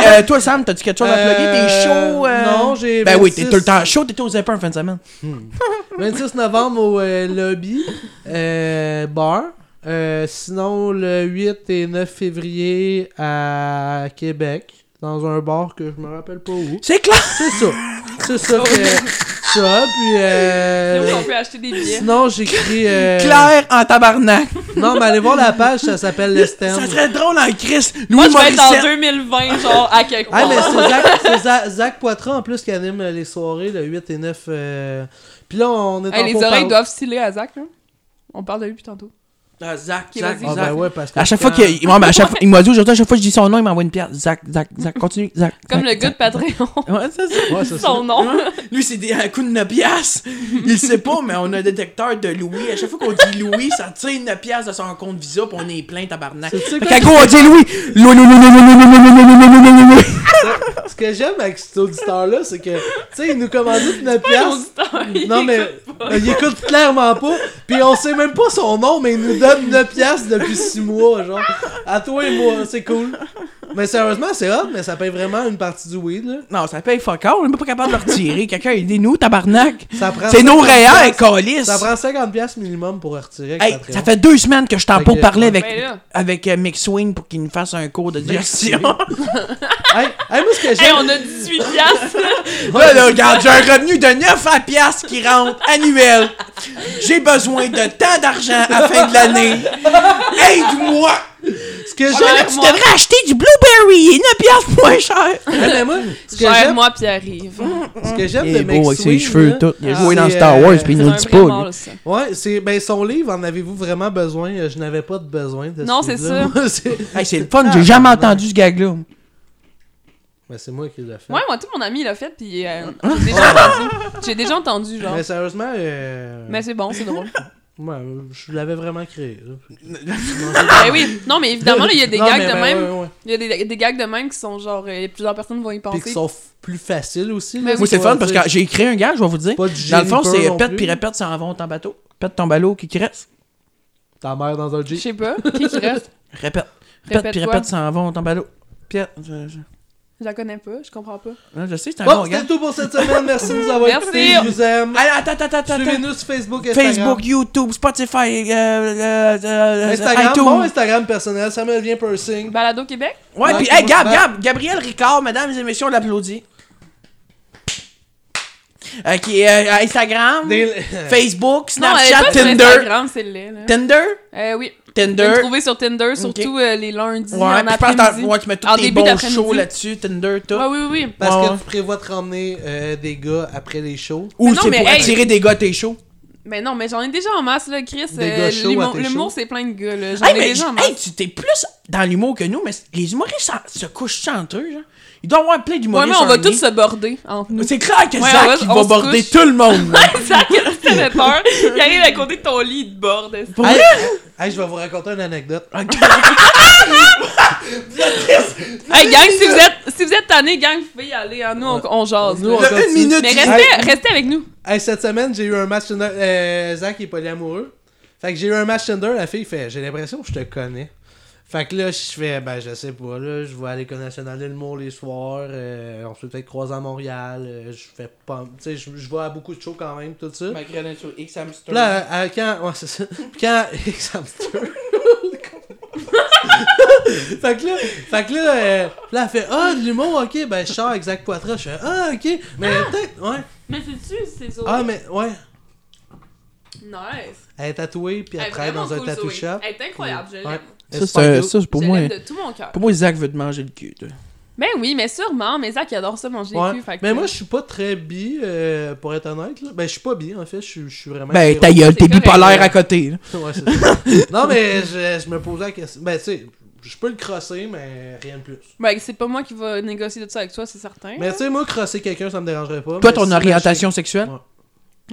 Speaker 2: Hey, euh, toi, Sam, t'as-tu quelque chose à plugger? T'es
Speaker 3: Euh,
Speaker 2: chaud? euh?
Speaker 3: Non, j'ai.
Speaker 2: Ben oui,
Speaker 3: 26
Speaker 2: t'es tout le temps chaud, t'étais aux Zepper en fin de semaine.
Speaker 3: 26 novembre au euh, lobby euh, bar. Euh, sinon, le 8 et 9 février à Québec, dans un bar que je me rappelle pas où.
Speaker 2: C'est clair!
Speaker 3: C'est ça. C'est ça que. Ça, puis.
Speaker 4: Là où on
Speaker 3: Euh,
Speaker 4: peut acheter des billets.
Speaker 3: sinon, j'écris. Euh...
Speaker 2: Claire en tabarnak!
Speaker 3: Non, mais allez voir la page, ça s'appelle Le Stand.
Speaker 2: Ça serait drôle en Chris! Louis
Speaker 4: Moi, je vais être
Speaker 2: Morissette.
Speaker 4: dans 2020, genre, à quelque
Speaker 3: Ah,
Speaker 4: part.
Speaker 3: mais c'est Zach, c'est Za- Zach Poitras en plus qui anime euh, les soirées le 8 et 9. euh, Puis là, on est
Speaker 4: Hey,
Speaker 3: en
Speaker 4: les
Speaker 3: faux
Speaker 4: oreilles
Speaker 3: parle.
Speaker 4: doivent sciller à Zach, là. On parle de lui depuis tantôt.
Speaker 2: Ah, Zach,
Speaker 4: Qui
Speaker 2: Zach,
Speaker 4: va
Speaker 3: Ah,
Speaker 2: Zach.
Speaker 3: ben ouais, parce que.
Speaker 2: À chaque fois
Speaker 3: quand-
Speaker 2: qu'il il- ouais, mais à chaque fois- il m'a dit aujourd'hui, à chaque fois que je dis son nom, il m'envoie une pierre. Zach, Zach, Zach, continue, Zach.
Speaker 4: Comme
Speaker 2: Zach,
Speaker 4: le gars de Patreon.
Speaker 2: Zach. Ouais, c'est ça.
Speaker 3: Ouais, c'est ça. Hein?
Speaker 4: Son nom.
Speaker 2: Lui, c'est des à coups de 9 piastres. Il le sait pas, mais on a un détecteur de Louis. À chaque fois qu'on dit Louis, ça tire 9 piastres de son compte Visa, pis on est plein, tabarnak.
Speaker 3: C'est ça
Speaker 2: Fait qu'à gros, on dit Louis. Louis, Louis, Louis, Louis, Louis, Louis, Louis, Louis, Louis, Louis, Louis, Louis.
Speaker 3: que- ce que j'aime avec cet auditeur-là, c'est que, tu sais, il nous commandite notre
Speaker 4: Pas
Speaker 3: pièce.
Speaker 4: l'auditeur, il
Speaker 3: Non, mais
Speaker 4: écoute.
Speaker 3: euh, il écoute clairement pas. Puis on sait même pas son nom, mais il nous donne 9 piastres depuis 6 mois, genre. À toi et moi, c'est cool. Mais sérieusement, c'est hot, mais ça paye vraiment une partie du weed, là.
Speaker 2: Non, ça paye fuck all, on est même pas capable de le retirer. Quelqu'un, aidez-nous, tabarnak.
Speaker 3: Ça prend
Speaker 2: C'est nos
Speaker 3: 50
Speaker 2: rayons,
Speaker 3: piastres.
Speaker 2: calice.
Speaker 3: Ça prend 50$ piastres minimum pour retirer. avec
Speaker 2: Hey,
Speaker 3: Patreon.
Speaker 2: ça fait deux semaines que je t'en
Speaker 3: Fait
Speaker 2: pour
Speaker 3: que-
Speaker 2: parler avec,
Speaker 4: Ben là.
Speaker 2: avec euh, Mick Swing pour qu'il nous fasse un cours de digestion.
Speaker 3: Hey, hey, moi, ce que
Speaker 4: Hey,
Speaker 3: j'aime.
Speaker 4: on a 18 piastres!
Speaker 2: Là, là, regarde, j'ai un revenu de 9 à piastres qui rentre annuel. J'ai besoin de tant d'argent à la fin de l'année. Aide-moi!
Speaker 3: Ce que
Speaker 2: Là, là,
Speaker 3: j'aime.
Speaker 2: tu devrais acheter du blueberry et 9 piastres moins cher.
Speaker 3: Hey, mais moi, ce que j'aime.
Speaker 4: Gère-moi puis arrive.
Speaker 3: Ce que j'aime de Max Swing, là,
Speaker 2: Il a
Speaker 4: Ah.
Speaker 2: joué dans
Speaker 3: c'est,
Speaker 2: Star
Speaker 3: euh,
Speaker 2: Wars puis il
Speaker 4: C'est
Speaker 2: nous
Speaker 4: un
Speaker 2: le dit
Speaker 4: vrai
Speaker 2: pas.
Speaker 4: mort,
Speaker 2: lui.
Speaker 4: ça.
Speaker 3: Ouais, c'est ben son livre, en avez-vous vraiment besoin Euh, Je n'avais pas de besoin de ce
Speaker 4: Non, c'est
Speaker 3: livre-là.
Speaker 4: ça.
Speaker 3: Moi, c'est
Speaker 2: Hey, c'est le fun,
Speaker 3: Ah,
Speaker 2: j'ai jamais
Speaker 3: ouais.
Speaker 2: entendu ce gag-là.
Speaker 3: Mais c'est moi qui l'ai fait.
Speaker 4: Ouais, moi, tout mon ami l'a fait, puis euh, j'ai déjà entendu. J'ai déjà entendu, genre.
Speaker 3: Hein? Mais sérieusement, euh,
Speaker 4: Mais c'est bon, c'est drôle.
Speaker 3: ouais, je l'avais vraiment créé. là.
Speaker 4: ben oui, non, mais évidemment, là, il y a des
Speaker 3: Non,
Speaker 4: gags
Speaker 3: mais
Speaker 4: de
Speaker 3: ben,
Speaker 4: même.
Speaker 3: ouais, ouais.
Speaker 4: Il y a des, des gags de même qui sont genre. euh, plusieurs personnes vont y
Speaker 3: Puis qui
Speaker 4: penser.
Speaker 3: sont f- plus faciles aussi.
Speaker 4: Mais
Speaker 3: là,
Speaker 2: Moi, c'est le
Speaker 3: faut
Speaker 2: fun parce
Speaker 3: dire.
Speaker 2: que j'ai écrit un gag, je vais vous dire.
Speaker 3: Pas de
Speaker 2: Dans le fond,
Speaker 3: Jennifer
Speaker 2: c'est
Speaker 3: non
Speaker 2: pète
Speaker 3: plus.
Speaker 2: puis répète, s'en vont en bateau. Pète ton ballot, qui qui reste?
Speaker 3: Ta mère dans un
Speaker 4: Je
Speaker 3: Jeep.
Speaker 4: sais pas. Qui qui reste
Speaker 2: Répète. Pète puis
Speaker 4: Répète-toi.
Speaker 2: répète, s'en vont en bateau. Pète. Je, je-
Speaker 4: Je la connais pas, je comprends pas.
Speaker 2: Non, Ah, je sais, c'est un bon
Speaker 3: Ah, Bon,
Speaker 2: gars.
Speaker 3: c'était tout pour cette semaine. Merci de nous avoir
Speaker 4: Merci.
Speaker 3: écoutés. Je vous aime.
Speaker 2: Allez, attends, attends, attends, attends.
Speaker 3: Suivez-nous sur Facebook, Instagram.
Speaker 2: Facebook, YouTube, Spotify, euh, euh, euh,
Speaker 3: Instagram,
Speaker 2: iTunes.
Speaker 3: mon Instagram personnel, Samuel vient Pursing.
Speaker 4: Balado Québec
Speaker 2: Ouais,
Speaker 3: Ouais,
Speaker 2: puis,
Speaker 3: c'est
Speaker 2: hey,
Speaker 3: bon, Ben-
Speaker 2: Gab,
Speaker 3: c'est
Speaker 2: Gab, Gabriel Ricard, mesdames et messieurs, on l'applaudit. Euh, qui est euh, Instagram, Facebook,
Speaker 4: non, elle est
Speaker 2: Snapchat,
Speaker 4: pas sur
Speaker 2: Tinder.
Speaker 4: Instagram, celle-là. là.
Speaker 2: Tinder?
Speaker 4: Euh, oui. Vous
Speaker 2: Tinder.
Speaker 4: pouvez me trouver sur Tinder, surtout euh, les lundis
Speaker 2: Ouais,
Speaker 4: en
Speaker 2: puis je pense que
Speaker 4: après-midi.
Speaker 2: t'as- ouais, tu mets tous
Speaker 4: En
Speaker 2: tes
Speaker 4: début
Speaker 2: bons
Speaker 4: d'après-midi.
Speaker 2: shows là-dessus, Ben- Tinder, tout.
Speaker 4: Ouais, oui, oui, oui.
Speaker 3: Parce
Speaker 2: Ouais,
Speaker 3: que
Speaker 2: ouais.
Speaker 3: tu prévois de ramener euh, des gars après les shows.
Speaker 2: Ou
Speaker 4: Mais non,
Speaker 2: c'est
Speaker 4: mais
Speaker 2: pour
Speaker 4: hey.
Speaker 2: attirer des gars à tes shows.
Speaker 4: Mais non, mais j'en ai déjà en masse, là, Chris.
Speaker 3: Des
Speaker 4: euh,
Speaker 3: gars chauds à
Speaker 4: l'humour-
Speaker 3: tes shows.
Speaker 4: L'humour, c'est plein de gars, là. J'en
Speaker 2: Hey,
Speaker 4: ai
Speaker 2: mais
Speaker 4: déjà en
Speaker 2: j-
Speaker 4: masse.
Speaker 2: hey, tu t'es plus dans l'humour que nous, mais c- les humoristes en- se couchent entre eux, genre. Il doit y avoir plein
Speaker 4: Ouais,
Speaker 2: d'humoristes.
Speaker 4: mais on va
Speaker 2: en
Speaker 4: tous
Speaker 2: ligne.
Speaker 4: se border entre nous.
Speaker 2: C'est clair que
Speaker 4: Ouais,
Speaker 2: Zach,
Speaker 4: on va-
Speaker 2: il
Speaker 4: on
Speaker 2: va
Speaker 4: se
Speaker 2: border
Speaker 4: couche.
Speaker 2: tout le monde. là.
Speaker 4: Zach, qu'est-ce que t'avais peur? Il arrive à côté de ton lit, il te borde. est-ce que-
Speaker 2: Pour
Speaker 3: Hey,
Speaker 2: vrai?
Speaker 3: hey, je vais vous raconter une anecdote.
Speaker 4: Hey, gang, si vous êtes, si vous êtes tanné, gang, vous pouvez y aller. hein. Nous, on, on jase.
Speaker 3: Nous,
Speaker 4: là.
Speaker 3: on
Speaker 2: Le
Speaker 3: continue.
Speaker 2: une minute,
Speaker 4: Mais
Speaker 2: tu-
Speaker 4: restez, restez avec nous.
Speaker 3: Hey, cette semaine, j'ai eu un match Tinder. Euh, Zach est polyamoureux. Fait que j'ai eu un match Tinder. La fille fait J'ai l'impression que je te connais. Fait que là, je fais Ben, je sais pas, là. Je vais à l'École nationale de l'humour les soirs. euh, on se fait peut-être croiser à Montréal. euh, je fais pas. Tu sais, je je vais à beaucoup de shows quand même, tout
Speaker 2: Ben,
Speaker 3: ça. Puis là, à- à- quand. Ouais, c'est ça. Puis quand. Hamster. fait que là, fait que là, euh, là, elle fait Ah, de l'humour, ok, ben je sors avec Zach Poitras. Je fais Ah, ok, mais peut-être, ouais.
Speaker 4: Mais c'est-tu, c'est Zoé?
Speaker 3: Ah, mais ouais.
Speaker 4: Nice.
Speaker 3: Elle est tatouée, puis elle,
Speaker 4: est
Speaker 3: travaille
Speaker 4: vraiment
Speaker 3: dans un
Speaker 4: cool,
Speaker 3: tattoo
Speaker 4: Zoé.
Speaker 3: shop.
Speaker 4: Elle est incroyable, je l'aime.
Speaker 3: Ouais.
Speaker 2: Ça, c'est-
Speaker 3: Elle est super
Speaker 2: ça, c'est pour
Speaker 4: je
Speaker 2: moi. hein.
Speaker 4: l'aime de tout mon cœur.
Speaker 2: Pour moi, Zach veut te manger le cul. toi.
Speaker 4: Ben oui, mais sûrement, mais Zach il adore ça manger
Speaker 3: cool. Ouais.
Speaker 4: les culs. Fait que
Speaker 3: Mais moi, je suis pas très bi, euh, pour être honnête. Là. Ben, je suis pas bi, en fait. Je suis- je suis vraiment.
Speaker 2: Ben, ta
Speaker 3: hétéro.
Speaker 2: gueule,
Speaker 4: c'est
Speaker 2: t'es
Speaker 4: correct,
Speaker 2: bipolaire
Speaker 4: là.
Speaker 2: à côté. là.
Speaker 3: Ouais, c'est ça. Non, mais je, je me posais la question. Ben, tu sais, je peux le crosser, mais rien de plus.
Speaker 4: Ben, c'est pas moi qui va négocier de ça avec toi, c'est certain.
Speaker 3: Mais tu sais, moi, crosser quelqu'un, ça me dérangerait pas.
Speaker 2: Toi,
Speaker 3: mais
Speaker 2: ton
Speaker 3: si-
Speaker 2: orientation sexuelle?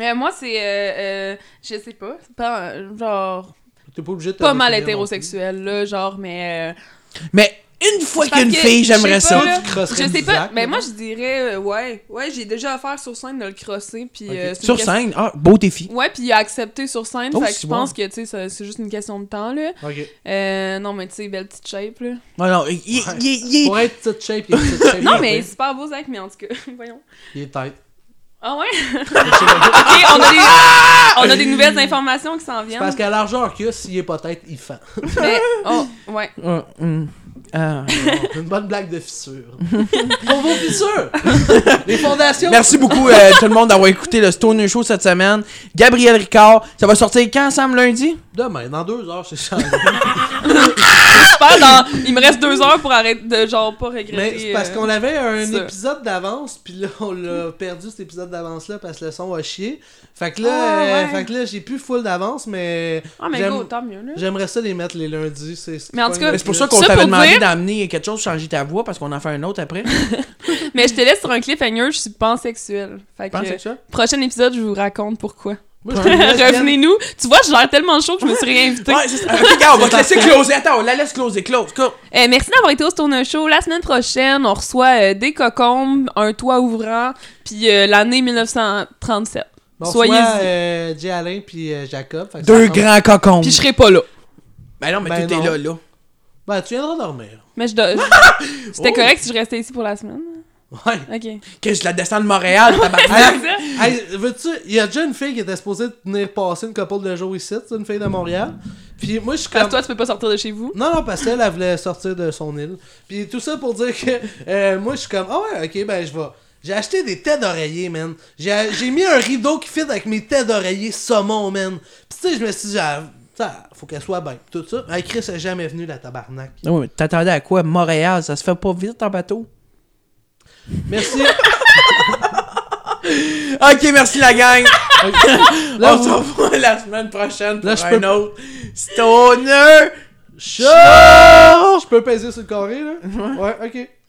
Speaker 4: Euh, moi, c'est. euh, euh, je sais pas. c'est pas euh, genre.
Speaker 3: T'es pas obligé de te
Speaker 4: Pas mal
Speaker 3: définir non
Speaker 4: hétérosexuel, là. Genre, mais. euh,
Speaker 2: Mais une fois
Speaker 4: Parce
Speaker 2: qu'une
Speaker 4: que,
Speaker 2: fille, j'aimerais
Speaker 4: je sais
Speaker 2: ça.
Speaker 4: pas,
Speaker 3: plus.
Speaker 4: là.
Speaker 3: Toi, tu crosserais
Speaker 4: Je sais
Speaker 3: du
Speaker 4: pas.
Speaker 3: Zach,
Speaker 4: Mais
Speaker 3: là.
Speaker 4: moi, je dirais. euh, ouais. Ouais, j'ai déjà affaire sur scène de le crosser. Puis.
Speaker 3: Ok.
Speaker 4: euh, c'est une
Speaker 2: Sur
Speaker 4: question-
Speaker 2: scène, ah, beau défi.
Speaker 4: Ouais, puis il a accepté sur scène.
Speaker 2: Oh,
Speaker 4: fait que
Speaker 2: c'est
Speaker 4: je
Speaker 2: bon.
Speaker 4: pense que, tu sais, ça- c'est juste une question de temps, là.
Speaker 3: Ok.
Speaker 4: Euh, non, mais tu sais, belle petite shape, là.
Speaker 2: Non, non, il- il-
Speaker 3: Ouais.
Speaker 2: il- il-
Speaker 3: Pour être petite shape, il est petite shape.
Speaker 4: Non, mais c'est pas beau, Zach, mais en tout cas, voyons.
Speaker 3: Il est tight.
Speaker 4: Ah ouais? ok, on a, des, on a des nouvelles informations qui s'en
Speaker 3: Ah! C'est
Speaker 4: viennent.
Speaker 3: parce qu'à la largeur qu'il a, s'il est pas tête, il fend.
Speaker 4: Mais, oh, ouais.
Speaker 2: Ah, hum. Ah.
Speaker 3: Une bonne blague de fissure. Pour vos fissures! Les fondations!
Speaker 2: Merci beaucoup euh, tout le monde d'avoir écouté le Stoner Show cette semaine. Gabriel Ricard, ça va sortir quand Sam lundi?
Speaker 3: Demain, dans deux heures, c'est ça.
Speaker 4: J'espère dans- Il me reste deux heures pour arrêter de, genre, pas regretter.
Speaker 3: Mais c'est parce
Speaker 4: euh,
Speaker 3: qu'on avait un
Speaker 4: ça. Hmm.
Speaker 3: épisode d'avance, puis là, on l'a perdu cet épisode d'avance-là parce que le son a chié. Fait que
Speaker 4: Ah,
Speaker 3: là, euh,
Speaker 4: ouais.
Speaker 3: fait que là j'ai plus full d'avance, mais
Speaker 4: Ah, mais
Speaker 3: j'aime-
Speaker 4: go, tant mieux, là.
Speaker 3: j'aimerait ça les mettre les lundis. c'est- c'est
Speaker 4: Mais en
Speaker 3: pas une
Speaker 4: tout cas-
Speaker 2: Mais
Speaker 3: bonne
Speaker 2: C'est pour
Speaker 3: idée.
Speaker 2: ça qu'on
Speaker 4: Ça,
Speaker 2: t'avait
Speaker 4: pour
Speaker 2: demandé
Speaker 4: dire-
Speaker 2: d'amener quelque chose, changer ta voix, parce qu'on en fait un autre après.
Speaker 4: Mais je te laisse sur un cliffhanger, je suis pansexuelle. Fait que,
Speaker 2: Pansexuel?
Speaker 4: euh, prochain épisode, je vous raconte pourquoi.
Speaker 3: Moi, je trouve que la semaine-
Speaker 4: Revenez-nous. Tu vois, je l'air tellement chaud que je me suis réinvitée.
Speaker 2: Ouais, c'est ça. Ok, gars, on va te laisser closer. Attends, on la laisse closer, close, close.
Speaker 4: Euh, merci d'avoir été au Stone Show. La semaine prochaine, on reçoit euh, des cocombes, un toit ouvrant, puis euh, l'année 1937.
Speaker 3: Bon,
Speaker 4: Soyez-
Speaker 3: soit, euh, Jay Alain puis euh, Jacob. fait que ça
Speaker 2: Deux
Speaker 3: tombe-
Speaker 2: grands cocons.
Speaker 4: Puis je serai pas là.
Speaker 2: Ben non, mais
Speaker 3: Ben
Speaker 2: tout
Speaker 3: non.
Speaker 2: est là, là.
Speaker 3: Ben, tu viendras dormir.
Speaker 4: Mais je. do- je- C'était
Speaker 3: Oh.
Speaker 4: correct si je restais ici pour la semaine.
Speaker 3: Ouais.
Speaker 4: Ok. Ouais,
Speaker 2: Que je la descends de Montréal, tabarnak.
Speaker 4: c'est ça.
Speaker 3: Hey, veux-tu, il y a déjà une fille qui était supposée venir passer une couple de jours ici, c'est une fille de Montréal. Puis moi, je suis
Speaker 4: Parce
Speaker 3: comme.
Speaker 4: que toi, tu peux pas sortir de chez vous.
Speaker 3: Non, non, parce qu'elle, elle voulait sortir de son île. Puis tout ça pour dire que euh, moi, je suis comme, ah ouais, ok, ben je vais. J'ai acheté des têtes d'oreiller, man. J'ai j'ai mis un rideau qui fit avec mes têtes d'oreiller saumon, man. Puis tu sais, je me suis dit, ah, ça, faut qu'elle soit bien. Tout ça. Hey, Chris est jamais venu, la tabarnak.
Speaker 2: Non, mais t'attendais à quoi? Montréal, ça se fait pas vite en bateau?
Speaker 3: Merci.
Speaker 2: Ok, merci la gang! On
Speaker 3: Là, vous-
Speaker 2: se revoit la semaine prochaine pour
Speaker 3: Là, je
Speaker 2: un
Speaker 3: peux-
Speaker 2: autre Stoner
Speaker 3: Show! Je peux peser sur le carré, là? Ouais, ok.